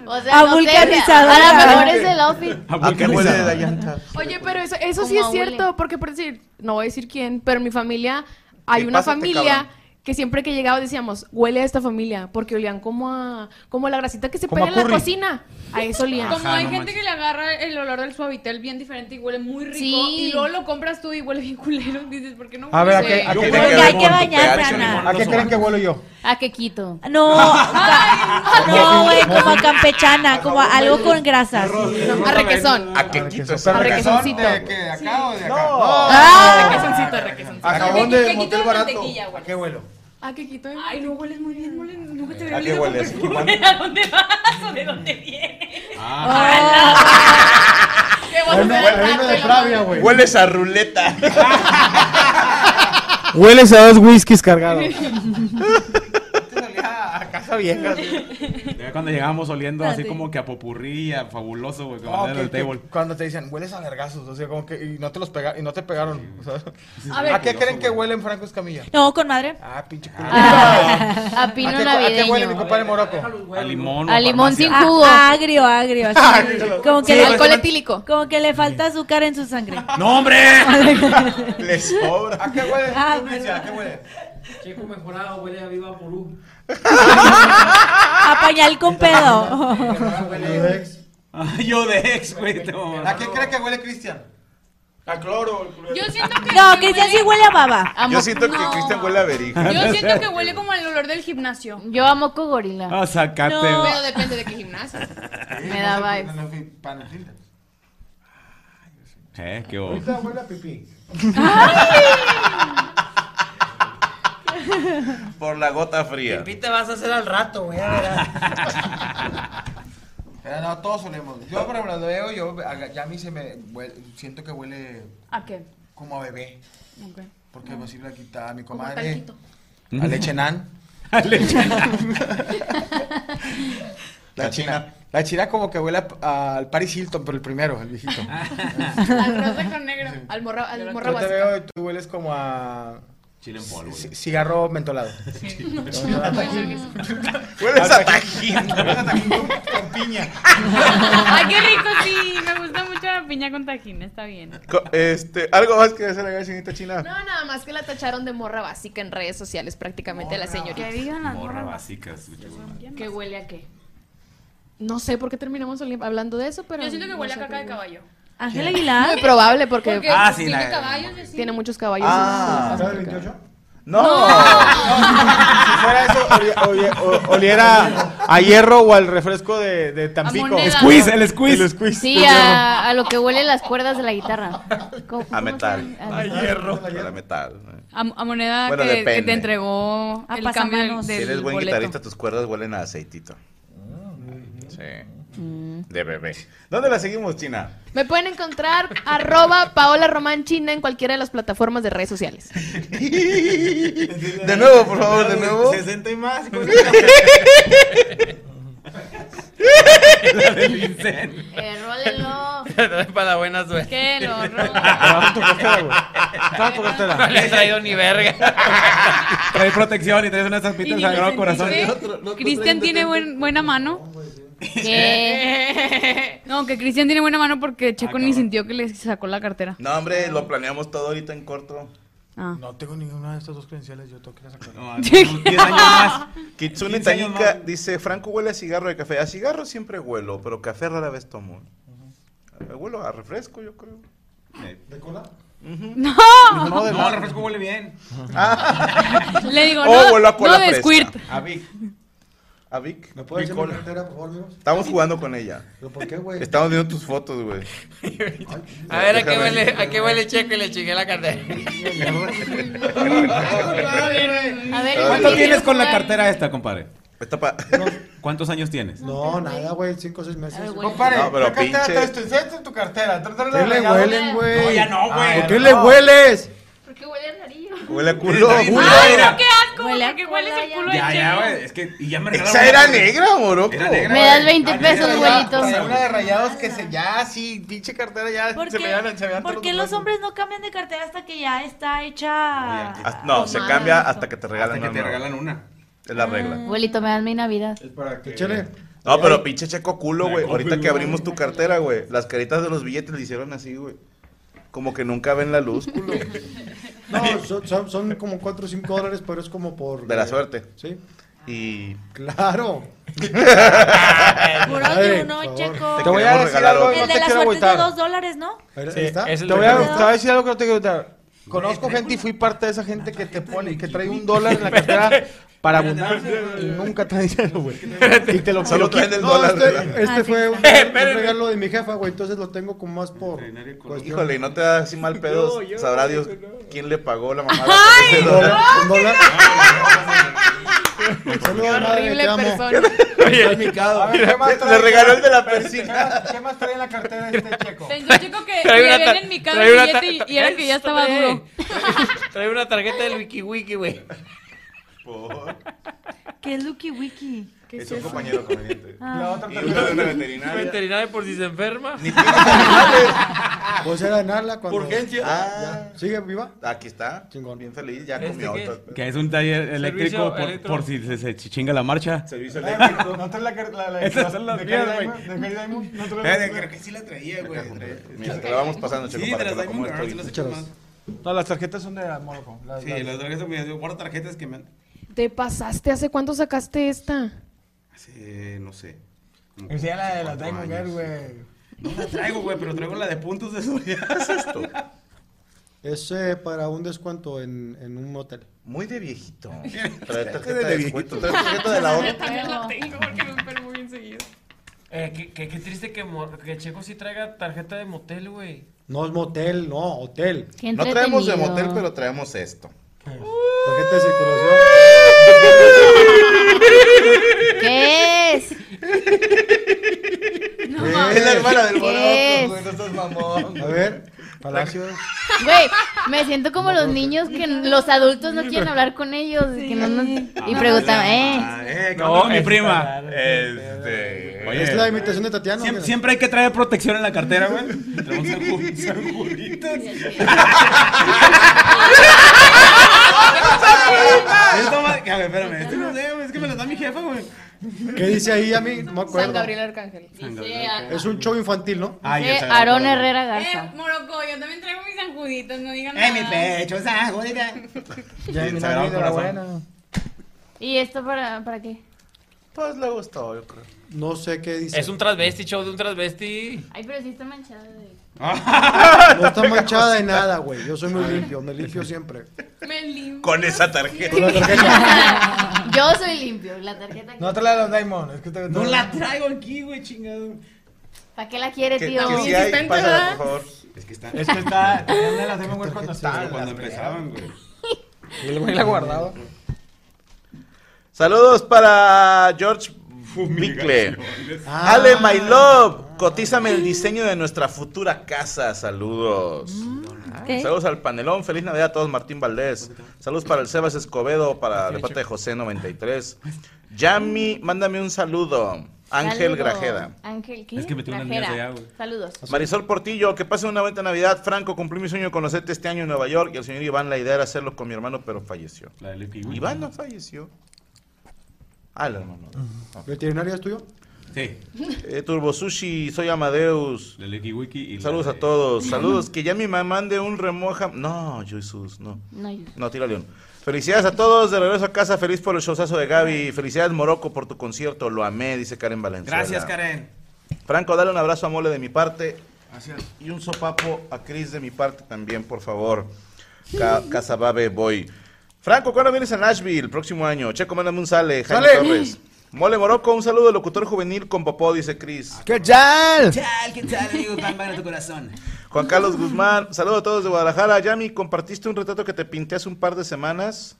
S5: O sea,
S6: A
S5: no sé,
S6: vulcanizadora.
S5: A lo mejor es el outfit.
S4: ¿A qué huele la llanta?
S7: Oye, pero eso, eso sí
S5: Como
S7: es
S5: a hule.
S7: cierto, porque por decir, no voy a decir quién, pero en mi familia hay
S4: Sí,
S7: una
S4: pásate,
S7: familia
S4: cabrón.
S7: que siempre que llegaba decíamos, huele a esta familia, porque olían como a como a la grasita que se
S3: Como a
S7: pega en la
S3: curry.
S7: cocina. A eso olían.
S14: Como hay gente
S7: que
S14: que le agarra el olor del suavitel bien diferente y huele muy rico.
S7: Sí.
S14: Y luego lo compras tú y huele bien culero. Dices, ¿por qué no
S3: A ver, ¿a
S14: huele?
S3: qué, a
S14: Yo
S3: qué,
S14: huelo-
S3: creen
S6: hay que bañarse,
S3: huele?
S6: Ana.
S3: ¿A qué creen que huelo yo?
S5: A que quito.
S6: No, ca- no, güey, como a campechana, como a algo con grasas.
S7: A requesón.
S4: ¿A qué quito?
S3: ¿Pero requesón
S7: requesoncito.
S3: de qué? ¿De acá o de acá?
S4: No.
S7: Ah, requesoncito, requesoncito.
S3: ¿A jabón
S14: ¿Qué- qué
S3: de
S14: quito
S3: motel
S14: de
S3: barato?
S14: mantequilla,
S3: ¿A qué huelo?
S7: Ah, que quito. Ay, no hueles muy bien, hueles- nunca te
S4: ¿A
S7: había olido
S4: qué
S7: con
S4: hueles?
S7: perfume.
S4: Juan?
S14: ¿A dónde vas o de dónde vienes?
S7: Qué bueno,
S3: Huele
S7: ¿verdad?
S3: huele de Flavia, güey.
S4: Hueles a ruleta.
S13: Hueles a dos whiskies cargados.
S3: A casa vieja.
S9: Ya Cuando llegábamos oliendo
S11: Ah,
S9: así
S6: Espérate.
S9: como que a popurrí, a fabuloso, güey, como
S3: Ah,
S9: era
S3: ok,
S9: el
S3: que
S9: table.
S3: Cuando te dicen, hueles a vergazos, o sea, como que y no te los pega, y no te pegaron. o sea.
S14: A ver.
S3: ¿A qué creen que huelen Franco Escamilla?
S6: No, con madre.
S3: Ah, pinche culo.
S5: Ah, a pino
S3: ¿A qué- ¿A qué huele mi
S5: navideño.
S3: compadre Morocco? Ah,
S9: A limón. o
S5: A limón
S9: farmacia.
S5: sin
S6: A-
S5: jugo.
S6: Ah, agrio, agrio. así. Como que
S7: Sí,
S6: le-
S7: alcohol etílico.
S6: Como que le falta azúcar en su sangre.
S3: ah.
S9: ¡No, hombre!
S4: Les sobra.
S3: ¿A qué huele?
S6: Ah,
S3: Cristian? ¿A qué huele?
S11: Checo mejorado, huele a viva Purú.
S6: A pañal con pedo.
S9: Ah, Yo de ex, güey. no.
S3: ¿A qué cree que huele Cristian? A cloro.
S14: Yo siento que.
S6: No,
S14: sí
S6: Cristian sí
S14: huele-
S6: huele a baba.
S4: Yo siento que
S14: No.
S4: Cristian huele a verija.
S14: Yo siento que huele como el olor del gimnasio.
S5: Yo a moco gorila.
S9: A sacate,
S6: No.
S9: güey.
S7: Pero depende de qué gimnasio.
S5: Me da vibes.
S9: Eh, qué bo-
S3: Ahorita huele a pipí.
S4: Por la gota fría.
S11: Pipí te vas a hacer al rato, güey. a ver.
S3: Pero no, todos olemos. Yo, por ejemplo, lo veo, yo, a- ya a mí se me. huele- siento que huele
S14: ¿A qué?
S3: como a bebé.
S14: Ok.
S3: Porque me sirve aquí está mi
S7: Como
S3: comadre.
S7: talquito.
S3: A leche nan.
S9: A leche.
S3: La china. La china como que huele a- al Paris Hilton, pero el primero, el viejito.
S7: Al rosa con negro. Al morra, al morra
S3: Yo te
S7: básica.
S3: veo y tú hueles como a
S9: Chile en polvo.
S3: ci- cigarro mentolado.
S4: Hueles a tajín.
S3: Con piña.
S14: Ay, qué rico, sí. Me gusta mucho la piña con tajín, está bien.
S4: Co- Este, algo más que hacer la chinita china.
S7: No, nada más que la tacharon de morra básica en redes sociales prácticamente a la señorita.
S14: digan
S9: Morra básica. escucha, güey.
S5: ¿Qué huele a qué?
S7: No sé por qué terminamos oli- hablando de eso, pero...
S14: Yo siento que
S7: no
S14: huele a
S7: sé
S14: caca de
S7: por qué.
S14: caballo.
S6: Ángel
S7: Muy
S6: Aguilar.
S7: probable porque,
S14: Porque
S9: Ah, sí,
S14: tiene
S9: la-
S14: caballos y así.
S7: tiene muchos caballos.
S4: Ah.
S7: Entonces, pasa por caballo.
S4: No.
S5: Ah.
S3: Si fuera eso, oli- oli- o- oliera a hierro o al refresco de, de
S14: A
S3: Tampico.
S14: moneda.
S9: Squeeze, el squeeze.
S3: El squeeze.
S5: Sí, a, a lo que huele las cuerdas de la guitarra. ¿Cómo- cómo
S4: A
S5: se
S4: metal.
S5: llama? A-
S4: hierro. A metal.
S14: A, a moneda
S4: Bueno,
S14: que, que
S4: depende.
S14: te entregó
S6: A
S14: el cambio del,
S6: pasamanos.
S4: Si
S14: del
S4: eres buen
S14: boleto.
S4: guitarrista, tus cuerdas huelen a aceitito.
S9: Mm,
S4: Sí. De bebé. ¿Dónde la seguimos, China?
S7: Mm. Me pueden encontrar arroba Paola Román China en cualquiera de las plataformas de redes sociales.
S4: De nuevo, por favor, de nuevo.
S19: 60 y más. güey.
S5: Eh, rólenlo.
S11: Para la buena suerte.
S14: Que lo
S3: Abajo tu cartera, güey. Abajo tu cartera.
S11: No le he traído ni verga.
S9: Trae protección y traes unas
S14: Y
S9: zampitas
S14: ni
S9: de
S14: lo
S9: sagrado corazón.
S14: sentiste.
S19: Otro- no, otro
S14: Cristian
S19: traen detente.
S14: tiene buen- buena mano.
S5: ¿Qué?
S14: No, que Cristian tiene buena mano porque Checo ni
S9: cabrón.
S14: sintió que le sacó la cartera.
S4: No, hombre, lo planeamos todo ahorita en corto.
S14: Ah.
S3: No tengo ninguna de estas dos credenciales, yo tengo que ir a sacar.
S9: No, no, 10 años más.
S4: Kitsune
S9: 15 años
S4: Tanika
S9: más.
S4: dice, Franco huele a cigarro de café. A cigarro siempre huelo, pero café rara vez tomo. Eh, Huelo a refresco, yo creo.
S9: Eh,
S3: ¿De cola?
S14: No.
S3: Pues
S9: No, el refresco huele bien.
S14: Le digo,
S4: Oh,
S14: no,
S4: huele a cola
S14: no de
S4: fresca.
S14: squirt.
S9: A Vic.
S4: ¿A Vic? ¿Me
S13: puedo echar mi cartera, por favor, amigos?
S4: Estamos jugando con ella.
S13: ¿Pero por qué, güey?
S4: Estamos viendo tus fotos, güey.
S11: A ver, ¿a qué
S4: Déjame.
S11: huele, a qué huele Checo y le chingué la cartera?
S5: A ver,
S9: ¿Cuánto
S13: sí,
S9: tienes
S13: sí,
S9: con la
S13: sí.
S9: cartera esta, compadre? ¿Cuántos años tienes?
S13: No, nada, güey, cinco o seis meses.
S3: Compadre,
S9: No, pero
S3: ¿qué cartera
S9: pinche-
S3: traes
S9: traes
S3: tu en tu cartera?
S13: ¿Qué le huelen, güey?
S3: No, Ah, ya no, güey.
S13: ¿Por qué le hueles?
S4: Huele a culo.
S9: Ay,
S4: Culo.
S9: mira, mira.
S14: Qué asco,
S5: Huele a
S14: porque huele el culo de
S9: Ya, ya,
S14: Chema.
S9: güey. Es que. Y ya me regalaron
S4: Esa era
S9: una-
S4: negra, moroco.
S9: Era negra.
S5: Me das 20 pesos, abuelito.
S3: Una de rayados que se ya, sí, pinche cartera ya
S6: ¿Por
S3: se
S6: qué,
S3: me dan, se me dan
S6: por
S3: todos
S6: qué los
S3: huecos.
S6: hombres no cambian de cartera hasta que ya está hecha?
S4: Ah, No, se
S6: Tomada.
S4: cambia hasta que te regalan
S9: Hasta que te
S4: una.
S9: regalan una.
S4: Es la regla.
S5: Abuelito, me das mi Navidad.
S13: Échale.
S4: No, pero pinche checo culo, güey.
S9: Me
S4: Ahorita
S9: copio,
S4: que abrimos tu cartera, güey. Las caritas de los billetes le hicieron así, güey. Como que nunca ven la luz, culo.
S13: No, son, son- son como 4 o 5 dólares, pero es como por.
S4: De la suerte.
S13: Sí.
S4: Y.
S13: Claro.
S6: Juro
S13: Madre,
S6: que uno,
S13: por favor.
S6: Checo.
S3: Te voy a decir algo, no
S6: El
S3: te
S6: de la
S3: quiero
S6: suerte es de
S3: agüitar.
S6: dos dólares, ¿no?
S13: Ahí está.
S3: Te
S11: el de
S3: voy, a,
S11: la
S3: te voy a decir algo que no te quiero contar. Conozco gente y fui parte de esa gente que te pone, que trae un dólar en la cartera para abundar y nunca trae dinero, güey. Y te lo
S4: Solo
S3: lo
S4: traen
S3: quita.
S4: el
S13: No,
S4: dólar, Eh,
S13: este,
S4: ¿verdad?
S14: Ah,
S3: Ah,
S13: este fue un, un regalo de mi jefa, güey. Entonces lo tengo como más por. cuestión.
S4: Híjole, y no te da así mal pedos. Sabrá Dios quién le pagó la mamada.
S13: ¡Ay,
S4: por ese
S13: no!
S4: dólar.
S13: Un dólar. Saludos, madre,
S7: horrible
S13: te amo.
S7: persona.
S13: Estoy micado.
S3: A ver, ¿qué más trae?
S4: Le regaló el de la persina.
S3: ¿Qué más- ¿Qué más trae en la cartera este checo?
S14: Pensó chico que
S11: Trae
S14: le
S11: una
S14: habían
S11: ta-
S14: enmicado
S11: trae
S14: el
S11: una
S14: billete y-
S11: ta-
S14: y era que ya
S11: eso
S14: estaba
S11: trae.
S14: duro.
S11: Trae una tarjeta del Wiki Wiki, güey.
S6: Que es Lucky Wiki.
S4: Es un compañero conveniente.
S3: La otra
S4: Ah. Y una de una veterinaria.
S11: Veterinaria por si se enferma.
S13: Pues era ganarla cuando.
S3: Urgencia.
S4: Ah,
S13: ¿Sigue viva?
S4: aquí está.
S13: Chingón.
S4: Bien feliz, ya
S11: ¿Este
S4: comió.
S11: qué es?
S4: todo.
S9: Que es un taller eléctrico por,
S11: electro.
S9: por si se, se chinga la marcha.
S4: Servicio
S1: Ah.
S4: eléctrico.
S3: ¿No trae la cartera? La,
S9: Esas son las
S3: de
S9: mías,
S3: Harry
S9: güey.
S3: Diamond? ¿De Harry Diamond? ¿No trae la
S1: Espérate, creo que sí la traía, güey.
S4: Mira, te la vamos pasando, Checo,
S1: Sí,
S4: para
S1: de
S4: que
S1: las
S4: la
S1: Diamond
S4: comas
S1: Girls,
S4: todita.
S1: las he hecho más.
S3: No, las tarjetas son de Morocco. Las,
S1: Sí, las drogas son mías. Yo guardo tarjetas que me han...
S7: ¿Te pasaste? ¿Hace cuánto sacaste esta?
S1: Hace, no sé. como
S3: Enseña la de las
S1: cuatro
S3: Diamond Girls,
S1: años.
S4: Eh.
S3: güey.
S1: No la traigo, güey, pero traigo la de puntos de seguridad.
S13: Es eh, para un descuento en, en un motel.
S4: Muy de viejito. Trae
S1: Creo que
S4: tarjeta
S1: de
S4: de
S1: viejito.
S4: descuento, trae tarjeta de la otra.
S7: También la tengo porque me enfermo bien seguido.
S11: Eh, qué, qué- qué triste que, Mor- que Checo sí traiga tarjeta de motel, güey.
S13: No es motel, no, hotel.
S5: Qué
S4: No traemos de
S5: entretenido.
S4: motel, pero traemos esto.
S13: Tarjeta de circulación.
S5: ¿Qué es?
S4: Es la hermana del
S5: ¿Qué
S4: moroco,
S5: es?
S4: güey. No estás mamón.
S13: A ver, Palacios.
S5: Güey, me siento como los niños que los adultos no quieren hablar con ellos. que no nos- Y preguntan,
S4: Ah,
S5: eh.
S1: eh,
S9: No, mi prima.
S4: Este.
S13: Es la imitación de Tatiana.
S9: Siem-
S13: mira.
S9: siempre hay que traer protección en la cartera, güey. Trae un sangu- sangulitas.
S1: Esto va- A ver, espérame. Esto no sé, güey. Es que me lo da mi jefa, güey.
S13: ¿Qué dice ahí a mí? No me
S7: San
S13: acuerdo.
S7: Gabriel Arcángel.
S13: Es un show infantil, ¿no?
S1: Ay,
S5: eh,
S1: ya sabía.
S5: Aarón Herrera
S14: Eh,
S5: Garza.
S14: Morocco, yo también traigo mis anjuditos, no digan
S1: Eh,
S14: nada.
S1: mi pecho, esa güerita.
S13: Ya,
S4: Sí,
S13: mi
S4: Sagrado
S13: nariz de la
S4: Corazón.
S13: buena.
S5: ¿Y esto para, para qué?
S4: Pues le gustó, yo creo.
S13: No sé qué dice.
S11: Es un transvesti, show de un transvesti.
S5: Ay, pero sí está manchada de.
S13: No está manchada de nada, güey. Yo soy muy limpio, me limpio siempre.
S7: Me limpio.
S4: Con esa tarjeta.
S13: Con la tarjeta.
S5: Yo soy limpio, la tarjeta.
S3: No trae la de los Diamond. Es que te
S1: No la traigo aquí, güey, chingado.
S5: ¿Para qué la quiere,
S4: Que,
S5: tío?
S4: que sí hay, pásala, por favor.
S1: Es que están.
S3: Es que está. ¿Dónde las Diamond Girls cuando estaban?
S1: Cuando
S3: Las-
S1: empezaban, güey.
S3: Y el güey la guardaba.
S4: Saludos para George Bicle.
S9: Ah.
S13: Ah.
S4: Ale, my love. Cotízame el diseño de nuestra futura casa. Saludos.
S6: Ok.
S4: Saludos al panelón. Feliz Navidad a todos. Martín Valdés. Saludos para el Sebas Escobedo, para de parte de José 93. Yami, mándame un saludo. Ángel
S5: Saludos.
S4: Grajeda.
S5: Ángel, ¿qué?
S9: Es que metí unas mías
S5: Grajera.
S9: allá, güey.
S5: Saludos.
S4: Marisol Portillo, que pase una bonita Navidad. Franco, cumplí mi sueño de conocerte este año en Nueva York. Y el señor Iván, la idea era hacerlo con mi hermano, pero falleció.
S9: La de Lucky Wiki.
S4: Iván no falleció. Ah, el hermano.
S13: ¿Veterinaria es tuyo?
S9: Sí,
S4: Eh, Turbo Sushi, soy Amadeus.
S9: la Lucky Wiki. Y la
S4: Saludos
S9: de-
S4: a todos. Saludos. Que ya mi mamá mande un remoja. No, Jesús, no.
S5: No, yo-
S4: No, tira León. Felicidades a todos. De regreso a casa. Feliz por el showzazo de Gaby. Felicidades, Morocco, por tu concierto. Lo amé, dice Karen Valenzuela.
S1: Gracias, Karen.
S4: Franco, dale un abrazo a Mole de mi parte. Y un sopapo a Cris de mi parte también, por favor. Ca- Casababe Boy. Franco, ¿cuándo vienes a Nashville? Próximo año. Checo, mándame un sale. Jaime
S20: ¡Sale!
S4: Torres. Mole Morocco, un saludo, locutor juvenil con popó, dice Cris.
S20: ¿Qué tal?
S9: Chal, ¿qué tal, amigo? Pan, pan a tu corazón.
S4: Juan Carlos Guzmán, saludo a todos de Guadalajara. Yami, compartiste un retrato que te pinté hace un par de semanas.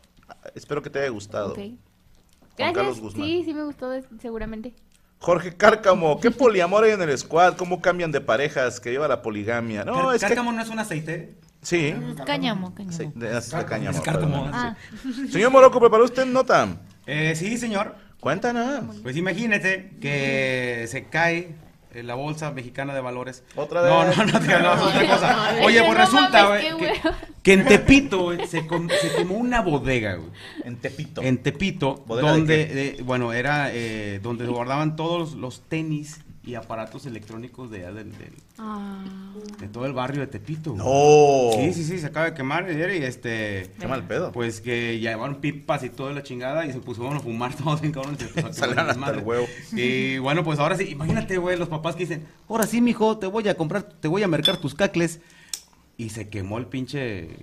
S4: Espero que te haya gustado.
S5: Ok.
S4: Juan
S5: Gracias.
S4: Carlos Guzmán.
S5: Sí, sí me gustó, es- seguramente.
S4: Jorge Cárcamo, ¿qué poliamor hay en el squad? ¿Cómo cambian de parejas? Que lleva la poligamia. No,
S9: Car-
S4: es que-
S9: ¿Cárcamo no es un aceite?
S4: Sí.
S6: Cáñamo, cáñamo.
S4: Sí, de- es de cáñamo,
S9: Es cárcamo.
S4: perdón.
S6: Ah.
S4: Señor Moroco, ¿preparó usted nota?
S9: Eh, sí, señor.
S4: Cuéntanos.
S9: Pues imagínate que se cae eh, la bolsa mexicana de valores.
S4: Otra
S9: No,
S4: vez.
S9: no, no, tío, no, es otra cosa.
S5: Ay,
S9: Oye,
S5: no
S9: pues resulta,
S5: mames,
S9: güey,
S5: qué
S9: que,
S5: hueva.
S9: que en Tepito güey, se, com- se quemó una bodega, güey.
S4: En Tepito.
S9: En Tepito,
S4: ¿Bodega de
S9: donde, eh, bueno, era eh, donde se guardaban todos los tenis y aparatos electrónicos de, allá del- del-
S14: Ah.
S9: de todo el barrio de Tepito. güey.
S4: No.
S9: Sí, sí, sí, se acaba de quemar ayer y este.
S4: Qué mal pedo.
S9: Pues que llevaron pipas y toda la chingada y se pusieron a fumar todos en cabrón. y se empezó a quemar
S4: Salieron hasta
S9: desmadre.
S4: el huevo.
S9: Y bueno, pues ahora sí, imagínate, güey, los papás que dicen, ahora sí, mijo, te voy a comprar, te voy a mercar tus cacles. Y se quemó el pinche. eh,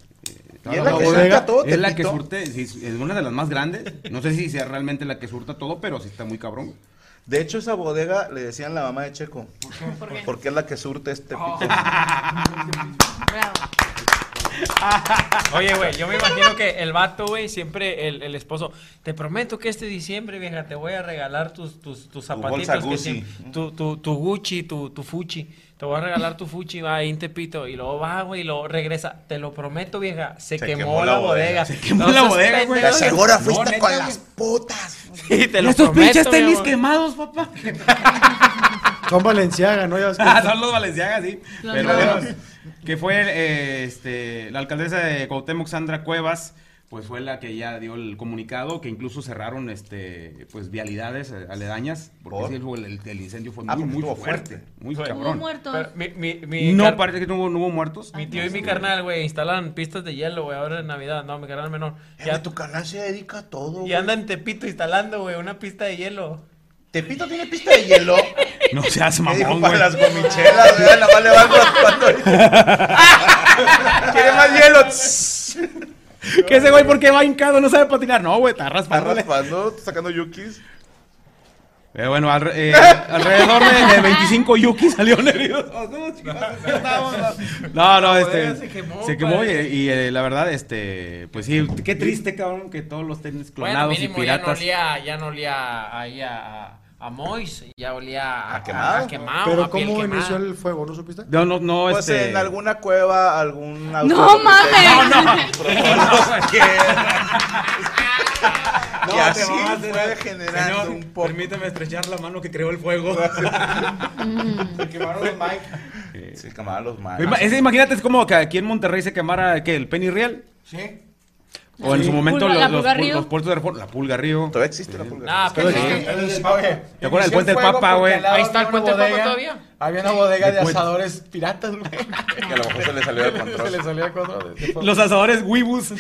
S9: toda
S4: Y es la que
S9: bodega.
S4: saca todo,
S9: Es la que
S4: Tepito.
S9: surte, sí, es una de las más grandes. No sé si sea realmente la que surta todo, pero sí está muy cabrón.
S4: De hecho, esa bodega le decían la mamá de Checo. Porque es la que surte este pito.
S11: Oye, güey, yo me imagino que el vato, güey, siempre el, el esposo, te prometo que este diciembre, vieja, te voy a regalar tus, tus, tus zapatitos.
S4: bolsa
S11: pues, que
S4: Gucci.
S11: siempre- tu, tu, tu Gucci, tu, tu Fuchi. Te voy a regalar tu Fuchi, va ahí en Tepito. Y luego va, güey, y luego regresa. Te lo prometo, vieja, se,
S4: Se
S11: quemó,
S4: quemó
S11: la
S4: la bodega.
S11: bodega.
S9: Se quemó
S11: No
S9: la
S11: seas
S9: bodega, güey.
S11: pendejo.
S9: Seguro
S11: No,
S9: fuiste
S11: neta,
S9: con
S11: güey.
S9: las
S4: putas.
S11: Sí, te lo
S9: Estos
S11: prometo,
S9: pinches
S11: mi
S9: tenis
S11: amor.
S9: quemados, papá.
S13: Son Valenciaga, ¿no? Ya ves que-
S9: Ah, son los Valenciagas, sí.
S13: Los
S9: Pero
S13: dos.
S9: bueno, que fue eh, este, la alcaldesa de Cuauhtémoc, Sandra Cuevas, pues fue la que ya dio el comunicado, que incluso cerraron este, pues vialidades eh, aledañas, porque
S4: ¿Por?
S9: sí, el, el- el incendio fue
S4: Ah,
S9: muy,
S4: porque
S9: muy
S4: estuvo
S9: fuerte,
S4: fuerte.
S9: muy
S11: Fue-
S9: cabrón.
S11: Pero mi, mi, mi
S9: No,
S11: car-
S9: parece que no hubo, no hubo muertos.
S11: Mi tío y mi carnal, güey, instalan pistas de hielo, güey, ahora en Navidad. No, mi carnal menor. Ya
S4: tu carnal se dedica a todo,
S11: Y anda en Tepito instalando, güey, una pista de hielo.
S4: ¿Tepito tiene pista de hielo?
S9: No seas
S4: ¿Qué dijo
S9: mamón,
S4: para
S9: güey.
S4: las gomichelas? güey? Nada más le van raspando. ¿Quiere más hielo? Tss.
S9: Que ese güey, ¿por qué va hincado? No sabe patinar. No, güey, está raspando.
S4: Está raspando, está sacando yukis.
S9: Pero bueno, al- eh, alrededor de, de 25 yuki salieron heridos. No, no, este. Se quemó. y,
S11: padre.
S9: y, eh, la verdad, este. Pues sí, qué triste, cabrón, que todos los tenis clonados
S11: bueno, mínimo
S9: y
S11: ya no
S9: piratas.
S11: olía, ya no olía ahí a, a, a Mois, ya olía a, a
S4: quemado.
S11: a Ah, quemado,
S13: Pero
S11: a piel
S13: ¿cómo
S11: quemada.
S13: inició el fuego? ¿No supiste?
S9: No, no, no,
S4: Pues
S9: este.
S4: en alguna cueva, algún...
S13: ¡No
S4: mames!
S9: No, no.
S4: Y
S9: te
S4: así
S9: mamaste,
S4: fue
S9: ¿no?
S4: generando
S9: Señor,
S4: un
S9: Permítame estrechar la mano que creó el fuego.
S4: Se quemaron los Mike. Se quemaron los Mike.
S9: eh, Ima- ese, imagínate, es como que aquí en Monterrey se quemara ¿qué? el Penny Real.
S3: Sí.
S9: O en
S3: Sí.
S9: su momento
S3: Pulga-
S9: los,
S3: la
S9: los
S3: Pulga
S9: pul-
S3: Río.
S9: los puertos de reforma. La Pulga Río.
S4: Todavía existe la Pulga
S11: Nah, pero
S9: Sí.
S3: ¿Te
S9: acuerdas del puente del Papa, güey?
S11: Ah, Ahí está el puente del Papa todavía.
S3: Había una bodega de
S9: Después-
S3: asadores piratas, güey. Que
S4: a lo mejor se le salió de control.
S3: Se le salió de control.
S9: Los asadores Weebus.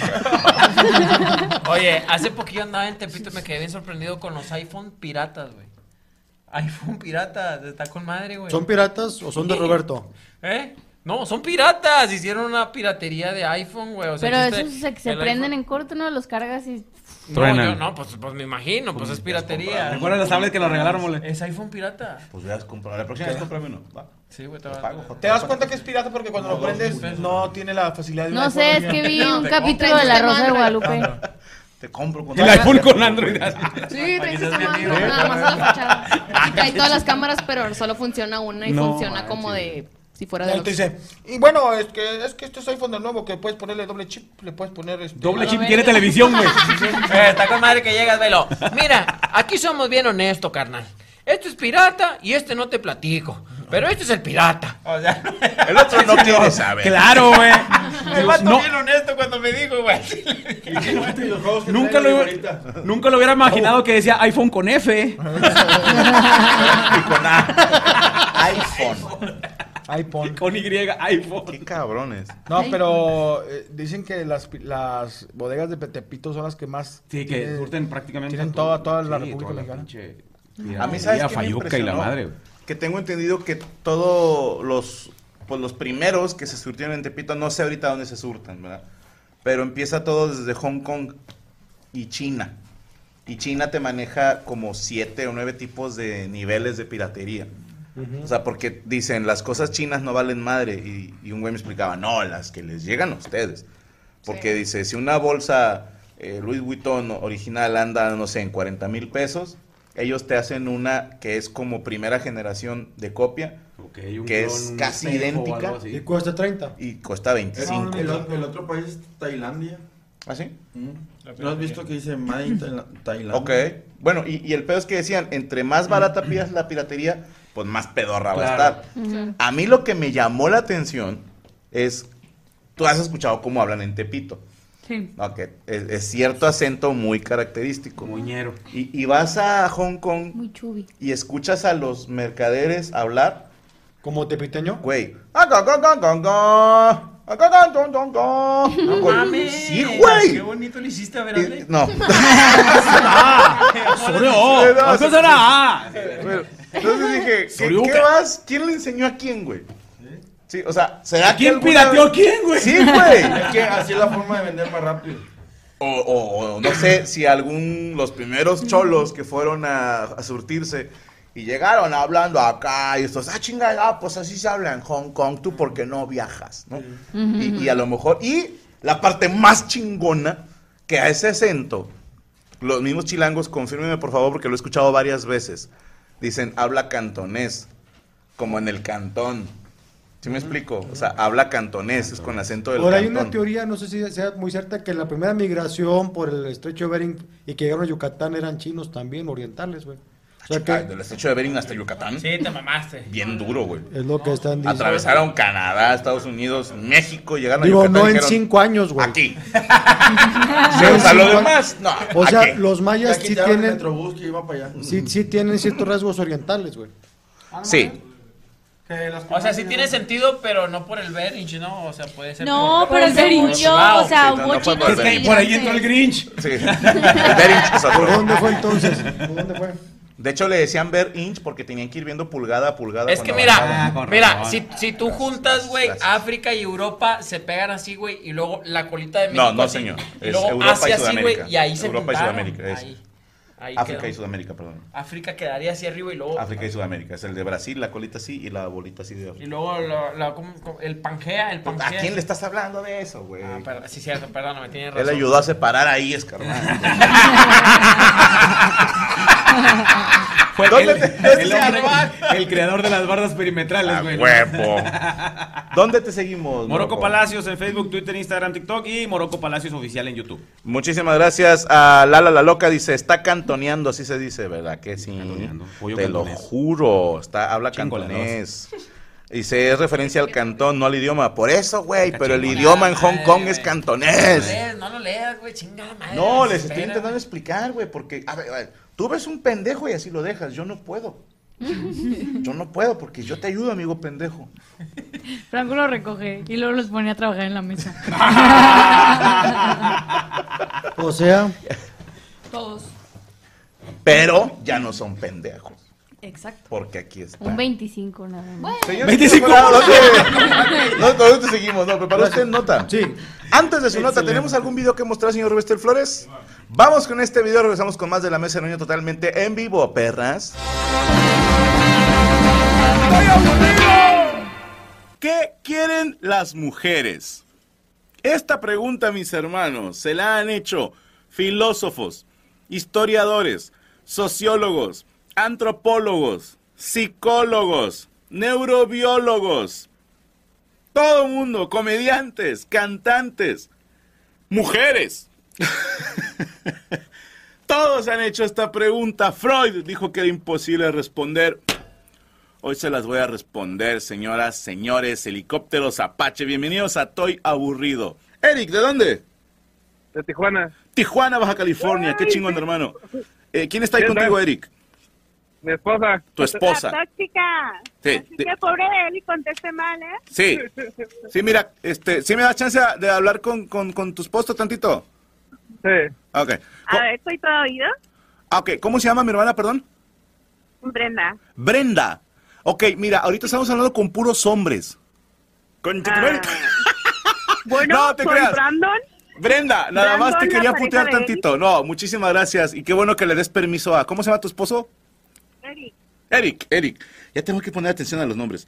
S11: Oye, hace poquillo andaba en Tepito y me quedé bien sorprendido con los iPhone piratas, güey. iPhone piratas, está con madre, güey.
S13: ¿Son piratas o son de Roberto?
S11: ¿Eh? No, son piratas. Hicieron una piratería de iPhone, güey. O sea,
S5: Pero
S11: existe
S5: esos se, se
S11: el
S5: prenden en corto, ¿no? Los cargas y...
S11: iPhone- No,
S9: Truenan.
S11: yo no, pues, pues me imagino, pues es piratería.
S9: Recuerda las tablets que nos regalaron, mole.
S11: Es iPhone pirata.
S4: Pues veas, comprar. La próxima vez cómprame uno. va.
S11: Sí, güey, te
S4: Lo
S11: va-
S4: pago,
S3: ¿Te das cuenta que es pirata porque cuando lo prendes no tiene la facilidad de un
S5: No
S3: iPhone
S5: sé, es
S3: original?
S5: que vi
S3: No,
S5: un
S3: te
S5: capítulo
S3: compras
S5: de La
S3: este
S5: Rosa de
S3: manual.
S5: Guadalupe.
S4: Te compro con
S9: El iPhone con Android.
S7: Sí, traes
S9: seas
S7: esta
S9: mi
S7: madre,
S9: amigo.
S7: nada más a la
S13: Ah,
S7: fachada. Y trae todas las cámaras, pero solo funciona una y
S9: No
S7: funciona como de si fuera de
S3: No, te dice, y bueno, es que, es que este es iPhone del nuevo que puedes ponerle doble chip, le puedes poner este...
S9: Doble chip tiene televisión, güey.
S11: Eh, está con madre que llegas, velo. Mira, aquí somos bien honestos, carnal. Este es pirata y este no te platico. Pero este es el pirata. O sea,
S4: El otro no quiere saber.
S9: Claro, güey.
S11: el vato
S9: No,
S11: bien honesto cuando me dijo, güey. este
S9: nunca, lo, iba- nunca lo hubiera imaginado
S4: Oh.
S9: que decía iPhone con F.
S4: iPhone.
S3: iPhone.
S9: Con Y, iPhone.
S4: Qué cabrones.
S3: No, pero eh, dicen que las, pi- las bodegas de Petepito son las que más...
S9: Sí, que
S3: tienen-
S9: surten prácticamente.
S3: Tienen
S9: a
S3: toda, toda la
S9: sí,
S3: República
S9: toda la
S3: Mexicana.
S9: pinche-
S4: A mí, ¿sabes qué me
S9: Fayuca y la
S4: impresionó?
S9: madre, güey.
S4: Que tengo entendido que todos los pues los primeros que se surtieron en Tepito, no sé ahorita dónde se surtan, ¿verdad? Pero empieza todo desde Hong Kong y China. Y China te maneja como siete o nueve tipos de niveles de piratería. O sea, porque dicen, las cosas chinas no valen madre. Y, y un güey me explicaba, no, las que les llegan a ustedes. Porque dice, si una bolsa eh, Louis Vuitton original anda, no sé, en 40 mil pesos, ellos te hacen una que es como primera generación de copia,
S9: un
S4: que
S9: clon,
S4: es
S9: un
S4: casi
S9: espejo o
S4: idéntica.
S9: algo así.
S13: Y cuesta 30.
S4: Y cuesta 25.
S21: El, el otro país es Tailandia.
S4: ¿Ah, sí?
S3: Mm.
S21: ¿No has visto que dice Made in Taila- Tailandia?
S4: Ok. Bueno, y, y el pedo es que decían, entre más barata pidas la piratería, pues más pedorra va a
S21: Claro.
S4: estar. A mí lo que me llamó la atención es, tú has escuchado cómo hablan en Tepito.
S14: Sí.
S4: Ok, es, es cierto acento muy característico.
S9: Muñero.
S4: Y, y vas a Hong Kong
S7: Muy chubi.
S4: y escuchas a los mercaderes hablar.
S13: ¿Como tepiteño?
S4: Güey. Ah, go, go, go, go, go. Ah, go, go, go, go, go.
S21: No
S4: Con-
S21: mames.
S4: Sí, güey.
S21: Qué bonito le hiciste a Verale.
S4: No.
S21: ¡Soreo! Ah.
S4: Bueno, Entonces dije, ¿qué,
S21: Sorioka.
S4: qué vas? ¿Quién le enseñó a quién, güey? Sí, o sea, ¿será
S21: ¿Quién
S4: que alguna
S21: pirateó
S4: vez-
S21: a quién, güey?
S4: Sí, güey.
S21: Es que así es la forma de vender más rápido.
S4: O, o- o no sé si algún, los primeros cholos que fueron a, a surtirse y llegaron hablando acá y estos, ah, chingada, ah, pues así se habla en Hong Kong, tú porque no viajas, ¿no? Y, y a lo mejor, y la parte más chingona, que a ese acento, los mismos chilangos, confírmenme por favor, porque lo he escuchado varias veces, dicen, habla cantonés, como en el cantón. ¿Sí me explico? O sea, habla cantonés, es con acento del
S13: Ahora hay
S4: cantón.
S13: una teoría, no sé si sea muy cierta, que la primera migración por el estrecho de Bering y que llegaron a Yucatán eran chinos también, orientales, güey. O sea
S4: Ah,
S13: que
S4: del estrecho de Bering hasta Yucatán.
S11: Sí, te mamaste.
S4: Bien duro, güey.
S13: es lo que están diciendo.
S4: Atravesaron Canadá, Estados Unidos, México, llegaron a
S13: Digo,
S4: Yucatán.
S13: no
S4: y
S13: en
S4: dijeron,
S13: cinco años, güey.
S4: Aquí.
S13: No en
S4: o sea, lo
S13: cinco
S4: demás, no,
S13: O sea,
S4: aquí.
S13: los mayas
S21: Ya
S13: sí
S21: quitaron el
S13: tienen,
S21: metrobús que iba para allá.
S13: sí, sí tienen ciertos rasgos orientales, güey.
S4: Sí.
S11: O sea, sí tiene sentido, pero no por el Berinch, ¿no? O sea, puede ser.
S6: No,
S11: por-
S6: pero
S11: por el
S6: según
S11: Berinch.
S6: yo,
S11: Wow.
S6: o sea,
S11: Sí, no,
S6: hubo
S11: no fue
S6: chinos
S11: por el Berinch.
S6: que
S11: Por ahí
S6: llegaron
S11: entró el
S6: de-
S11: Grinch.
S4: Sí. El Berinch, o sea,
S13: ¿Por dónde fue entonces? ¿Por dónde fue?
S4: De hecho, le decían ver inch porque tenían que ir viendo pulgada a pulgada.
S11: Es que
S4: cuando
S11: mira,
S4: avanzaban.
S11: mira, si, si tú juntas, güey, África y Europa se pegan así, güey, y luego la colita de México
S4: No, no,
S11: así,
S4: señor.
S11: Y
S4: Es
S11: luego
S4: Europa y
S11: Asia así, güey,
S4: Sudamérica.
S11: y ahí se
S4: Europa y
S11: juntaron.
S4: Sudamérica. es.
S11: Ahí, ahí
S4: África y
S11: quedó.
S4: Sudamérica, perdón.
S11: África quedaría hacia arriba y luego
S4: África y Sudamérica. Es el de Brasil, la colita así y la bolita así de
S11: Y
S4: África.
S11: luego la- la- ¿cómo- cómo? el Pangea, el
S4: Pues, ¿A
S11: Pangea.
S4: quién le estás hablando de eso, güey?
S11: Ah, perdón, sí, cierto, perdón, me tiene razón.
S4: Él ayudó a separar ahí, escarmán.
S9: Fue
S4: ¿Dónde
S9: el,
S4: te-
S9: el
S4: te-
S9: hombre- el creador de las bardas perimetrales, güey.
S4: Ah, Huevo. ¿Dónde te seguimos?
S9: Morocco Palacios en Facebook, Twitter, Instagram, TikTok y Morocco Palacios oficial en YouTube.
S4: Muchísimas gracias a Lala la Loca. Dice, está cantoneando, así se dice, ¿verdad? Que sí.
S9: pollo
S4: Te lo
S9: cantonés.
S4: juro. Está, habla
S9: Chingoleros.
S4: cantonés. Dice, es referencia al cantón, no al idioma. Por eso, güey, pero el
S11: chingona.
S4: idioma
S9: Ah,
S4: en Hong
S11: Ay,
S4: Kong
S11: güey.
S4: es
S11: No lo
S4: cantonés.
S11: leas, No lo leas, güey, chingada madre.
S4: No, les estoy
S11: espera.
S4: intentando explicar, güey, porque, a ver, a ver, tú ves un pendejo y así lo dejas. Yo no puedo. Yo no puedo porque yo te ayudo, amigo pendejo.
S14: Franco lo recoge y luego los pone a trabajar en la mesa.
S13: O sea,
S14: Todos.
S4: Pero ya no son pendejos,
S14: Exacto.
S4: porque aquí está.
S5: Un 25 nada más.
S4: Señor Nicolás, ¿dónde, no, ¿dónde te seguimos? No, ¿Preparó usted nota?
S13: Sí.
S4: Antes de su nota, ¿tenemos algún video que mostrar, señor Rubester Flores? Vamos con este video, regresamos con más de la mesa de Niño totalmente en vivo, perras. ¿Qué quieren las mujeres? Esta pregunta, mis hermanos, se la han hecho filósofos, historiadores, sociólogos, antropólogos, psicólogos, neurobiólogos, todo mundo, comediantes, cantantes, mujeres. Todos han hecho esta pregunta. Freud dijo que era imposible responder. Hoy se las voy a responder, señoras, señores, helicópteros, Apache. Bienvenidos a Toy Aburrido. Eric, ¿de dónde?
S22: De Tijuana.
S4: Tijuana, Baja California. Qué chingón, hermano. Eh, ¿Quién está ahí contigo, Eric?
S22: Mi esposa.
S4: Tu esposa.
S23: La tóxica.
S4: Sí,
S23: Así que pobre de él y conteste mal, ¿eh?
S4: Sí. Sí, mira, este, ¿sí me das chance de hablar con, con, con tus postos tantito?
S22: Sí.
S4: Ok.
S23: A ver, soy todo oído.
S4: Ah, ok. ¿Cómo se llama mi hermana, perdón?
S23: Brenda.
S4: Brenda. Ok, mira, ahorita estamos hablando con puros hombres.
S9: Con Chetumal.
S23: Ah. Bueno,
S4: no, te
S23: soy
S4: creas.
S23: Brandon.
S4: Brenda, nada más te
S23: Brandon,
S4: quería
S23: la pareja
S4: putear
S23: de
S4: tantito. No, muchísimas gracias. Y qué bueno que le des permiso a. ¿Cómo se llama tu esposo?
S23: Eric.
S4: Eric, Eric. Ya tengo que poner atención a los nombres.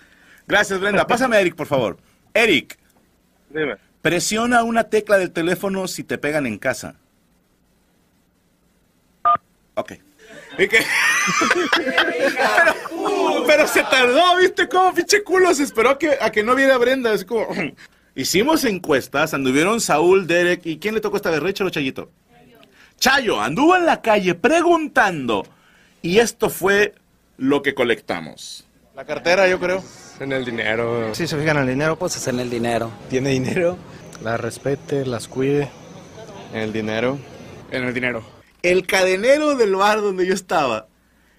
S4: Gracias, Brenda. Pásame a Eric, por favor. Eric,
S22: Dime.
S4: presiona una tecla del teléfono si te pegan en casa. Ok. ¿Y qué? pero, pero se tardó, ¿viste? Como pinche culo se esperó a que, a que no viera a Brenda. Es como. Hicimos encuestas, anduvieron Saúl, Derek. ¿Y quién le tocó esta vez, Rachel o Chayito? Chayo anduvo en la calle preguntando. Y esto fue lo que colectamos.
S12: La cartera, yo creo.
S24: En el dinero.
S12: Si se fijan en el dinero, pues
S24: en el dinero. ¿Tiene dinero? Las respete, las cuide. En el dinero. En el dinero.
S4: El cadenero del bar donde yo estaba,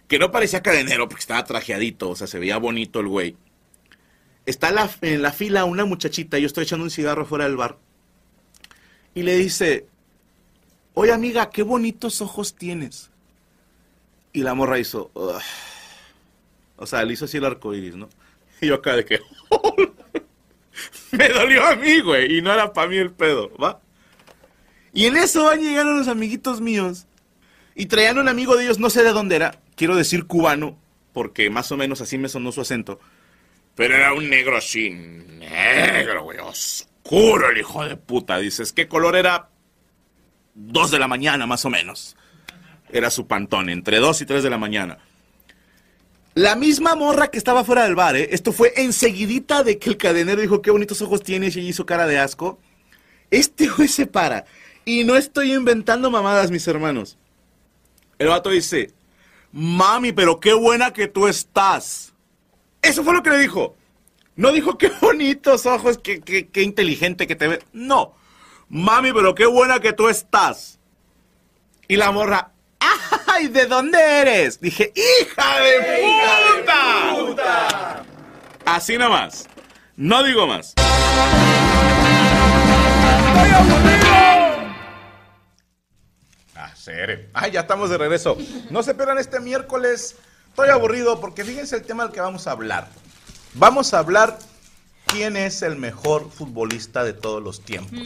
S4: que no parecía cadenero porque estaba trajeadito, o sea, se veía bonito el güey. Está la- en la fila una muchachita, yo estoy echando un cigarro fuera del bar. Y le dice, oye amiga, qué bonitos ojos tienes. Y la morra hizo, "Ugh". o sea, le hizo así el arco iris, ¿no? Y yo acá de que, me dolió a mí, güey, y no era para mí el pedo, ¿va? Y en eso van llegando los amiguitos míos. Y traían un amigo de ellos, no sé de dónde era. Quiero decir cubano, porque más o menos así me sonó su acento. Pero era un negro así, negro, güey, oscuro el hijo de puta. Dices, ¿qué color era? Dos de la mañana, más o menos. Era su pantón, entre dos y tres de la mañana. La misma morra que estaba fuera del bar, ¿eh? Esto fue enseguidita de que el cadenero dijo, qué bonitos ojos tienes, y ella hizo cara de asco. Este güey se para. Y no estoy inventando mamadas, mis hermanos. El vato dice, mami, pero qué buena que tú estás. Eso fue lo que le dijo. No dijo qué bonitos ojos, qué, qué- qué inteligente que te ves. No. Mami, pero qué buena que tú estás. Y la morra, ¡ay! ¿De dónde eres? Dije, ¡hija de puta! Así nomás. No digo más. Hacer. Ay, ya estamos de regreso. No se pierdan este miércoles. Estoy aburrido porque fíjense el tema del que vamos a hablar. Vamos a hablar quién es el mejor futbolista de todos los tiempos.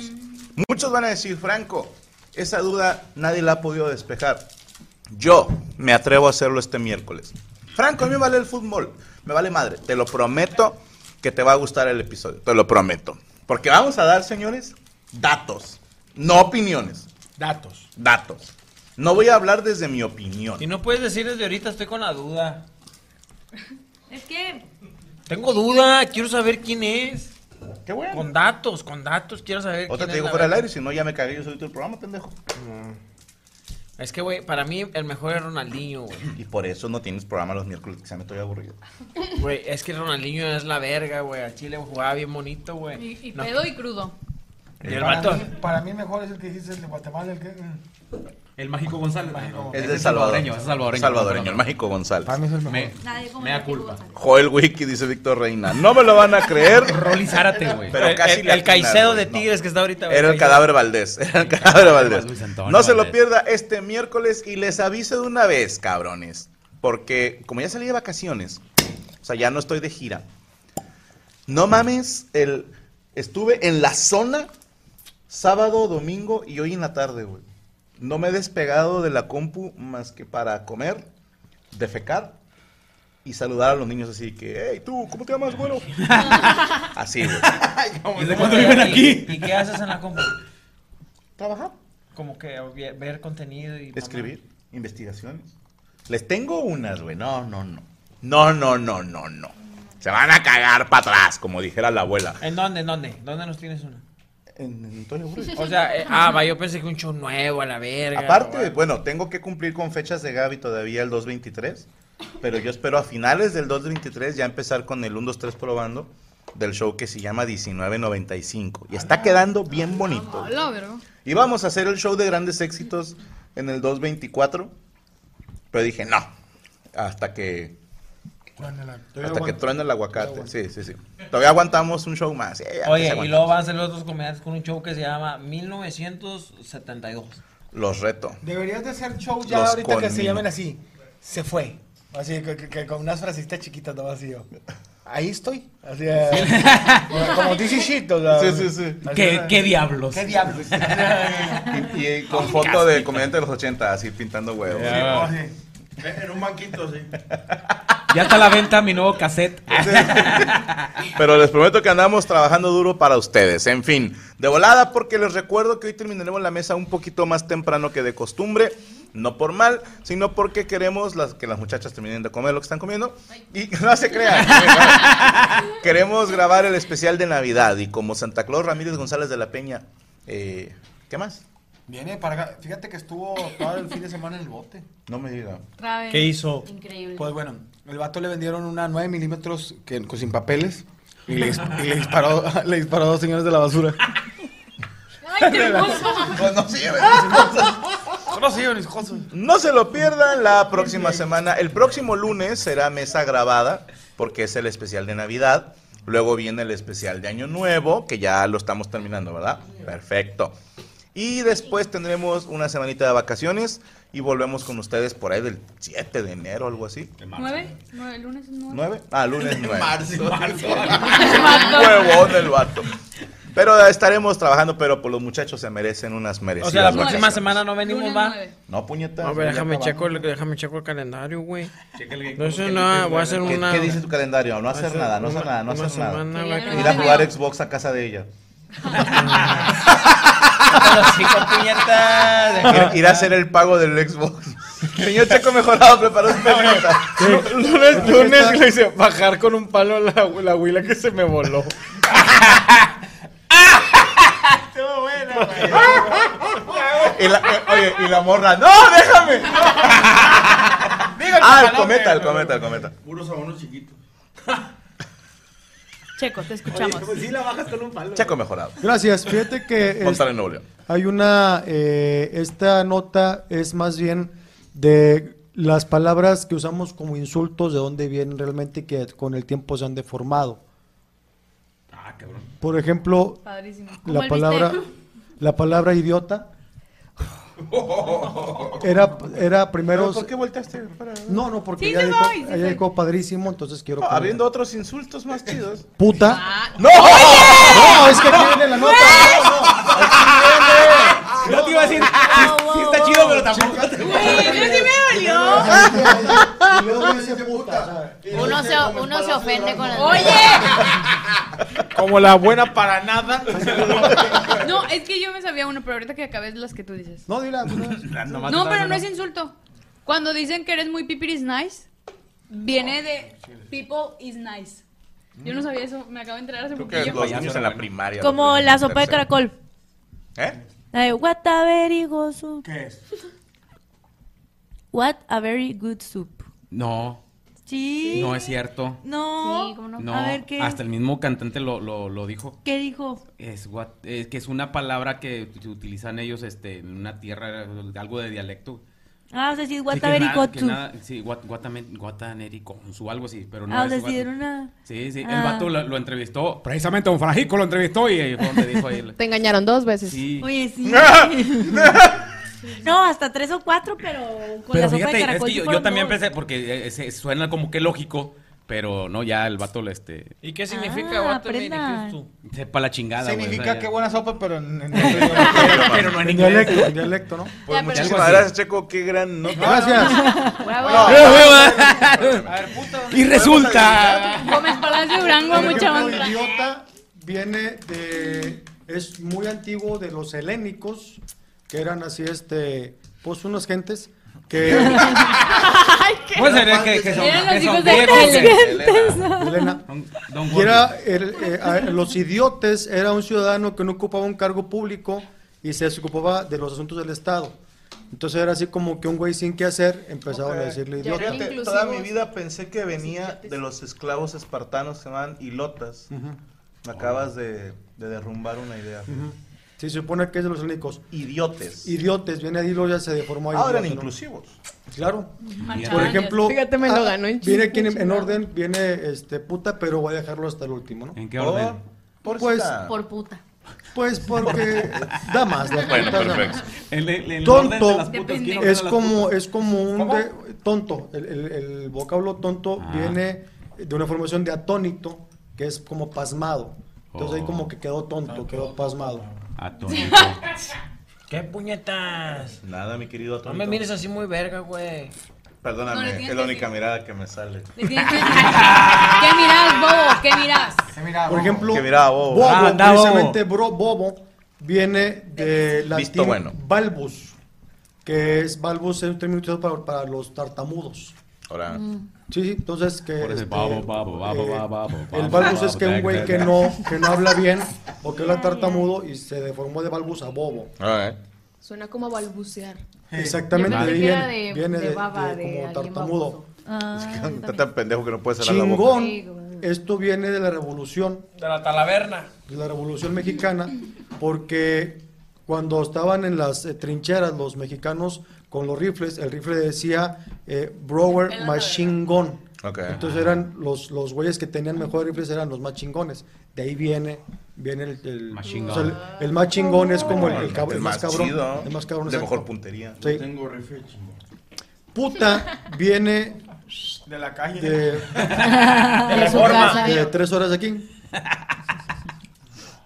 S4: Muchos van a decir, Franco, esa duda nadie la ha podido despejar. Yo me atrevo a hacerlo este miércoles. Franco, a mí me vale el fútbol. Me vale madre. Te lo prometo que te va a gustar el episodio. Te lo prometo. Porque vamos a dar, señores, datos. No opiniones. Datos. Datos. No voy a hablar desde mi opinión.
S11: Y no puedes decir desde ahorita, estoy con la duda.
S6: Es que
S11: Tengo duda, quiero saber quién es. Qué bueno. Con datos, con datos, quiero saber
S4: Otra
S11: quién
S4: te
S11: es
S4: digo
S11: la
S4: fuera del
S11: verdad.
S4: aire, si no ya me cagué yo soy el programa, pendejo.
S11: Es que, güey, para mí el mejor es Ronaldinho, güey.
S4: Y por eso no tienes programa los miércoles, que se me estoy aburrido.
S11: Güey, es que Ronaldinho es la verga, güey. Al Chile jugaba bien bonito, güey.
S14: Y, y
S11: No.
S14: pedo y crudo.
S11: Y el
S12: para,
S11: vato.
S12: mí, para mí mejor es el que dijiste, el de Guatemala, el que...
S3: mm.
S16: El mágico González.
S4: Es
S16: Ese
S4: del
S16: es
S4: salvadoreño,
S16: salvadoreño, ese es salvadoreño.
S4: el mágico González.
S16: Me, me da culpa.
S4: Joel Wiki, dice Víctor Reina. No me lo van a creer.
S16: Rolly Zárate, güey.
S4: Pero
S11: El-
S4: casi
S11: el,
S4: le
S11: el
S4: atinaron,
S11: Caicedo
S4: güey.
S11: de Tigres que está ahorita. güey.
S4: Era el cadáver Valdés. Era el cadáver Valdés.
S16: Luis Antonio
S4: No se lo
S16: Valdés.
S4: pierda este miércoles y les aviso de una vez, cabrones. Porque como ya salí de vacaciones, o sea, ya no estoy de gira. No mames, el, estuve en la zona sábado, domingo y hoy en la tarde, güey. No me he despegado de la compu más que para comer, defecar y saludar a los niños así que, hey, tú, ¿cómo te llamas, güero? así, güey.
S11: ¿Desde
S4: cuándo
S11: viven
S4: aquí?
S11: ¿Y qué haces en la compu?
S4: Trabajar.
S11: Como que ve- ver contenido y. mamá.
S4: Escribir, investigaciones. Les tengo unas, güey. No, no, no. No, no, no, no, no. Se van a cagar para atrás, como dijera la abuela.
S11: ¿En dónde? ¿En dónde? ¿Dónde nos tienes una?
S4: En,
S11: O sea, eh, ah, va, yo pensé que un show nuevo a la verga.
S4: Aparte,
S11: o
S4: bueno, tengo que cumplir con fechas de Gaby todavía el 223, pero yo espero a finales del 223 ya empezar con el 123 probando del show que se llama 1995 y está quedando bien bonito.
S14: Hola, vergo.
S4: Y vamos a hacer el show de grandes éxitos en el 224, pero dije, "No, hasta que hasta que truene el aguacate." Sí, sí, sí. Todavía aguantamos un show más. Sí, ya, que se
S11: Oye, y
S4: aguanta.
S11: luego van a hacer los otros comediantes con un show que se llama 1972.
S4: los reto.
S12: Deberías de hacer show ya
S4: Los
S12: ahorita que se
S4: conmino.
S12: llamen así. Se fue. Así, que, que- que con unas frasitas chiquitas, no vacío.
S3: ahí estoy. O sea, como dice shit, o sea,
S4: Sí, sí, sí.
S3: así,
S4: ¿Qué-
S3: o sea,
S4: qué diablos?
S3: ¿Qué diablos?
S4: Y, y con foto de comediante de los 80, así pintando huevos.
S9: Ya.
S4: Sí,
S21: En un banquito, sí.
S9: Ya está a la venta mi nuevo cassette.
S4: Pero les prometo que andamos trabajando duro para ustedes. En fin, de volada, porque les recuerdo que hoy terminaremos la mesa un poquito más temprano que de costumbre. No por mal, sino porque queremos las, que las muchachas terminen de comer lo que están comiendo. Y no se crean. queremos grabar el especial de Navidad. Y como Santa Claus Ramírez González de la Peña, eh, ¿qué más?
S3: Viene para acá. Fíjate que estuvo todo el fin de semana en el bote.
S4: No me diga.
S3: Otra vez. ¿Qué hizo?
S5: Increíble.
S3: Pues bueno, el vato le vendieron una 9 milímetros que, con- sin papeles y le, dis- y le disparó, le disparó a dos señores de la basura.
S5: ¡Ay,
S3: qué hermoso!
S4: Pues no sirve.
S3: No sirve, mis cosas.
S4: No se lo pierdan la próxima semana. El próximo lunes será mesa grabada porque es el especial de Navidad. Luego viene el especial de Año Nuevo, que ya lo estamos terminando, ¿verdad? Perfecto. Y después tendremos una semanita de vacaciones y volvemos con ustedes por ahí del 7 de enero, algo así.
S14: ¿Nueve? ¿Nueve? ¿Lunes es nueve?
S4: ¿Nueve? Ah, lunes 9.
S14: Marzo. Marzo.
S4: Huevón el vato. Pero estaremos trabajando, pero por los muchachos se merecen unas merecidas.
S11: O sea, la próxima
S4: vacaciones.
S11: semana no venimos,
S14: Lunes
S11: va.
S14: nueve.
S4: No, puñetas.
S11: A ver,
S4: ya
S11: déjame
S4: acabamos.
S11: checo, el, déjame checo el calendario, güey.
S4: No
S11: sé nada, voy a hacer
S4: ¿Qué,
S11: una.
S4: ¿Qué dice tu calendario? No hacer,
S11: hacer
S4: nada, no hacer
S11: una-
S4: nada, no
S11: una
S4: hacer nada.
S11: semana, va, que
S4: Ir a
S11: no
S4: jugar
S11: veo.
S4: Xbox a casa de ella. Ir- Ir a hacer el pago del Xbox. Señor Checo Mejorado preparó su pregunta.
S21: Lunes, lunes le hice bajar con un palo la, la huila que se me voló.
S12: Estuvo buena,
S4: Y la- eh, oye, y la morra, ¡no, déjame! ah, el cometa, el cometa, el cometa.
S21: Puros abonos chiquitos.
S6: Checo, te escuchamos.
S21: Oye, sí la bajas con un palo.
S4: Checo Mejorado.
S13: Gracias, fíjate que... es-
S4: Montar en Nuevo León.
S13: Hay una, eh, esta nota es más bien de las palabras que usamos como insultos, de dónde vienen realmente y que con el tiempo se han deformado.
S9: Ah, cabrón.
S13: Por ejemplo,
S14: Padrísimo. Como
S13: la
S14: el
S13: palabra,
S14: bistec.
S13: la palabra idiota Oh, era, era primero...
S4: ¿Por qué volteaste? Para-
S13: No, no, porque
S4: Sí,
S13: ya
S4: yo
S13: dijo,
S4: voy, sí
S13: ella
S4: soy.
S13: dijo padrísimo, entonces quiero...
S4: No,
S13: poner-
S4: habiendo otros insultos más chidos.
S13: Puta.
S4: Ah, ¡No!
S13: No, es que aquí viene la nota.
S9: No te iba a decir, sí, sí está chido, pero tampoco te
S13: Y luego dice puta, ¿sabes?
S5: Uno se, uno se ofende con la
S21: Como la buena para nada.
S14: No, es que yo me sabía una, pero ahorita que acabes las que tú dices.
S13: No, dila.
S14: No, pero no es insulto. Cuando dicen que eres muy pipiris nice, viene de people is nice. Yo no sabía eso, me acabo de enterar hace
S4: Que
S14: poquillo.
S4: los niños en la primaria.
S6: Como la sopa de caracol.
S4: ¿Eh?
S6: La de what a very good soup.
S3: ¿Qué es?
S6: What a very good soup.
S9: No,
S6: Sí.
S9: no es cierto.
S6: No.
S9: No,
S6: A ver qué.
S9: hasta el mismo cantante lo, lo, lo dijo.
S6: ¿Qué dijo?
S9: Es, what- es que es una palabra que ut- utilizan ellos este, en una tierra, algo de dialecto.
S6: Ah, o sea, sí, what
S9: Sí, que
S6: a very
S9: nada-
S6: good
S9: que
S6: soup.
S9: nada- Sí, what- guatame- guatanericonsu, algo así, pero no
S6: Ah, o
S9: es
S6: sea, sí,
S9: guata-
S6: era una-
S9: Sí, sí,
S6: Ah.
S9: el vato lo, lo entrevistó.
S10: Precisamente Don Francisco lo entrevistó y eh,
S9: fue donde dijo él.
S18: Te engañaron dos veces.
S9: Sí.
S6: Oye, sí. no, hasta tres o cuatro, pero con
S9: Pero
S6: la sopa de
S9: fíjate, es
S6: caracol.
S9: que
S6: sí
S9: yo, yo
S6: fueron
S9: también
S6: dos.
S9: pensé, porque eh, se- suena como que lógico, pero no, ya el vato le este...
S11: ¿Y qué significa what the
S6: aprendan.
S11: Americans do?
S9: Sepa la chingada, güey, o sea,
S3: Significa
S9: ya-
S3: qué buena sopa, pero en, en-
S9: Pero no
S13: En
S9: en inglés.
S13: dialecto, en dialecto, ¿no?
S4: Pues
S9: pero-
S4: muchísimas
S9: Algo así.
S4: gracias, Checo. Qué gran nota.
S13: Gracias.
S4: Bravo.
S9: Y resulta...
S14: Gómez Palacio Durango,
S13: Por
S14: mucha
S13: ejemplo,
S14: honra.
S13: idiota viene de es muy antiguo de los helénicos que eran así este pues unas gentes que
S9: Puede ser eh, que, que son,
S14: Eran los
S9: que son
S14: hijos de
S9: griegos,
S14: Helen.
S9: Elena.
S13: Elena.
S9: Don
S13: Y era el- eh, a- los idiotes era un ciudadano que no ocupaba un cargo público y se ocupaba de los asuntos del estado entonces era así como que un güey sin qué hacer empezaba a decirle idiota
S4: Fíjate, toda mi vida pensé que venía de los esclavos espartanos que se llamaban hilotas. Me acabas de, de derrumbar una idea.
S13: Ujú. Sí, se supone que es de los helénicos
S4: Idiotes.
S13: idiotes viene ahí lo ya se deformó ahí
S9: Ah,
S13: idiota,
S4: Ahora eran
S13: ¿no?
S4: inclusivos.
S13: Claro.
S4: Machado.
S13: Por ejemplo,
S18: Fíjate, me lo
S13: ah,
S18: ganó en
S13: Viene
S18: chiste,
S13: aquí en, en
S18: chingado.
S13: orden, viene este puta, pero voy a dejarlo hasta el último, ¿no?
S9: ¿En qué orden?
S13: Por,
S18: Pues-
S13: pues,
S5: Por puta.
S13: pues porque da más. la
S9: Bueno,
S13: puta da
S9: perfecto.
S13: más.
S9: El- el- el orden de las
S13: tonto
S9: putas, ¿quién ordena
S13: es
S9: las Ah.
S13: como es como un de- tonto. El, el- el vocablo tonto viene de una formación de atónito, que es como pasmado. Entonces ahí
S9: Oh.
S13: como que quedó tonto, quedó pasmado.
S9: Atónito.
S11: ¿Qué puñetas?
S4: Nada, mi querido
S11: No
S4: Atónito.
S11: me mires así muy verga, güey. No le
S4: Perdóname,
S11: tienes
S4: es la única mirada que me sale.
S11: Le tienes que- ¿Qué
S14: mirás, bobo? ¿Qué mirás?
S13: Por ejemplo,
S4: Que miraba bobo.
S13: bobo,
S4: Ah, andaba bobo.
S13: precisamente bro- bobo viene de latín
S4: Visto bueno.
S13: balbus, que es balbus es un término utilizado para, para los tartamudos. Mm.
S4: Ahora.
S11: Mm,
S13: Sí, sí, entonces que
S9: Por eso,
S13: este,
S9: babo, babo, babo,
S13: eh,
S9: babo, babo,
S13: el
S9: babo,
S13: balbus
S9: babo,
S13: es que un
S9: tec,
S13: güey
S9: tec,
S13: que
S9: tec.
S13: no que no habla bien o que habla tartamudo y se deformó de balbus a bobo.
S18: Suena como a balbucear.
S13: Exactamente,
S18: Yo pensé
S13: ahí
S18: que era
S13: viene,
S18: de-
S13: viene
S18: de
S13: de-
S18: baba,
S13: de
S18: de
S13: como
S18: alguien
S13: tartamudo.
S4: Está tan pendejo que no puede cerrar la boca.
S13: Chingón. Esto viene de la revolución,
S11: De la talaverna.
S13: de la revolución mexicana, porque cuando estaban en las eh, trincheras los mexicanos con los rifles, el rifle decía eh, Brower Machine Gun.
S4: Ok.
S13: Entonces eran los, los güeyes que tenían mejores rifles eran los más chingones. De ahí viene, viene el, el,
S4: Machine
S13: o sea,
S4: gun.
S13: el- el más chingón es como el, el, cab-
S4: El
S13: el más
S4: más
S13: cabrón.
S4: chido,
S13: el más cabrón,
S4: de
S13: exacto.
S4: mejor puntería.
S13: Sí.
S12: Tengo rifle chingón.
S13: Puta viene
S12: De la calle.
S3: Este,
S13: de,
S12: De su casa.
S13: de tres horas de aquí.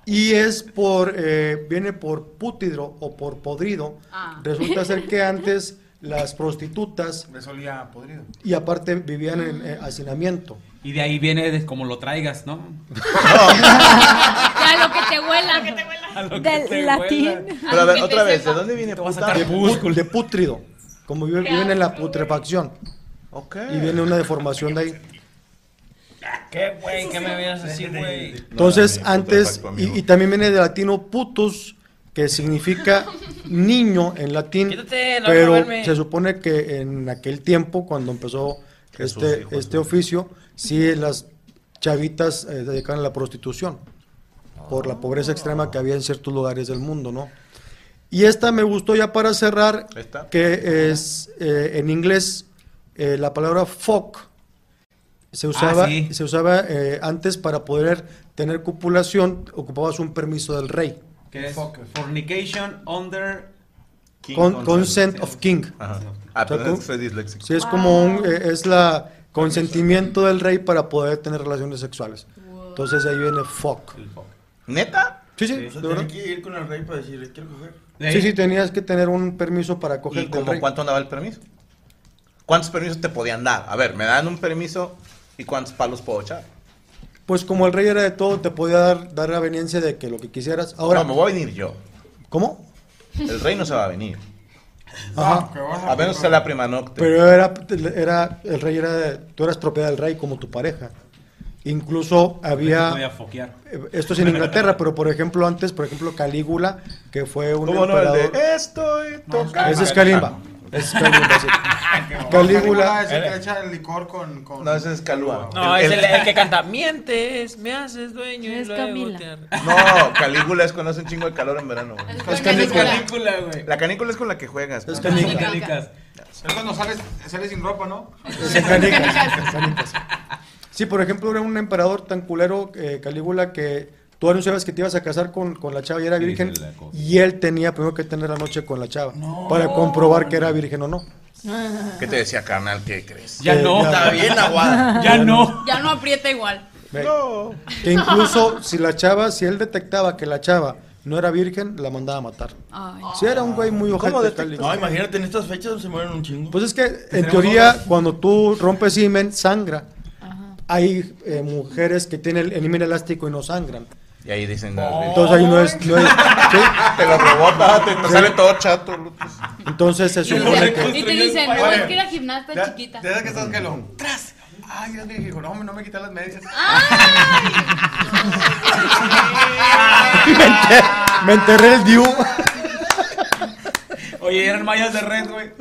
S13: Y es por, eh, viene por putidro o por podrido.
S12: Ah.
S13: Resulta ser que antes las prostitutas
S12: Me solía podrido.
S13: y aparte vivían en eh, hacinamiento.
S9: Y de ahí viene de como lo traigas, ¿no?
S5: Ya, lo que te huela.
S9: lo que
S6: Del te latín. huela.
S13: Pero a ver,
S12: Ah,
S6: Ay,
S13: otra
S6: que
S13: vez,
S6: sepa.
S13: ¿de dónde viene
S6: Te vas a
S13: puta? De,
S6: sacar
S13: pu- de pútrido. Como vive- viven en la putrefacción. Y viene una deformación de ahí.
S11: ¿Qué, güey? ¿Qué me vienes así, güey?
S13: Entonces, antes, y, y también viene del latino putus, que significa niño en latín,
S11: Quítate, no vas a
S13: pero
S11: verme.
S13: se supone que en aquel tiempo, cuando empezó este, este oficio, sí las chavitas eh, se dedicaban a la prostitución, por la pobreza extrema que había en ciertos lugares del mundo, ¿no? Y esta me gustó ya para cerrar,
S4: Esta.
S13: que es eh, en inglés eh, la palabra fuck se usaba,
S9: Ah, sí.
S13: se usaba eh, antes para poder tener copulación, ocupabas un permiso del rey.
S9: Que es fornication under
S13: Con, consent of king.
S4: Ah,
S13: O sea,
S4: pero
S13: tú-
S4: es que soy disléxico.
S13: sí, es como un, eh, es la consentimiento del rey para poder tener relaciones sexuales. Entonces de ahí viene fuck.
S4: ¿Neta?
S13: Sí, sí,
S12: O sea,
S13: de verdad.
S12: tenía que ir con el rey para decirle, quiero coger.
S13: Sí, sí, tenías que tener un permiso para coger.
S4: ¿Y
S13: del
S4: como
S13: rey.
S4: cuánto andaba el permiso? ¿Cuántos permisos te podían dar? A ver, me dan un permiso y cuántos palos puedo echar.
S13: Pues como el rey era de todo, te podía dar, dar la veniencia de que lo que quisieras. Ahora,
S4: no, me voy a venir yo.
S13: ¿Cómo?
S4: El rey no se va a venir.
S13: Ajá.
S4: A menos que sea la prima nocte.
S13: Pero era, era, el rey era, de- tú eras propiedad del rey como tu pareja. Incluso
S9: Te voy a
S13: había, eh,
S9: foquear.
S13: esto es en Inglaterra, pero por ejemplo antes, por ejemplo Calígula, que fue un
S4: ¿Cómo no? El
S13: emperador.
S4: de eh. estoy tocando. Ah,
S13: Ese es Calimba. Es Calimba, sí. Calígula. Eh.
S12: Es el que echa el licor con. con...
S4: No, ese es Calúa.
S11: No, es el, el que canta Mientes, me haces dueño y
S6: Es
S11: luego
S6: Camila.
S11: te ar-
S4: No, Calígula es cuando hace un chingo de calor en verano, güey.
S11: Es Canícula.
S12: Canícula, güey.
S4: La canícula es con la que juegas. güey.
S12: canicas. Es cuando sales, sales sin ropa, ¿no?
S13: Es canicas, es canicas. Sí, por ejemplo, era un emperador tan culero, eh, Calígula, que tú anunciabas que te ibas a casar con, con la chava y era
S9: Sí,
S13: virgen.
S9: es la cosa.
S13: Y él tenía primero que tener la noche con la chava para comprobar que era virgen o no.
S4: ¿Qué te decía, carnal? ¿Qué crees?
S13: Ya Eh, no. ya.
S4: Está bien aguada.
S13: Ya no.
S14: Ya no aprieta igual.
S13: Ve. Que E incluso si la chava, si él detectaba que la chava no era virgen, la mandaba a matar.
S14: Ay.
S13: Si era un güey muy
S12: ¿Cómo
S13: ojete,
S12: detectas?
S13: Calígula.
S12: No, imagínate, en estas fechas se mueren un chingo.
S13: Pues es que, en
S12: Tenemos
S13: teoría,
S12: dos.
S13: cuando tú rompes semen, sangra. Hay eh, mujeres que tienen el, el himen elástico y no sangran.
S4: Y ahí dicen. no,
S13: Entonces ahí no es. no es- ¿sí?
S4: Te lo rebota, te, te
S13: Sí.
S4: sale todo chato. Lutus.
S13: Entonces se supone que.
S14: Y te dicen, no,
S12: Oye,
S14: es que era gimnasta
S12: ¿Te
S14: chiquita.
S12: te das que estás que lo tras? Ay, Dios mío, dijo, no, hombre, no me quitas las medias.
S13: me, enter- me enterré el diu.
S9: Oye, eran mallas de red, güey.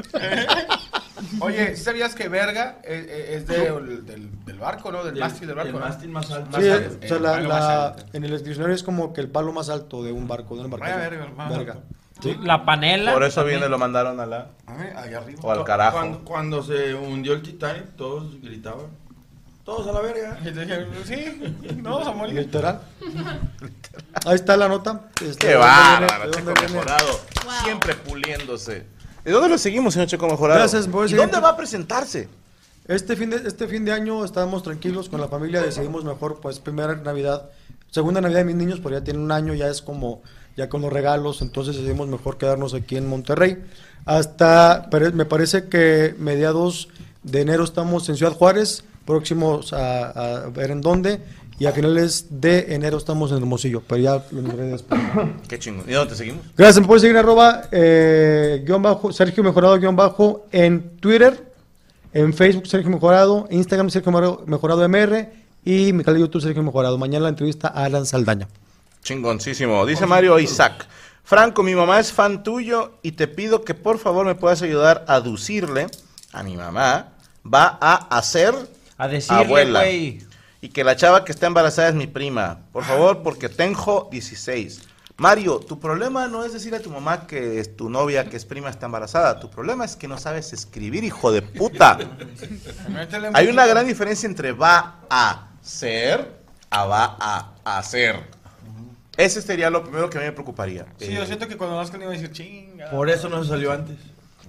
S12: Oye, ¿sí ¿sabías que verga eh, eh, es, de- del, del- del barco, no? Del mástil del barco.
S3: del
S12: ¿no?
S3: mástil más alto.
S13: Sí,
S12: alto,
S13: o sea,
S12: el
S13: la-
S12: palo
S13: la-
S12: más alto.
S13: en el diccionario es como que el palo más alto de un barco, de una embarcación.
S12: Vaya verga, el más
S13: Verga.
S12: alto.
S13: Sí.
S11: La panela.
S4: Por eso
S12: también.
S4: viene lo mandaron a la.
S8: Ah,
S12: A ver, allá arriba.
S4: O al carajo.
S21: Cuando, cuando se hundió el Titanic, todos gritaban.
S12: Todos a la verga. Y te dije, sí, no vamos a morir.
S13: Literal. Ahí está la nota. Este,
S4: Qué
S13: ¿de dónde
S4: bárbaro,
S13: viene? ¿De
S4: Checo
S13: dónde viene?
S4: Mejorado. Siempre puliéndose. ¿De dónde lo seguimos, señor Checo Mejorado?
S13: Gracias, voy a
S4: ¿Y
S13: seguir-
S4: dónde va a presentarse?
S13: Este fin, de, este fin de año estábamos tranquilos con la familia, decidimos mejor, pues, primera Navidad, segunda Navidad de mis niños, pues ya tienen un año, ya es como, ya con los regalos, entonces decidimos mejor quedarnos aquí en Monterrey. Hasta, pare- me parece que mediados de enero estamos en Ciudad Juárez, próximos a, a ver en dónde, y a finales de enero estamos en Hermosillo, pero ya lo miraré después.
S4: Qué chingón. ¿Y dónde te seguimos?
S13: Gracias, me puedes seguir en arroba eh, guión bajo, Sergio Mejorado guión bajo en Twitter, en Facebook Sergio Mejorado, Instagram Sergio Mejorado- Mejorado MR y mi canal de YouTube Sergio Mejorado. Mañana la entrevista a Alan Saldaña.
S4: Chingoncísimo. Dice Mario Isaac. Franco, mi mamá es fan tuyo y te pido que por favor me puedas ayudar a aducirle a mi mamá. Va a hacer
S8: A decirle,
S4: abuela.
S8: güey.
S4: Y que la chava que está embarazada es mi prima. Por favor, porque tengo 16. Mario, tu problema no es decirle a tu mamá que es tu novia, que es prima, está embarazada. Tu problema es que no sabes escribir, hijo de puta. Hay una gran diferencia entre va a ser a va a hacer. Ese sería lo primero que a mí me preocuparía.
S12: Sí,
S4: Eh,
S12: yo siento que cuando nazcan iba a decir chinga.
S8: Por eso no se salió antes.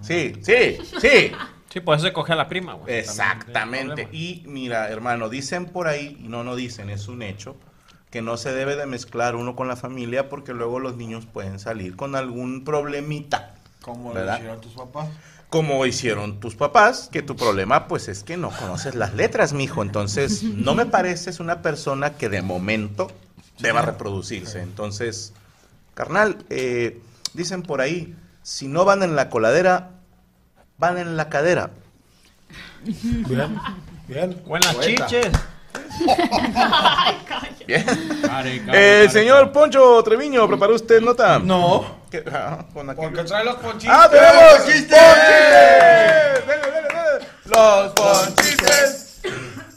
S4: Sí, sí, sí.
S8: Sí, por eso se coge a la prima, güey.
S4: Exactamente. Y mira, hermano, dicen por ahí, y no, no dicen, es un hecho, que no se debe de mezclar uno con la familia porque luego los niños pueden salir con algún problemita.
S12: Como lo
S4: ¿Verdad?
S12: hicieron tus papás.
S4: Como hicieron tus papás, que tu problema pues es que no conoces las letras, mijo. Entonces, no me pareces una persona que de momento deba reproducirse. Entonces, carnal, eh, dicen por ahí, si no van en la coladera, van en la cadera.
S13: Bien, bien.
S8: Buenas
S4: Poeta.
S8: chiches.
S5: Ay,
S4: Bien. Eh, señor Poncho Treviño, ¿preparó usted nota? No.
S8: Ah,
S12: Porque trae los ponchitos.
S4: ¡Ah, tenemos
S12: ¡Ponchitos!
S4: ponchites!
S12: Dale, dale, dale. Los
S9: Ah.
S12: ponchites.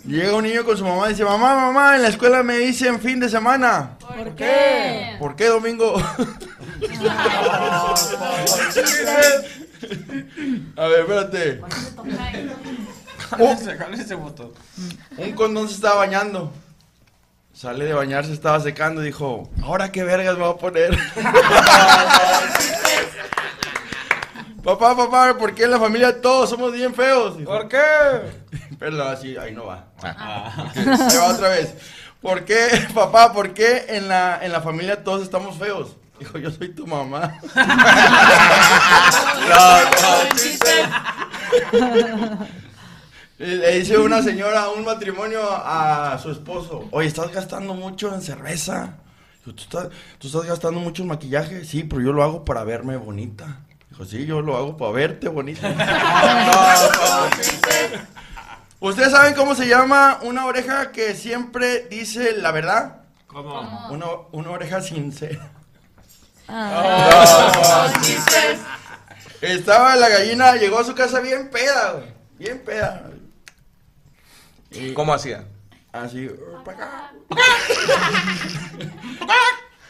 S8: Llega un niño con su mamá y dice, mamá, mamá, en la escuela me dicen fin de semana.
S12: ¿Por qué?
S8: ¿Por qué domingo? A ver, espérate.
S12: Cállense, cállense, voto.
S8: Un condón se estaba bañando. Sale de bañarse, estaba secando y dijo, ¿ahora qué vergas me voy a poner? papá, papá, ¿por qué en la familia todos somos bien feos? ¿Por qué? Pero así, ahí no va.
S12: Ah.
S8: Se va otra vez. ¿Por qué, papá, por qué en la, en la familia todos estamos feos? Dijo, yo soy tu mamá. Le- Le dice una señora a un matrimonio a su esposo, oye, estás gastando mucho en cerveza. Dijo, ¿Tú estás, tú estás gastando mucho en maquillaje? Sí, pero yo lo hago para verme bonita. Dijo, sí, yo lo hago para verte bonita. ¿Ustedes saben cómo se llama una oreja que siempre dice la verdad?
S11: ¿Cómo?
S8: Una, una oreja sincera.
S11: Ah.
S8: No, chistes. Estaba la gallina, llegó a su casa bien peda, güey. Bien peda.
S4: ¿Cómo hacía?
S8: Así, para acá.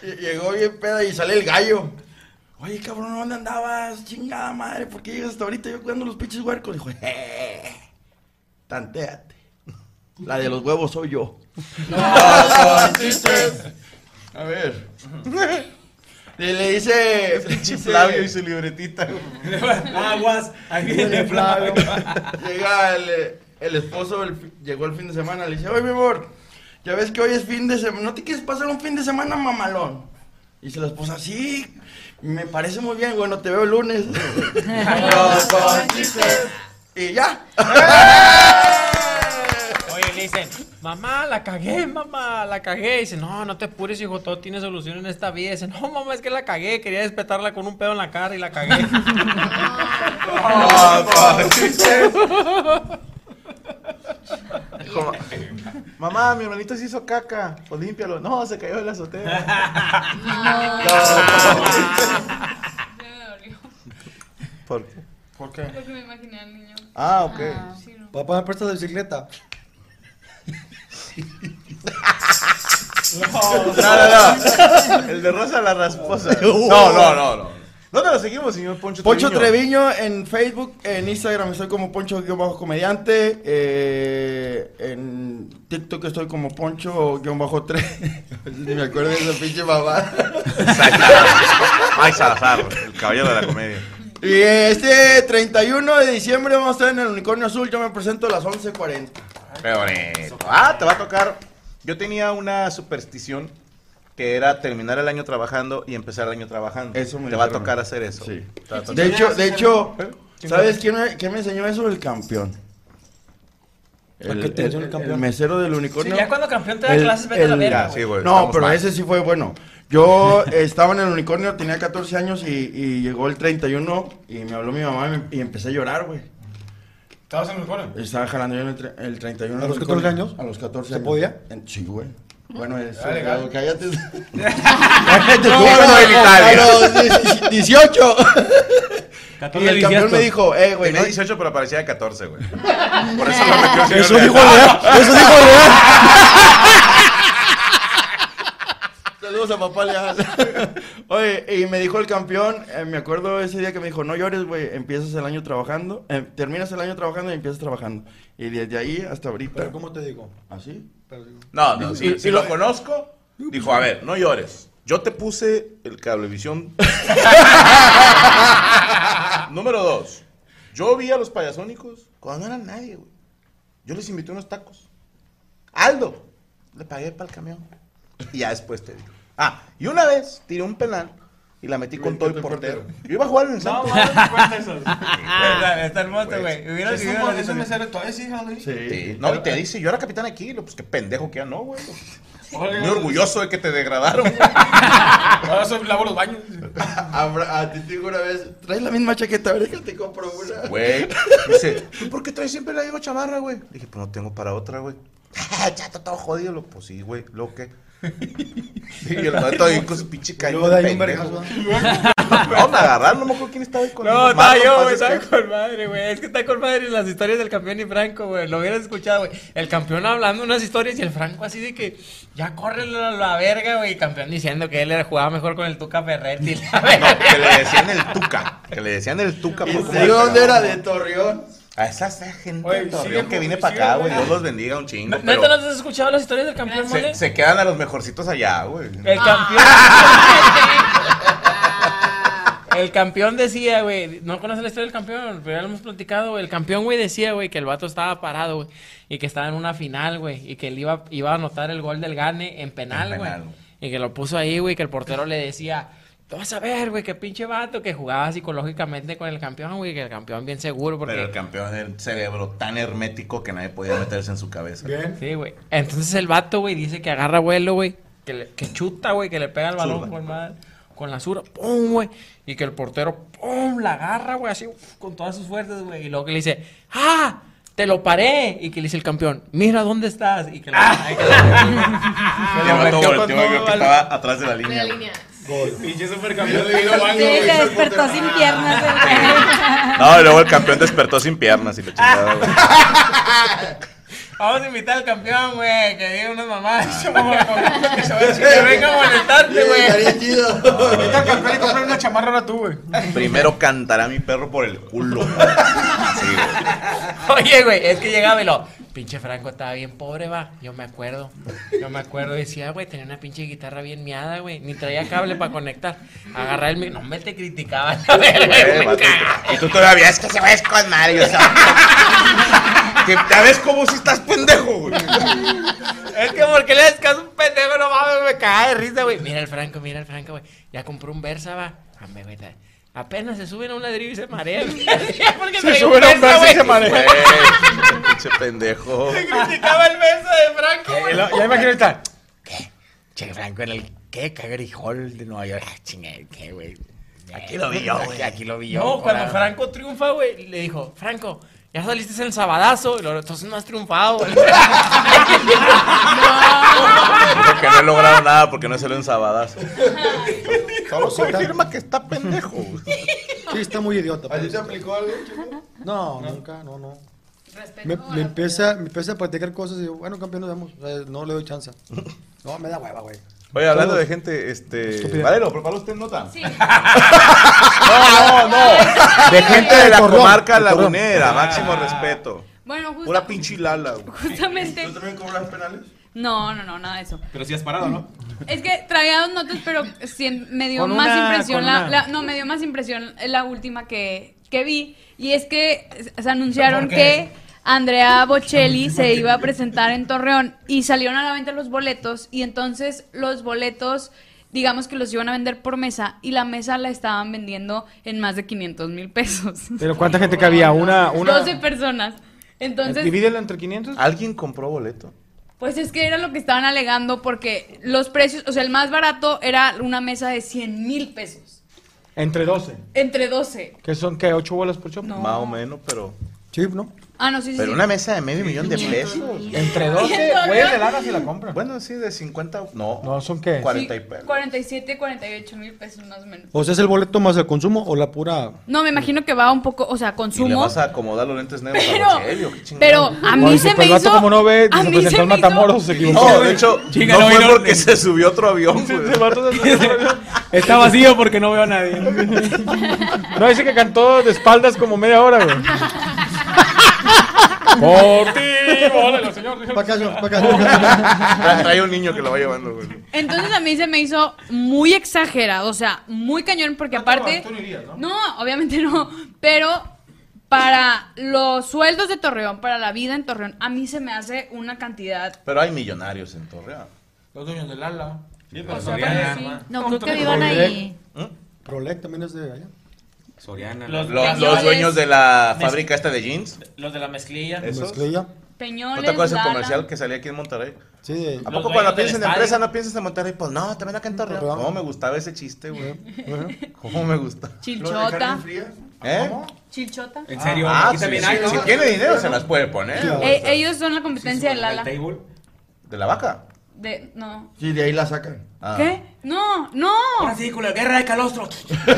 S8: Lle- Llegó bien peda y sale el gallo. Oye, cabrón, ¿dónde andabas? Chingada madre, ¿por qué llegas hasta ahorita yo cuidando los pinches huercos? Dijo, eh, tanteate. La de los huevos soy yo. Ah, A ver. Le, le dice. dice-
S4: Flavio y su libretita.
S8: Aguas,
S4: ahí viene Flavio.
S8: Llega el, el esposo, el fi- llegó el fin de semana, le dice, oye, mi amor, ya ves que hoy es fin de semana, ¿no te quieres pasar un fin de semana mamalón? Y dice la esposa, sí, me parece muy bien, bueno, te veo el lunes. y ya.
S11: ¡Eh! Oye, le dicen, mamá, la cagué, mamá, la cagué. Y dice, no, no te apures, hijo, todo tiene solución en esta vida. Y dice, no, mamá, es que la cagué, quería despertarla con un pedo en la cara y la cagué.
S4: Como, Mamá, mi hermanito se hizo caca. Pues límpialo. No, se cayó de la azotea.
S13: ¿Por qué?
S12: ¿Por qué?
S14: Porque me imaginé al niño.
S13: Ah, ok.
S14: Sí, no.
S13: Papá, ¿me prestas la bicicleta?
S4: No, no, no. El de Rosa la Rasposa. No, no, no, no. ¿Dónde lo seguimos, señor Poncho
S8: Poncho
S4: Treviño?
S8: Treviño en Facebook, en Instagram estoy como Poncho-comediante, eh, en TikTok estoy como Poncho-3. Ni me acuerdo de esa pinche mamá.
S4: Mike Salazar, el caballero de la comedia.
S8: Y este 31 de diciembre vamos a estar en el Unicornio Azul. Yo me presento a las 11.40.
S4: Qué bonito. Ah, te va a tocar. Yo tenía una superstición que era terminar el año trabajando y empezar el año trabajando. Eso Te va a
S8: dijeron.
S4: tocar hacer eso. Te va a tocar.
S8: De hecho, de hecho,
S13: ¿Eh?
S8: ¿sabes quién me, quién me enseñó eso? El campeón. El,
S13: qué te enseñó el campeón?
S8: mesero del unicornio.
S11: Sí, ya cuando campeón te da clases, vete a la verga,
S8: Ah,
S11: güey.
S8: güey,
S11: No,
S8: No,
S11: estamos
S8: pero
S11: mal.
S8: ese sí fue bueno. Yo estaba en el unicornio, tenía 14 años y, y llegó el 31 y me habló mi mamá y, me- y empecé a llorar, güey.
S12: ¿Estabas en el unicornio?
S8: Estaba jalando yo en el, tre- el 31.
S13: ¿A los 14
S8: unicornio.
S13: años?
S8: A los 14
S13: ¿Se
S8: años.
S13: podía?
S8: En- sí, güey. Bueno, es
S13: Ah, legal.
S8: eh, cállate.
S13: No,
S8: bueno,
S13: en Italia.
S8: A los 18. Y el campeón me dijo, eh, güey,
S4: Tenía
S8: no-
S4: 18, pero parecía de 14, güey.
S8: Por
S4: eso lo metió el señor
S13: Eso
S4: Leal.
S13: dijo Leal, eso dijo
S8: Saludos a papá Leal. Oye, y me dijo el campeón, eh, me acuerdo ese día que me dijo, no llores, güey, empiezas el año trabajando, eh, terminas el año trabajando y empiezas trabajando. Y desde ahí hasta ahorita.
S13: ¿Pero cómo te digo?
S8: ¿Así?
S4: No, no, sí,
S8: Y-
S4: sí
S8: y
S4: lo conozco. Dijo, a ver, no llores. Yo te puse el cablevisión. Número dos. Yo vi a los payasónicos cuando no eran nadie, güey. Yo les invité unos tacos. Aldo, le pagué para el camión. Y ya después te digo. Ah, y una vez tiré un penal y la metí con todo el portero. Yo iba a jugar en el Santos.
S12: Está está hermoso, güey. Hubiera
S4: Pues, Es un
S12: vivido
S4: buen-
S12: la
S4: es
S12: situación.
S4: un mesero,
S12: todavía sí, Halloween.
S4: Sí. No, y te dice, yo era capitán aquí. Lo, Pues qué pendejo que ya no, güey.
S12: Oiga.
S4: Muy orgulloso de que te degradaron. güey.
S12: Ahora soy lavo los baños.
S8: Abra- a ti te digo una vez, traes la misma chaqueta, a ver que te compro una.
S4: Güey. Dice, ¿tú por qué traes siempre la misma chamarra, güey? Le dije, pues no tengo para otra, güey. Chato, todo jodido. Lo, pues sí, güey. ¿Lo qué? Sí, y el vato ahí con su pinche cañón.
S13: Luego de ahí un
S4: pendejo. No, me agarraron, no me acuerdo quién estaba ahí conmigo.
S12: No, estaba
S4: Marlon
S12: yo, güey,
S4: Paz
S12: estaba
S4: Espejo.
S12: con madre, güey. Es que está con madre las historias del campeón y Franco, güey. Lo hubieras escuchado, güey. El campeón hablando unas historias y el Franco así de que ya corre la, la verga, güey. El campeón diciendo que él era- jugaba mejor con el Tuca Ferretti. la verga.
S4: No, que le decían el tuca. Que le decían el tuca. por cómo
S8: ¿De
S4: le
S8: dónde era?
S4: pegaba.
S8: ¿De Torreón?
S4: A esa sea gente
S8: Oye,
S4: de Torreón
S8: sigue,
S4: que viene
S8: sigue,
S4: para acá, güey.
S8: güey.
S4: Dios los bendiga un chingo. pero
S11: ¿Neta no has escuchado las historias del campeón,
S4: se,
S11: mole?
S4: se quedan a los mejorcitos allá, güey.
S11: El campeón. El campeón decía, güey, no conoces la historia del campeón, pero ya lo hemos platicado, güey. El campeón, güey, decía, güey, que el vato estaba parado, güey, y que estaba en una final, güey, y que él iba, iba a anotar el gol del Gane en penal,
S4: En
S11: güey.
S4: penal.
S11: Y que lo puso ahí, güey, que el portero le decía, tú vas a ver, güey, que pinche vato que jugaba psicológicamente con el campeón, güey, que el campeón bien seguro, porque
S4: Pero el campeón es el cerebro tan hermético que nadie podía meterse en su cabeza.
S11: Sí, güey. Entonces el vato, güey, dice que agarra vuelo, güey. Que, le- que chuta, güey, que le pega el balón
S4: Zurda.
S11: con, madre- con la zurda. ¡Pum, güey! Y que el portero, ¡pum! La agarra, güey, así, uf, con todas sus fuerzas, güey. Y luego que le dice, ¡ah! ¡Te lo paré! Y que le dice el campeón, ¡mira dónde estás! Y que lo,
S6: Ah.
S11: y que lo-
S4: Y el vato
S11: metió con
S4: volteó y vio
S11: todo,
S4: que
S11: vale.
S4: estaba atrás de la línea. güey.
S21: Pinche
S4: Yo le digo al
S6: Sí, se despertó sin piernas. el güey.
S4: No, y luego el campeón despertó sin piernas y la chingada, güey.
S12: Vamos a invitar al campeón, güey, que diga unas mamás.
S6: Ah.
S12: Que venga a molestarte, güey.
S8: Estaría chido.
S12: Ahorita al campeón y comprar una chamarra ahora tú, güey.
S4: Primero cantará mi perro por el culo.
S11: Oye, güey, es que llegaba y lo. Pinche Franco estaba bien pobre, va. Yo me acuerdo. Yo me acuerdo. Decía, güey, tenía una pinche guitarra bien miada, güey. Ni traía cable para conectar. Agarrar el mic. No me te criticaban. A ver,
S4: Güey, vato, y tú todavía es que se ves con Mario. Que ya ves como si estás pendejo, güey.
S11: Es que porque le das caso a un pendejo, no mames, me cagaba de risa, güey. Mira el Franco, mira el Franco, güey. Ya compró un Versa, va. Hombre, güey, ta- Apenas se suben a un ladrillo y se marean. porque traía un Versa, güey.
S4: Güey, Pinche pendejo.
S11: Criticaba el Versa de Franco, güey.
S21: Ya imagino está.
S12: Che, Franco, en el qué cagrijol de Nueva York. Ah, chingue, qué, güey.
S11: Aquí lo vi yo, güey.
S12: Aquí lo vi yo.
S11: No, cuando
S12: Franco.
S11: Franco triunfa, güey, le dijo, Franco, ya saliste en el sabadazo, y luego, entonces no has triunfado, güey.
S4: Porque no he logrado nada porque no salió en sabadazo. Solo confirma que está pendejo. güey.
S13: Sí, está muy idiota.
S8: ¿A ti te aplicó algo, chico?
S13: No, nunca, no, no. Me, me empieza, me empieza a platicar cosas y digo, bueno, campeón, nos vemos. O sea, no le doy chance. No, me da hueva, güey.
S4: Oye, hablando
S13: Saludos.
S4: de gente, este.
S13: Estúpida.
S4: Valero, ¿prepara usted nota? Sí. No, no, no. De gente de la
S13: El corrón,
S4: comarca
S13: el corrón.
S4: lagunera,
S13: Ah.
S4: máximo respeto.
S14: Bueno, justo-
S4: Pura pinche lala, güey.
S14: justamente.
S8: ¿Tú también cobras penales?
S14: No, no, no, nada de eso.
S16: Pero sí has parado, ¿no?
S14: Es que traía dos notas, pero sí, me dio
S16: Con
S14: más
S16: una-
S14: impresión
S16: con
S14: la,
S16: una.
S14: la- no me dio más impresión la última que, que vi y es que se anunciaron
S6: ¿Por qué?
S14: que Andrea Bocelli se iba a presentar en Torreón y salieron a la venta los boletos y entonces los boletos digamos que los iban a vender por mesa y la mesa la estaban vendiendo en más de 500 mil pesos.
S3: Pero ¿cuánta gente cabía? Una, una.
S14: 12 personas. Entonces,
S3: Divídelo entre 500.
S4: ¿Alguien compró boleto?
S14: pues es que era lo que estaban alegando porque los precios, o sea, el más barato era una mesa de 100 mil pesos.
S3: Entre 12.
S14: Entre 12.
S3: ¿Qué son? ¿Qué? ¿8 bolas por show?
S4: Más o menos, pero.
S13: Sí, ¿no?
S14: Ah, no, sí, sí.
S4: Pero
S14: sí.
S4: una mesa de medio millón de pesos.
S3: Entre
S14: 12, güeyes de lana
S4: lana
S14: se
S3: la compra.
S4: Bueno, sí, de 50. No.
S3: No, ¿son qué?
S4: 40 y pesos.
S14: 47, 48 mil pesos más o menos.
S13: O sea, ¿es el boleto más el consumo o la pura...?
S14: No, me imagino que va un poco, o sea,
S4: Y le
S14: consumo.
S4: vas a acomodar los lentes negros
S14: Pero-
S4: a Bocelli, ¿o qué chingado?
S14: Pero a mí
S4: Oye,
S14: se
S4: pues,
S14: me
S4: el vato
S14: hizo.
S4: como no ve,
S14: a
S4: se
S14: mí se
S4: presentó
S14: me
S4: en Matamoros,
S14: hizo.
S4: se equivocó. No, de hecho, no fue porque se subió otro avión.
S21: Está vacío porque no veo a nadie. No, dice que cantó de espaldas como media hora, güey. Por ti, órale, señor.
S4: Tra- Trae un niño que lo va llevando, güey.
S14: Entonces a mí se me hizo muy exagerado, o sea, muy cañón, porque aparte. ¿no? obviamente no. Pero para los sueldos de Torreón, para la vida en Torreón, a mí se me hace una cantidad.
S4: Pero hay millonarios en Torreón.
S3: Los dueños del ala.
S4: pero
S14: Soriana.
S6: No, creo que vivan ahí.
S4: ¿Eh?
S13: Prolec también es de allá.
S16: Soriana.
S4: Los,
S13: Los-
S4: los dueños de la
S13: Mez-
S4: fábrica esta de jeans.
S11: Los de la mezclilla.
S4: ¿Esos?
S14: Peñoles.
S4: ¿No te acuerdas el
S14: Lala.
S4: comercial que salía aquí en Monterrey?
S13: Sí.
S4: ¿A
S13: Los
S4: poco
S13: dueños
S4: cuando
S13: del
S4: piensas en
S13: estadio.
S4: empresa no piensas en Monterrey? Pues no, también acá en Torreón. ¿Cómo me gustaba ese chiste, güey? ¿Cómo me gusta?
S14: Chilchota.
S4: ¿Eh?
S14: Chilchota.
S4: ¿En
S16: serio?
S4: Ah,
S16: Aquí
S4: sí,
S16: también
S4: sí,
S16: hay, ¿no?
S4: Si tiene dinero se las puede poner.
S14: Eh,
S4: o sea.
S14: ellos son la competencia de Lala.
S4: ¿De la vaca?
S14: De, no.
S8: Sí, de ahí la sacan.
S4: Ah.
S13: Ah.
S14: ¿Qué? No, no.
S11: guerra de calostro.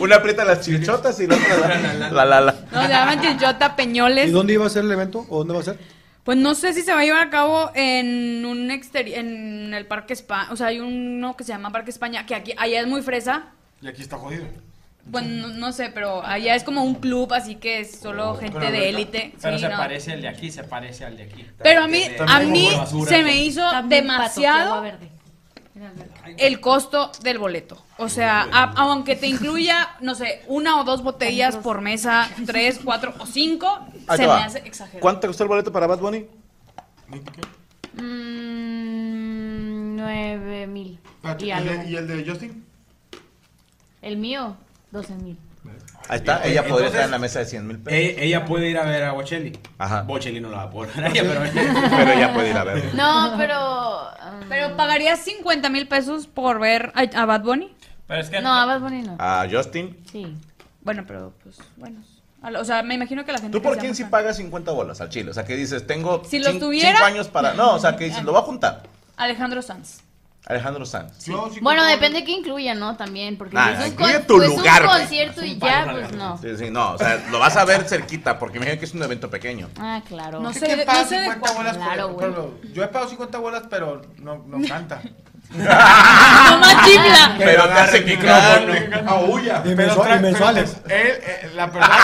S4: Una aprieta las chilchotas y la otra la la la. la.
S14: No, se llaman Chilchota
S13: ¿Y
S14: Peñoles.
S13: dónde iba a ser el evento? ¿O dónde va a ser?
S14: Pues no sé si se va a llevar a cabo en un exterior, en el Parque España, o sea, hay uno que se llama Parque España, que aquí, allá es muy fresa,
S3: Y aquí está jodido.
S14: bueno, no, no sé, pero allá es como un club, así que es solo gente de élite.
S11: Pero
S14: sí,
S11: se
S14: no.
S11: parece al de aquí, se parece al de aquí.
S14: Pero a mí, a
S11: También tiene-
S14: mí
S11: basura. pues.
S14: se me hizo
S6: También
S14: demasiado
S6: pato que agua
S14: el costo del boleto. O sea, a- aunque te incluya, no sé, una o dos botellas por mesa, tres, cuatro o cinco, se
S4: Ahí te
S14: me
S4: va.
S14: hace exagerado.
S4: ¿Cuánto te costó el boleto para Bad Bunny?
S5: Mm, nueve mil.
S12: Espérate,
S5: Y
S12: ¿y el de-
S5: algo.
S12: ¿Y el de Justin?
S5: El mío, doce mil.
S4: Ahí está,
S16: Entonces,
S4: ella podría estar en la mesa de 100 mil pesos.
S9: e-,
S16: Ella, ella puede ir a ver a Bocelli.
S4: Ajá.
S16: Bocelli no la va a poder ver a ella, pero...
S4: Pero ella puede ir a verlo.
S14: No, pero. um, ¿Pero pagarías 50 mil pesos por ver a, a Bad Bunny?
S11: Pero es que.
S14: No, a Bad Bunny no.
S4: A Justin.
S14: Sí. Bueno, pero pues, bueno. A lo- O sea, me imagino que la gente.
S4: ¿Tú por
S14: que
S4: quién
S14: se
S4: si
S14: llama-
S4: pagas 50 bolas al chile? O sea, que dices, tengo
S14: Si lo
S4: 5
S14: tuviera- Ah.
S4: años para... No, o sea, que dices, lo voy a juntar.
S14: Alejandro Sanz.
S4: Alejandro Sanz.
S5: Bueno, depende de qué incluya, ¿no? También, porque
S4: Nah,
S5: si es un,
S4: incluye
S5: con-
S4: tu
S5: pues,
S4: lugar,
S5: un
S4: güey.
S5: concierto y ya, pues no.
S4: Sí, sí, no, o sea, lo vas a ver cerquita, porque imagino que es un evento pequeño.
S5: Ah, claro.
S14: No
S3: ¿Qué-
S14: sé,
S3: quién
S14: de-
S3: paga
S14: no sé de
S3: 50 bolas por-
S5: Claro, güey.
S3: pero yo he pagado 50 bolas, pero no, no canta. Ah,
S14: ¡No más chifla!
S4: Pero te hace
S3: micrófono. Aúlla.
S13: Y
S3: Ah, Pero
S13: mensua-
S3: trae-
S13: y mensuales.
S3: pero te- él, eh, la persona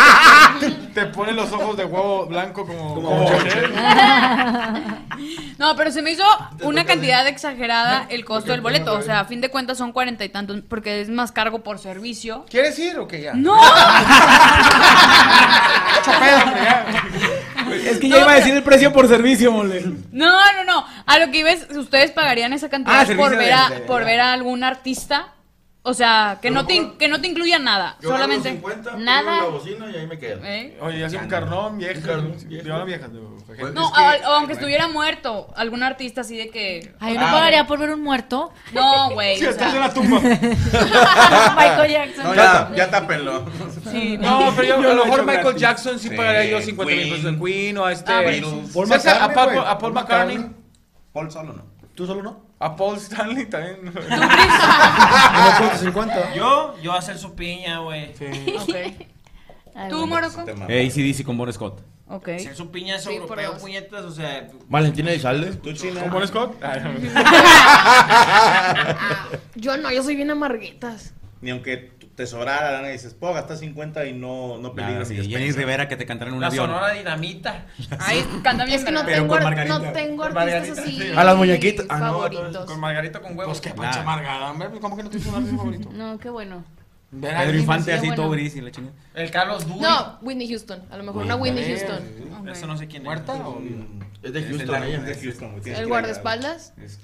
S3: que te pone los ojos de huevo blanco como... como Bocelli.
S14: No, pero se me hizo una cantidad exagerada el costo del boleto. O sea, a fin de cuentas son cuarenta y tantos, porque es más cargo por servicio.
S3: ¿Quieres ir o qué ya?
S14: ¡No!
S21: Es que ya iba a decir el precio por servicio, mole.
S14: No, no, no. A lo que ibas, ustedes pagarían esa cantidad
S21: Ah,
S14: por
S21: servicio
S14: ver
S21: de-
S14: a,
S21: de-
S14: por ver a algún artista. O sea, que no te in- que no te incluya nada,
S8: Yo
S14: solamente
S8: agarro 50, pongo
S14: nada.
S8: La bocina y ahí me quedo.
S14: ¿Eh?
S3: Oye, hace un carnón vieja. Digo, la vieja. digo, gente.
S14: No, a- o aunque estuviera muerto, algún artista así de que
S6: Ay,
S9: Ah,
S6: ¿no pagaría por ver un muerto?
S14: No, güey.
S6: Ah, Sí,
S14: o
S6: estás
S14: sea.
S6: en la tumba. Michael Jackson.
S4: No, ya, ya tápenlo.
S14: Sí.
S3: No, pero yo,
S21: Yo lo
S3: a lo
S21: he
S3: mejor
S21: hecho
S3: Michael
S21: gratis.
S3: Jackson sí,
S21: Sí,
S3: pagaría yo 50 mil pesos en Queen o a este.
S21: Ah, bueno. Paul
S3: ¿Sabes a-
S21: McCartney,
S3: a, Paul,
S21: güey.
S3: a Paul
S21: Paul
S3: McCartney.
S4: Paul solo no.
S13: ¿Tú solo no?
S3: A Paul Stanley también.
S11: Yo, yo hacer su piña, güey.
S14: ¿Tú, Moroco?
S16: ACDC con Bon Scott.
S14: Ok.
S11: Hacer su piña es
S14: Sí, por
S11: europeo,
S14: dos.
S11: puñetas, o sea.
S8: Valentina Elizalde.
S4: ¿Tú, China?
S3: ¿Con Bon Scott? Ay,
S7: Ah,
S18: Yo no, yo soy bien amarguetas.
S4: ni aunque te sobrara la lana y dices, puedo gastar 50 y no,
S9: Nada,
S4: no peligro.
S9: sí,
S4: ni despensa".
S9: Jenny Rivera que te cantaron en un
S11: La
S9: avión.
S11: sonora dinamita.
S14: Ahí canta bien.
S11: Es que
S14: no
S9: Pero tengo con ar- Margarita.
S14: no tengo
S11: artistas así
S9: A las muñequitas. Ah, no,
S11: favoritos. Con Margarita con huevos.
S9: Pues qué pancha
S11: amargada, ¿Cómo que no tienes un artista favorito?
S5: No, qué bueno.
S9: Pedro Infante así todo
S11: gris.
S9: gris y la chingada. Pues,
S11: El Carlos Duri.
S18: No, Whitney Houston. A lo mejor una Whitney Houston.
S9: Eso no sé quién es.
S11: ¿Muerta
S9: o...?
S4: Es de
S9: Houston, ella.
S4: Es de Houston. güey, tienes
S18: El
S4: que
S18: guardaespaldas.
S4: Es,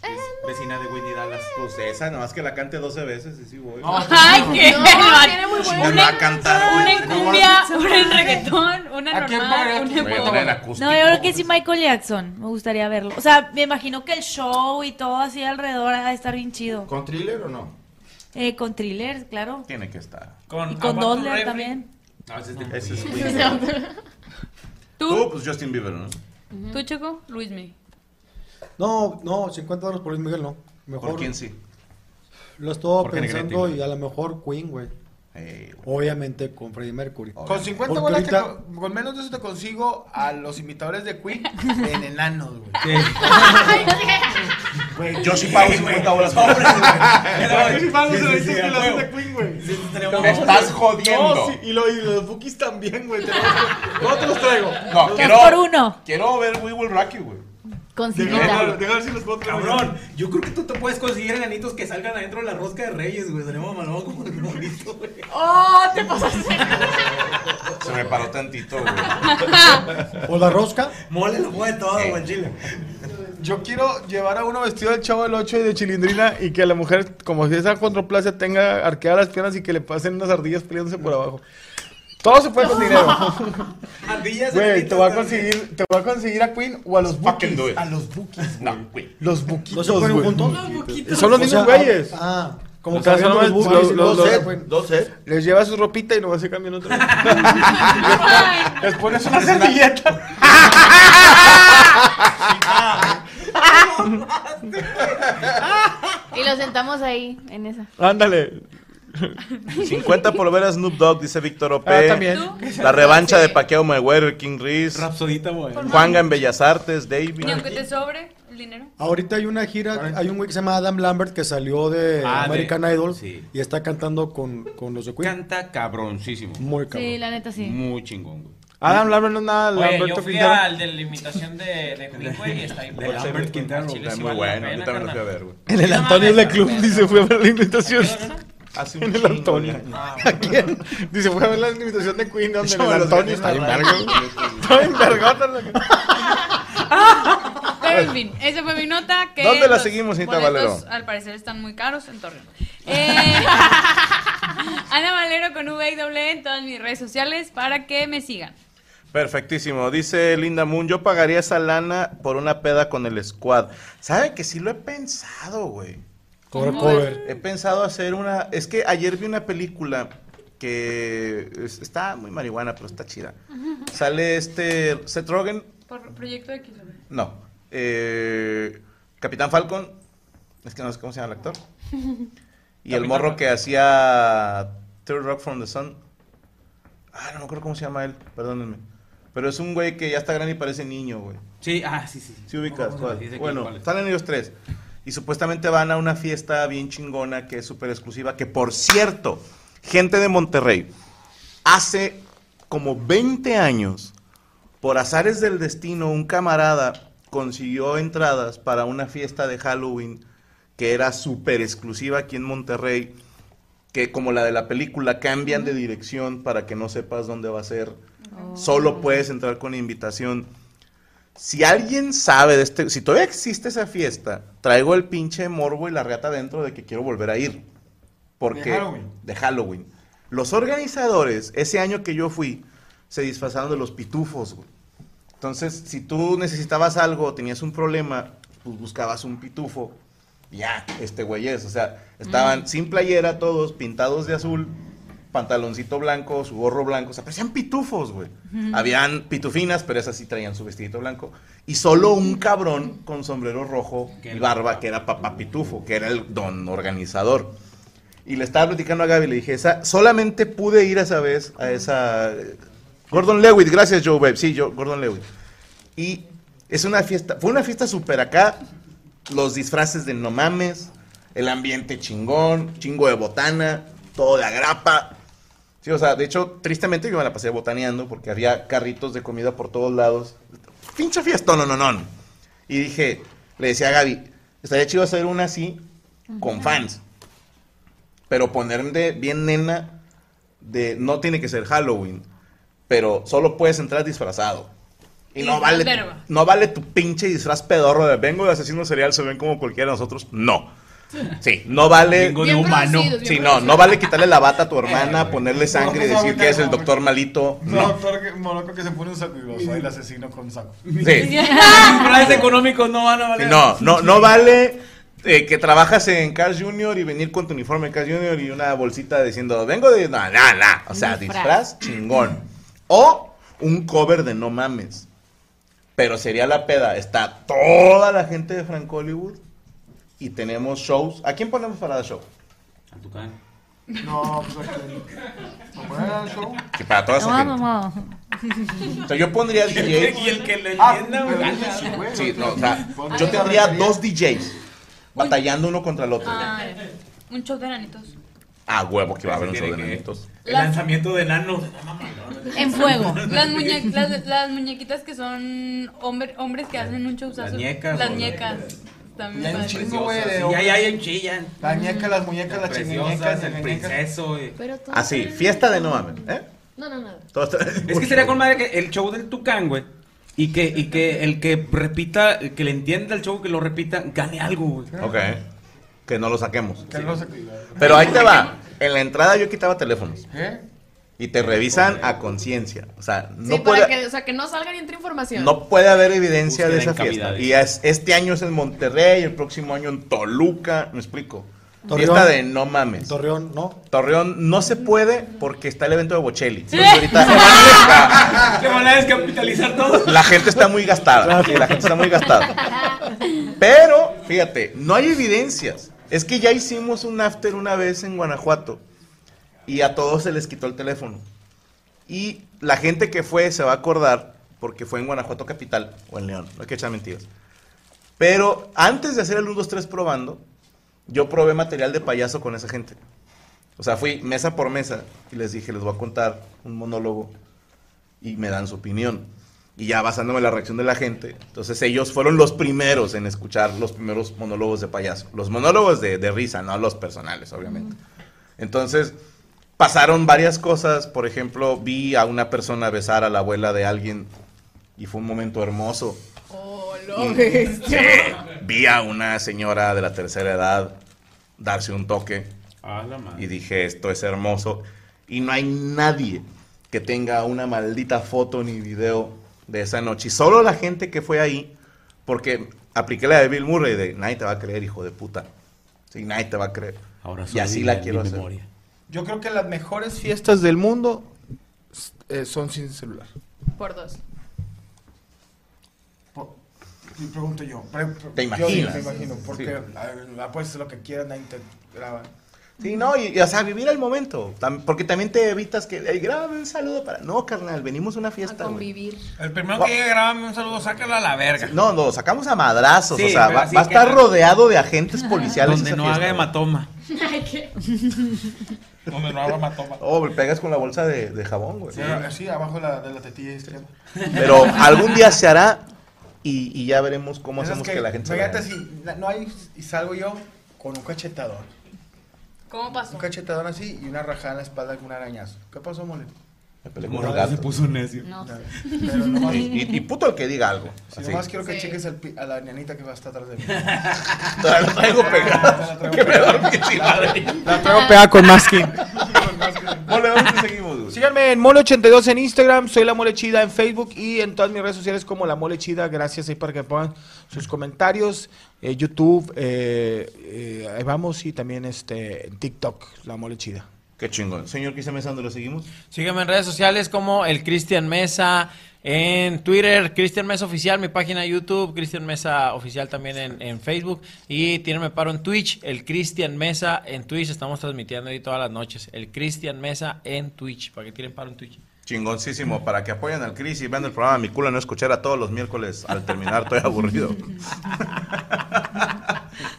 S4: vecina de Whitney Dallas. Pues esa, nomás que la cante 12 veces y sí voy.
S14: No, Ay, no. qué
S4: No,
S14: bárbaro. tiene muy buena-
S4: No la va a cantar,
S14: Una
S4: güey.
S14: en cumbia, una en reggaetón, una
S11: ¿A quién
S14: normal,
S11: pagaría?
S14: una en
S4: Voy a
S14: pop.
S4: poner el acústico.
S6: No, yo creo que sí Michael Jackson. Me gustaría verlo. O sea, me imagino que el show y todo así alrededor ha de estar bien chido.
S8: ¿Con thriller o no?
S6: Eh, con thriller, claro.
S4: Tiene que estar.
S11: Con,
S6: Y con Dodler también.
S9: No, ese es
S4: de Ese es
S14: Queen.
S4: ¿Tú? pues Justin Bieber, ¿no?
S14: ¿Tú, Choco? Luis Me.
S13: No, no, 50 dólares por Luis Miguel no. Mejor,
S4: ¿Por quién sí?
S13: Lo estaba
S4: Porque Negrete,
S13: pensando y a lo mejor Queen, güey. Obviamente con Freddie Mercury.
S3: Con 50
S13: Porque
S3: bolas, te
S13: ahorita-
S3: co- con menos de eso te consigo a los invitadores de Queen en enanos, güey.
S4: Güey, yo sí pago 50 bolas por
S3: Yo sí pago, se lo dices que lo haces de
S21: Queen, güey.
S4: Me estás jodiendo.
S21: No, sí, y, lo- y los Bookies también, güey. te los- No te los traigo.
S4: No,
S21: Los-
S4: quiero. Quiero ver We Will Rock You, güey.
S5: Con
S21: Déjame
S5: cinita.
S21: déjame ver si los puedo traer.
S25: Cabrón, yo creo que tú te puedes conseguir enanitos que salgan adentro de la rosca de Reyes, güey. Tenemos malón como el bonito, güey.
S14: ¡Oh, te pasaste!
S4: Se me paró tantito, güey.
S13: ¿O la rosca?
S25: Mole lo puede todo, güey, chile.
S3: Yo quiero llevar a uno vestido del chavo del 8 y de chilindrina y que la mujer, como si esa controplasia, tenga arqueadas las piernas y que le pasen unas ardillas peleándose por abajo. Todo se puede con dinero.
S25: Ardillas.
S3: Güey, te voy a conseguir, te voy a conseguir a Queen o a los Bookies. A los Bookies, güey. Los
S13: ¿No
S3: Bookies.
S13: se fueron juntos?
S3: Son los
S13: O
S3: mismos
S13: sea,
S3: güeyes.
S13: Ah, como
S3: O
S13: que
S3: sea, son
S13: abriendo
S3: los-
S13: los
S3: los-
S13: bookies,
S3: los-
S13: dos
S3: los-
S13: sets.
S3: Les lleva su ropita y nomás se cambian otra vez. Les pones una servilleta.
S5: Y lo sentamos ahí, en esa.
S3: Ándale.
S4: 50 por ver a Snoop Dogg, dice Víctor O.P.
S3: Ah, también.
S4: La revancha de Paqueo Mayweather, King Reese.
S25: Rapsodita, güey.
S4: Juanga en Bellas Artes, David.
S14: Ni aunque te sobre el dinero.
S13: Ahorita hay una gira, hay un güey que se llama Adam Lambert que salió de
S9: Ah, de-
S13: American Idol y está cantando con, con los de Queen.
S9: Canta cabroncísimo.
S13: Muy cabrón.
S5: Sí, la neta sí.
S9: Muy chingón, güey.
S3: Adam Lambert no es nada.
S11: Oye,
S3: Lamberto
S11: yo fui
S3: Quintana.
S11: al de la imitación de, de Queen, güey, y está ahí.
S4: De Lambert Quintana,
S11: Chile,
S4: está
S11: sí
S4: muy
S11: vale la
S4: bueno.
S11: pena,
S4: Yo también lo fui a
S11: carnal.
S4: ver, güey.
S3: En el Antonio Le Club dice fue a ver la invitación.
S4: Hace
S3: en el Antonio. Ah, ¿A quién? Dice fue a ver la invitación de Queen donde en el Antonio está bien vergo. Está bien vergota la-
S14: Pero en fin, esa fue mi nota. Que
S4: ¿Dónde la
S14: los
S4: seguimos, Anita
S14: boletos,
S4: Valero?
S14: Al parecer están muy caros en Torreón. Eh, Ana Valero con V y doble E en todas mis redes sociales para que me sigan.
S4: Perfectísimo. Dice Linda Moon, yo pagaría esa lana por una peda con el squad. ¿Sabe que sí lo he pensado, güey?
S13: Cobra cover.
S4: He pensado hacer una... Es que ayer vi una película que es- está muy marihuana, pero está chida. Sale este Seth Rogen,
S14: Por proyecto X.
S4: no, eh, Capitán Falcon, es que no sé cómo se llama el actor, y el
S3: Capitán
S4: morro
S3: Falcon.
S4: que hacía Third Rock from the Sun. Ah, no me acuerdo cómo se llama él, perdónenme. Pero es un güey que ya está grande y parece niño, güey.
S9: Sí, ah, sí, sí.
S4: Sí ubicas,
S9: ¿Cómo se
S4: ¿cuál?
S9: dice aquí?
S4: Bueno,
S9: ¿Cuál es?
S4: salen ellos tres. Y supuestamente van a una fiesta bien chingona que es súper exclusiva. Que por cierto, gente de Monterrey, hace como 20 años, por azares del destino, un camarada consiguió entradas para una fiesta de Halloween que era súper exclusiva aquí en Monterrey. Que como la de la película, cambian de dirección para que no sepas dónde va a ser. Solo puedes entrar con invitación. Si alguien sabe de este, si todavía existe esa fiesta, traigo el pinche morbo y la reata dentro de que quiero volver a ir. Porque,
S3: De Halloween.
S4: de Halloween. Los organizadores, ese año que yo fui, se disfrazaron de los pitufos, güey. Entonces, si tú necesitabas algo, tenías un problema, pues buscabas un pitufo. Ya, este güey es. O sea, estaban sin playera todos, pintados de azul, pantaloncito blanco, su gorro blanco. O sea, parecían pitufos, güey. Habían pitufinas, pero esas sí traían su vestidito blanco. Y solo un cabrón con sombrero rojo y barba, que era papá pitufo, que era el don organizador. Y le estaba platicando a Gaby, le dije, esa, solamente pude ir esa vez a esa... Gordon Lewitt, gracias Joe Babe, sí, yo, Gordon Lewitt. Y es una fiesta, fue una fiesta súper acá, los disfraces de no mames, el ambiente chingón, chingo de botana, todo de agrapa. Sí, o sea, de hecho, tristemente yo me la pasé botaneando porque había carritos de comida por todos lados. Pinche fiesta, no, no, no. Y dije, le decía a Gaby, estaría chido hacer una así con fans. Pero ponerme bien nena de no tiene que ser Halloween, pero solo puedes entrar disfrazado. Y no vale, tu-
S15: verba.
S4: no vale tu pinche disfraz pedorro de vengo de asesino serial, se ven como cualquiera de nosotros. No. Sí, no vale.
S15: Vengo de Bien humano. producidos, bien
S4: Sí, no,
S15: producidos.
S4: no vale quitarle la bata a tu hermana, ponerle sangre y decir que es el doctor malito.
S12: No,
S4: No.
S12: doctor que- Moroco que se pone un saco y lo soy el asesino con saco.
S4: Sí.
S25: Planes económicos no van a
S4: Sí,
S25: valer.
S4: No, no, no vale eh, que trabajas en Cars Junior y venir con tu uniforme de Cars Junior y una bolsita diciendo, vengo de... No, no, no. O sea,
S15: Disfraz.
S4: disfraz chingón. O un cover de No Mames. Pero sería la peda. Está toda la gente de Franco Hollywood y tenemos shows. ¿A quién ponemos para dar show?
S9: A tu cara.
S12: No, pues aquí. ¿Me ponen al show?
S4: Que para toda esa gente.
S6: mamá.
S4: O sea, yo pondría DJ.
S25: Y el que le
S12: Ah,
S25: entienda,
S12: pero
S25: güey.
S12: es su güey,
S4: Sí, no,
S12: doctor.
S4: o sea, yo tendría dos DJs batallando uno contra el otro.
S14: Ah. Ay, un show de enanitos.
S4: Ah, huevo que va a haber un show de nanitos.
S25: El lanzamiento de nanos.
S14: En fuego. Las, muñe- las, las muñequitas que son hombre- hombres que hacen un show.
S25: Las ñecas
S14: Las
S25: o-
S14: ñecas.
S12: Ya hay
S14: También
S12: un
S14: padre.
S12: chingo, güey.
S25: Sí, ya, ya, ya chillan.
S12: Las ñecas, las muñecas, las
S25: Preciosas,
S12: chingueñecas,
S25: el princeso. y-
S18: Pero todo-
S4: Así, fiesta de No Mames. ¿eh?
S18: No, no, no.
S4: Todo está-
S9: Es que sería con madre que el show del Tucán, güey. Y que, y que el que repita, el que le entienda el show, que lo repita, gane algo, güey.
S4: Ok. Que no lo saquemos.
S12: Que no se-
S4: Pero ahí te va. En la entrada yo quitaba teléfonos.
S12: ¿Eh?
S4: Y te revisan a conciencia. O sea, no
S18: sí, para
S4: puede,
S18: que, o sea, que no salga ni entre información.
S4: no puede haber evidencia de
S9: Búsqueda
S4: esa
S9: en
S4: fiesta.
S9: cavidades.
S4: Y es- este año es en Monterrey, el próximo año en Toluca. ¿Me explico?
S13: Torreón.
S4: Fiesta de no mames.
S13: Torreón, no.
S4: Torreón no se puede porque está el evento de Bocelli.
S13: Sí.
S4: Entonces, ahorita-
S25: Te van a descapitalizar todo.
S4: la gente está muy gastada. sí, la gente está muy gastada. Pero, fíjate, no hay evidencias. Es que ya hicimos un after una vez en Guanajuato y a todos se les quitó el teléfono. Y la gente que fue se va a acordar porque fue en Guanajuato Capital o en León, no hay que echar mentiras. Pero antes de hacer el 1, 2, 3 probando, yo probé material de payaso con esa gente. O sea, fui mesa por mesa y les dije, les voy a contar un monólogo y me dan su opinión. Y ya basándome en la reacción de la gente, entonces ellos fueron los primeros en escuchar los primeros monólogos de payaso. Los monólogos de, de risa, no los personales, obviamente. Entonces, pasaron varias cosas. Por ejemplo, vi a una persona besar a la abuela de alguien y fue un momento hermoso.
S3: Oh,
S15: Lo
S4: Sí, vi a una señora de la tercera edad darse un toque. Y dije, esto es hermoso. Y no hay nadie que tenga una maldita foto ni video de esa noche. Y solo la gente que fue ahí, porque apliqué la de Bill Murray de, nadie te va a creer, hijo de puta. Sí, nadie te va a creer. y
S9: soy
S4: así
S9: libre
S4: la
S9: en
S4: quiero
S9: mi
S4: hacer.
S9: memoria.
S3: Yo creo que las mejores fiestas del mundo eh, son sin celular.
S18: Por dos.
S12: Sí, pregunto yo. Pre- pre-
S4: ¿Te
S12: yo-
S4: imaginas?
S12: me imagino, porque
S4: Sí.
S12: a- a- puedes hacer lo que quieras, nadie te graba.
S4: Sí, no, y, y, o sea, vivir el momento. Tam- porque también te evitas que, "Ey, grábame un saludo para... No, carnal, venimos a una fiesta. güey.
S18: Convivir.
S11: El primero que llegue, grábame un saludo, sácala a la verga.
S4: No, no, sacamos a madrazos.
S11: Sí,
S4: o sea,
S11: pero
S4: va,
S11: así
S4: va a
S11: que
S4: estar
S11: no-
S4: rodeado de agentes policiales.
S11: Donde
S4: esa
S11: no
S4: fiesta,
S11: haga
S4: güey.
S11: hematoma.
S18: Ay, qué-
S12: Donde no habrá matoma.
S4: Oh, me pegas con la bolsa de, de jabón, güey.
S12: Sí, así, abajo de la, de la tetilla izquierda.
S4: Pero algún día se hará y, y ya veremos cómo
S12: Esas
S4: hacemos que, la gente se
S12: Fíjate
S4: vea.
S12: si na- no hay y salgo yo con un cachetadón.
S14: ¿Cómo pasó?
S12: Un cachetadón así y una rajada en la espalda con un arañazo. ¿Qué pasó, mole?
S4: Me peleé con un
S12: Morales
S4: gato.
S12: se puso necio. No sé. Pero nomás-
S4: Y, y- y puto el que diga algo.
S12: Si
S4: así.
S12: nomás quiero que cheques al pi- a la nenita que va a estar atrás de mí. Ah,
S4: Todavía la traigo pegada. Que me dormí encima de ella.
S12: La
S3: traigo pegada con masking.
S4: Mole, ¿dónde te seguimos? güey?
S3: Síganme en Mole82 en Instagram, soy La Mole Chida en Facebook y en todas mis redes sociales como La Mole Chida. Gracias ahí para que pongan sus comentarios, eh, YouTube, eh, eh, ahí vamos y también este, en TikTok, La Mole Chida.
S4: Qué chingón. Señor Cristian Mesa, ¿dónde lo seguimos?
S11: Sígueme en redes sociales como el Cristian Mesa, en Twitter, Cristian Mesa Oficial, mi página de YouTube, Cristian Mesa Oficial también en, en Facebook. Y tienenme paro en Twitch, el Cristian Mesa en Twitch. Estamos transmitiendo ahí todas las noches. El Cristian Mesa en Twitch, para que tienen paro en Twitch.
S4: Chingoncísimo, para que apoyen al Cris y vean el programa Mi culo no escuchar a todos los miércoles al terminar, estoy aburrido.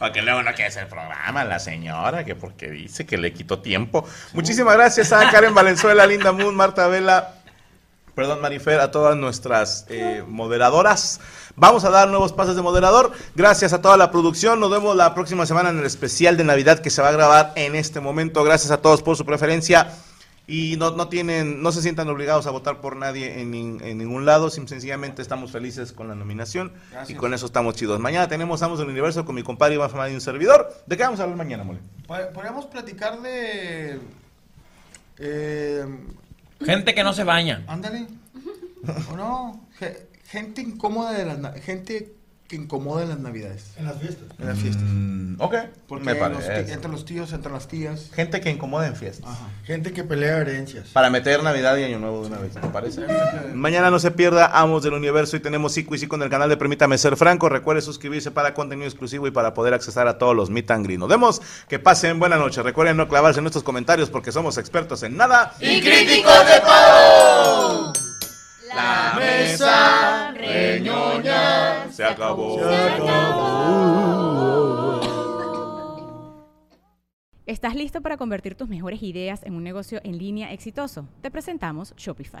S4: Porque luego no quiere hacer programa la señora, que porque dice que le quitó tiempo. Muchísimas gracias a Karen Valenzuela, Linda Moon, Marta Vela, perdón Marifer, a todas nuestras eh, moderadoras. Vamos a dar nuevos pases de moderador. Gracias a toda la producción. Nos vemos la próxima semana en el especial de Navidad que se va a grabar en este momento. Gracias a todos por su preferencia. Y no, no tienen, no se sientan obligados a votar por nadie en, nin- en ningún lado. Sim- Sencillamente estamos felices con la nominación.
S3: Gracias.
S4: Y con eso estamos chidos. Mañana tenemos Amos del Universo con mi compadre Iván Fernández y un servidor. ¿De qué vamos a hablar mañana, mole?
S3: Po- Podríamos platicar de. eh,
S11: Gente que no se baña.
S3: Ándale. ¿O no? Ge- Gente incómoda de las. na- Gente que incomoda en las navidades. En las fiestas. En las fiestas.
S4: Mm, ok.
S3: Porque
S4: Me
S3: los
S4: parece.
S3: ti- entre los tíos, entre las tías.
S4: Gente que incomoda en fiestas.
S3: Gente que pelea herencias.
S4: Para meter Navidad y Año Nuevo de una vez, ¿te parece? Mañana no se pierda Amos del Universo y tenemos Sico y Sico en el canal de Permítame Ser Franco. Recuerde suscribirse para contenido exclusivo y para poder accesar a todos los meet and greet. Nos vemos, que pasen buena noche. Recuerden no clavarse en nuestros comentarios porque somos expertos en nada.
S12: Y críticos de todo.
S4: La
S12: mesa
S4: reñoña Se acabó.
S2: ¿Estás listo para convertir tus mejores ideas en un negocio en línea exitoso? Te presentamos Shopify.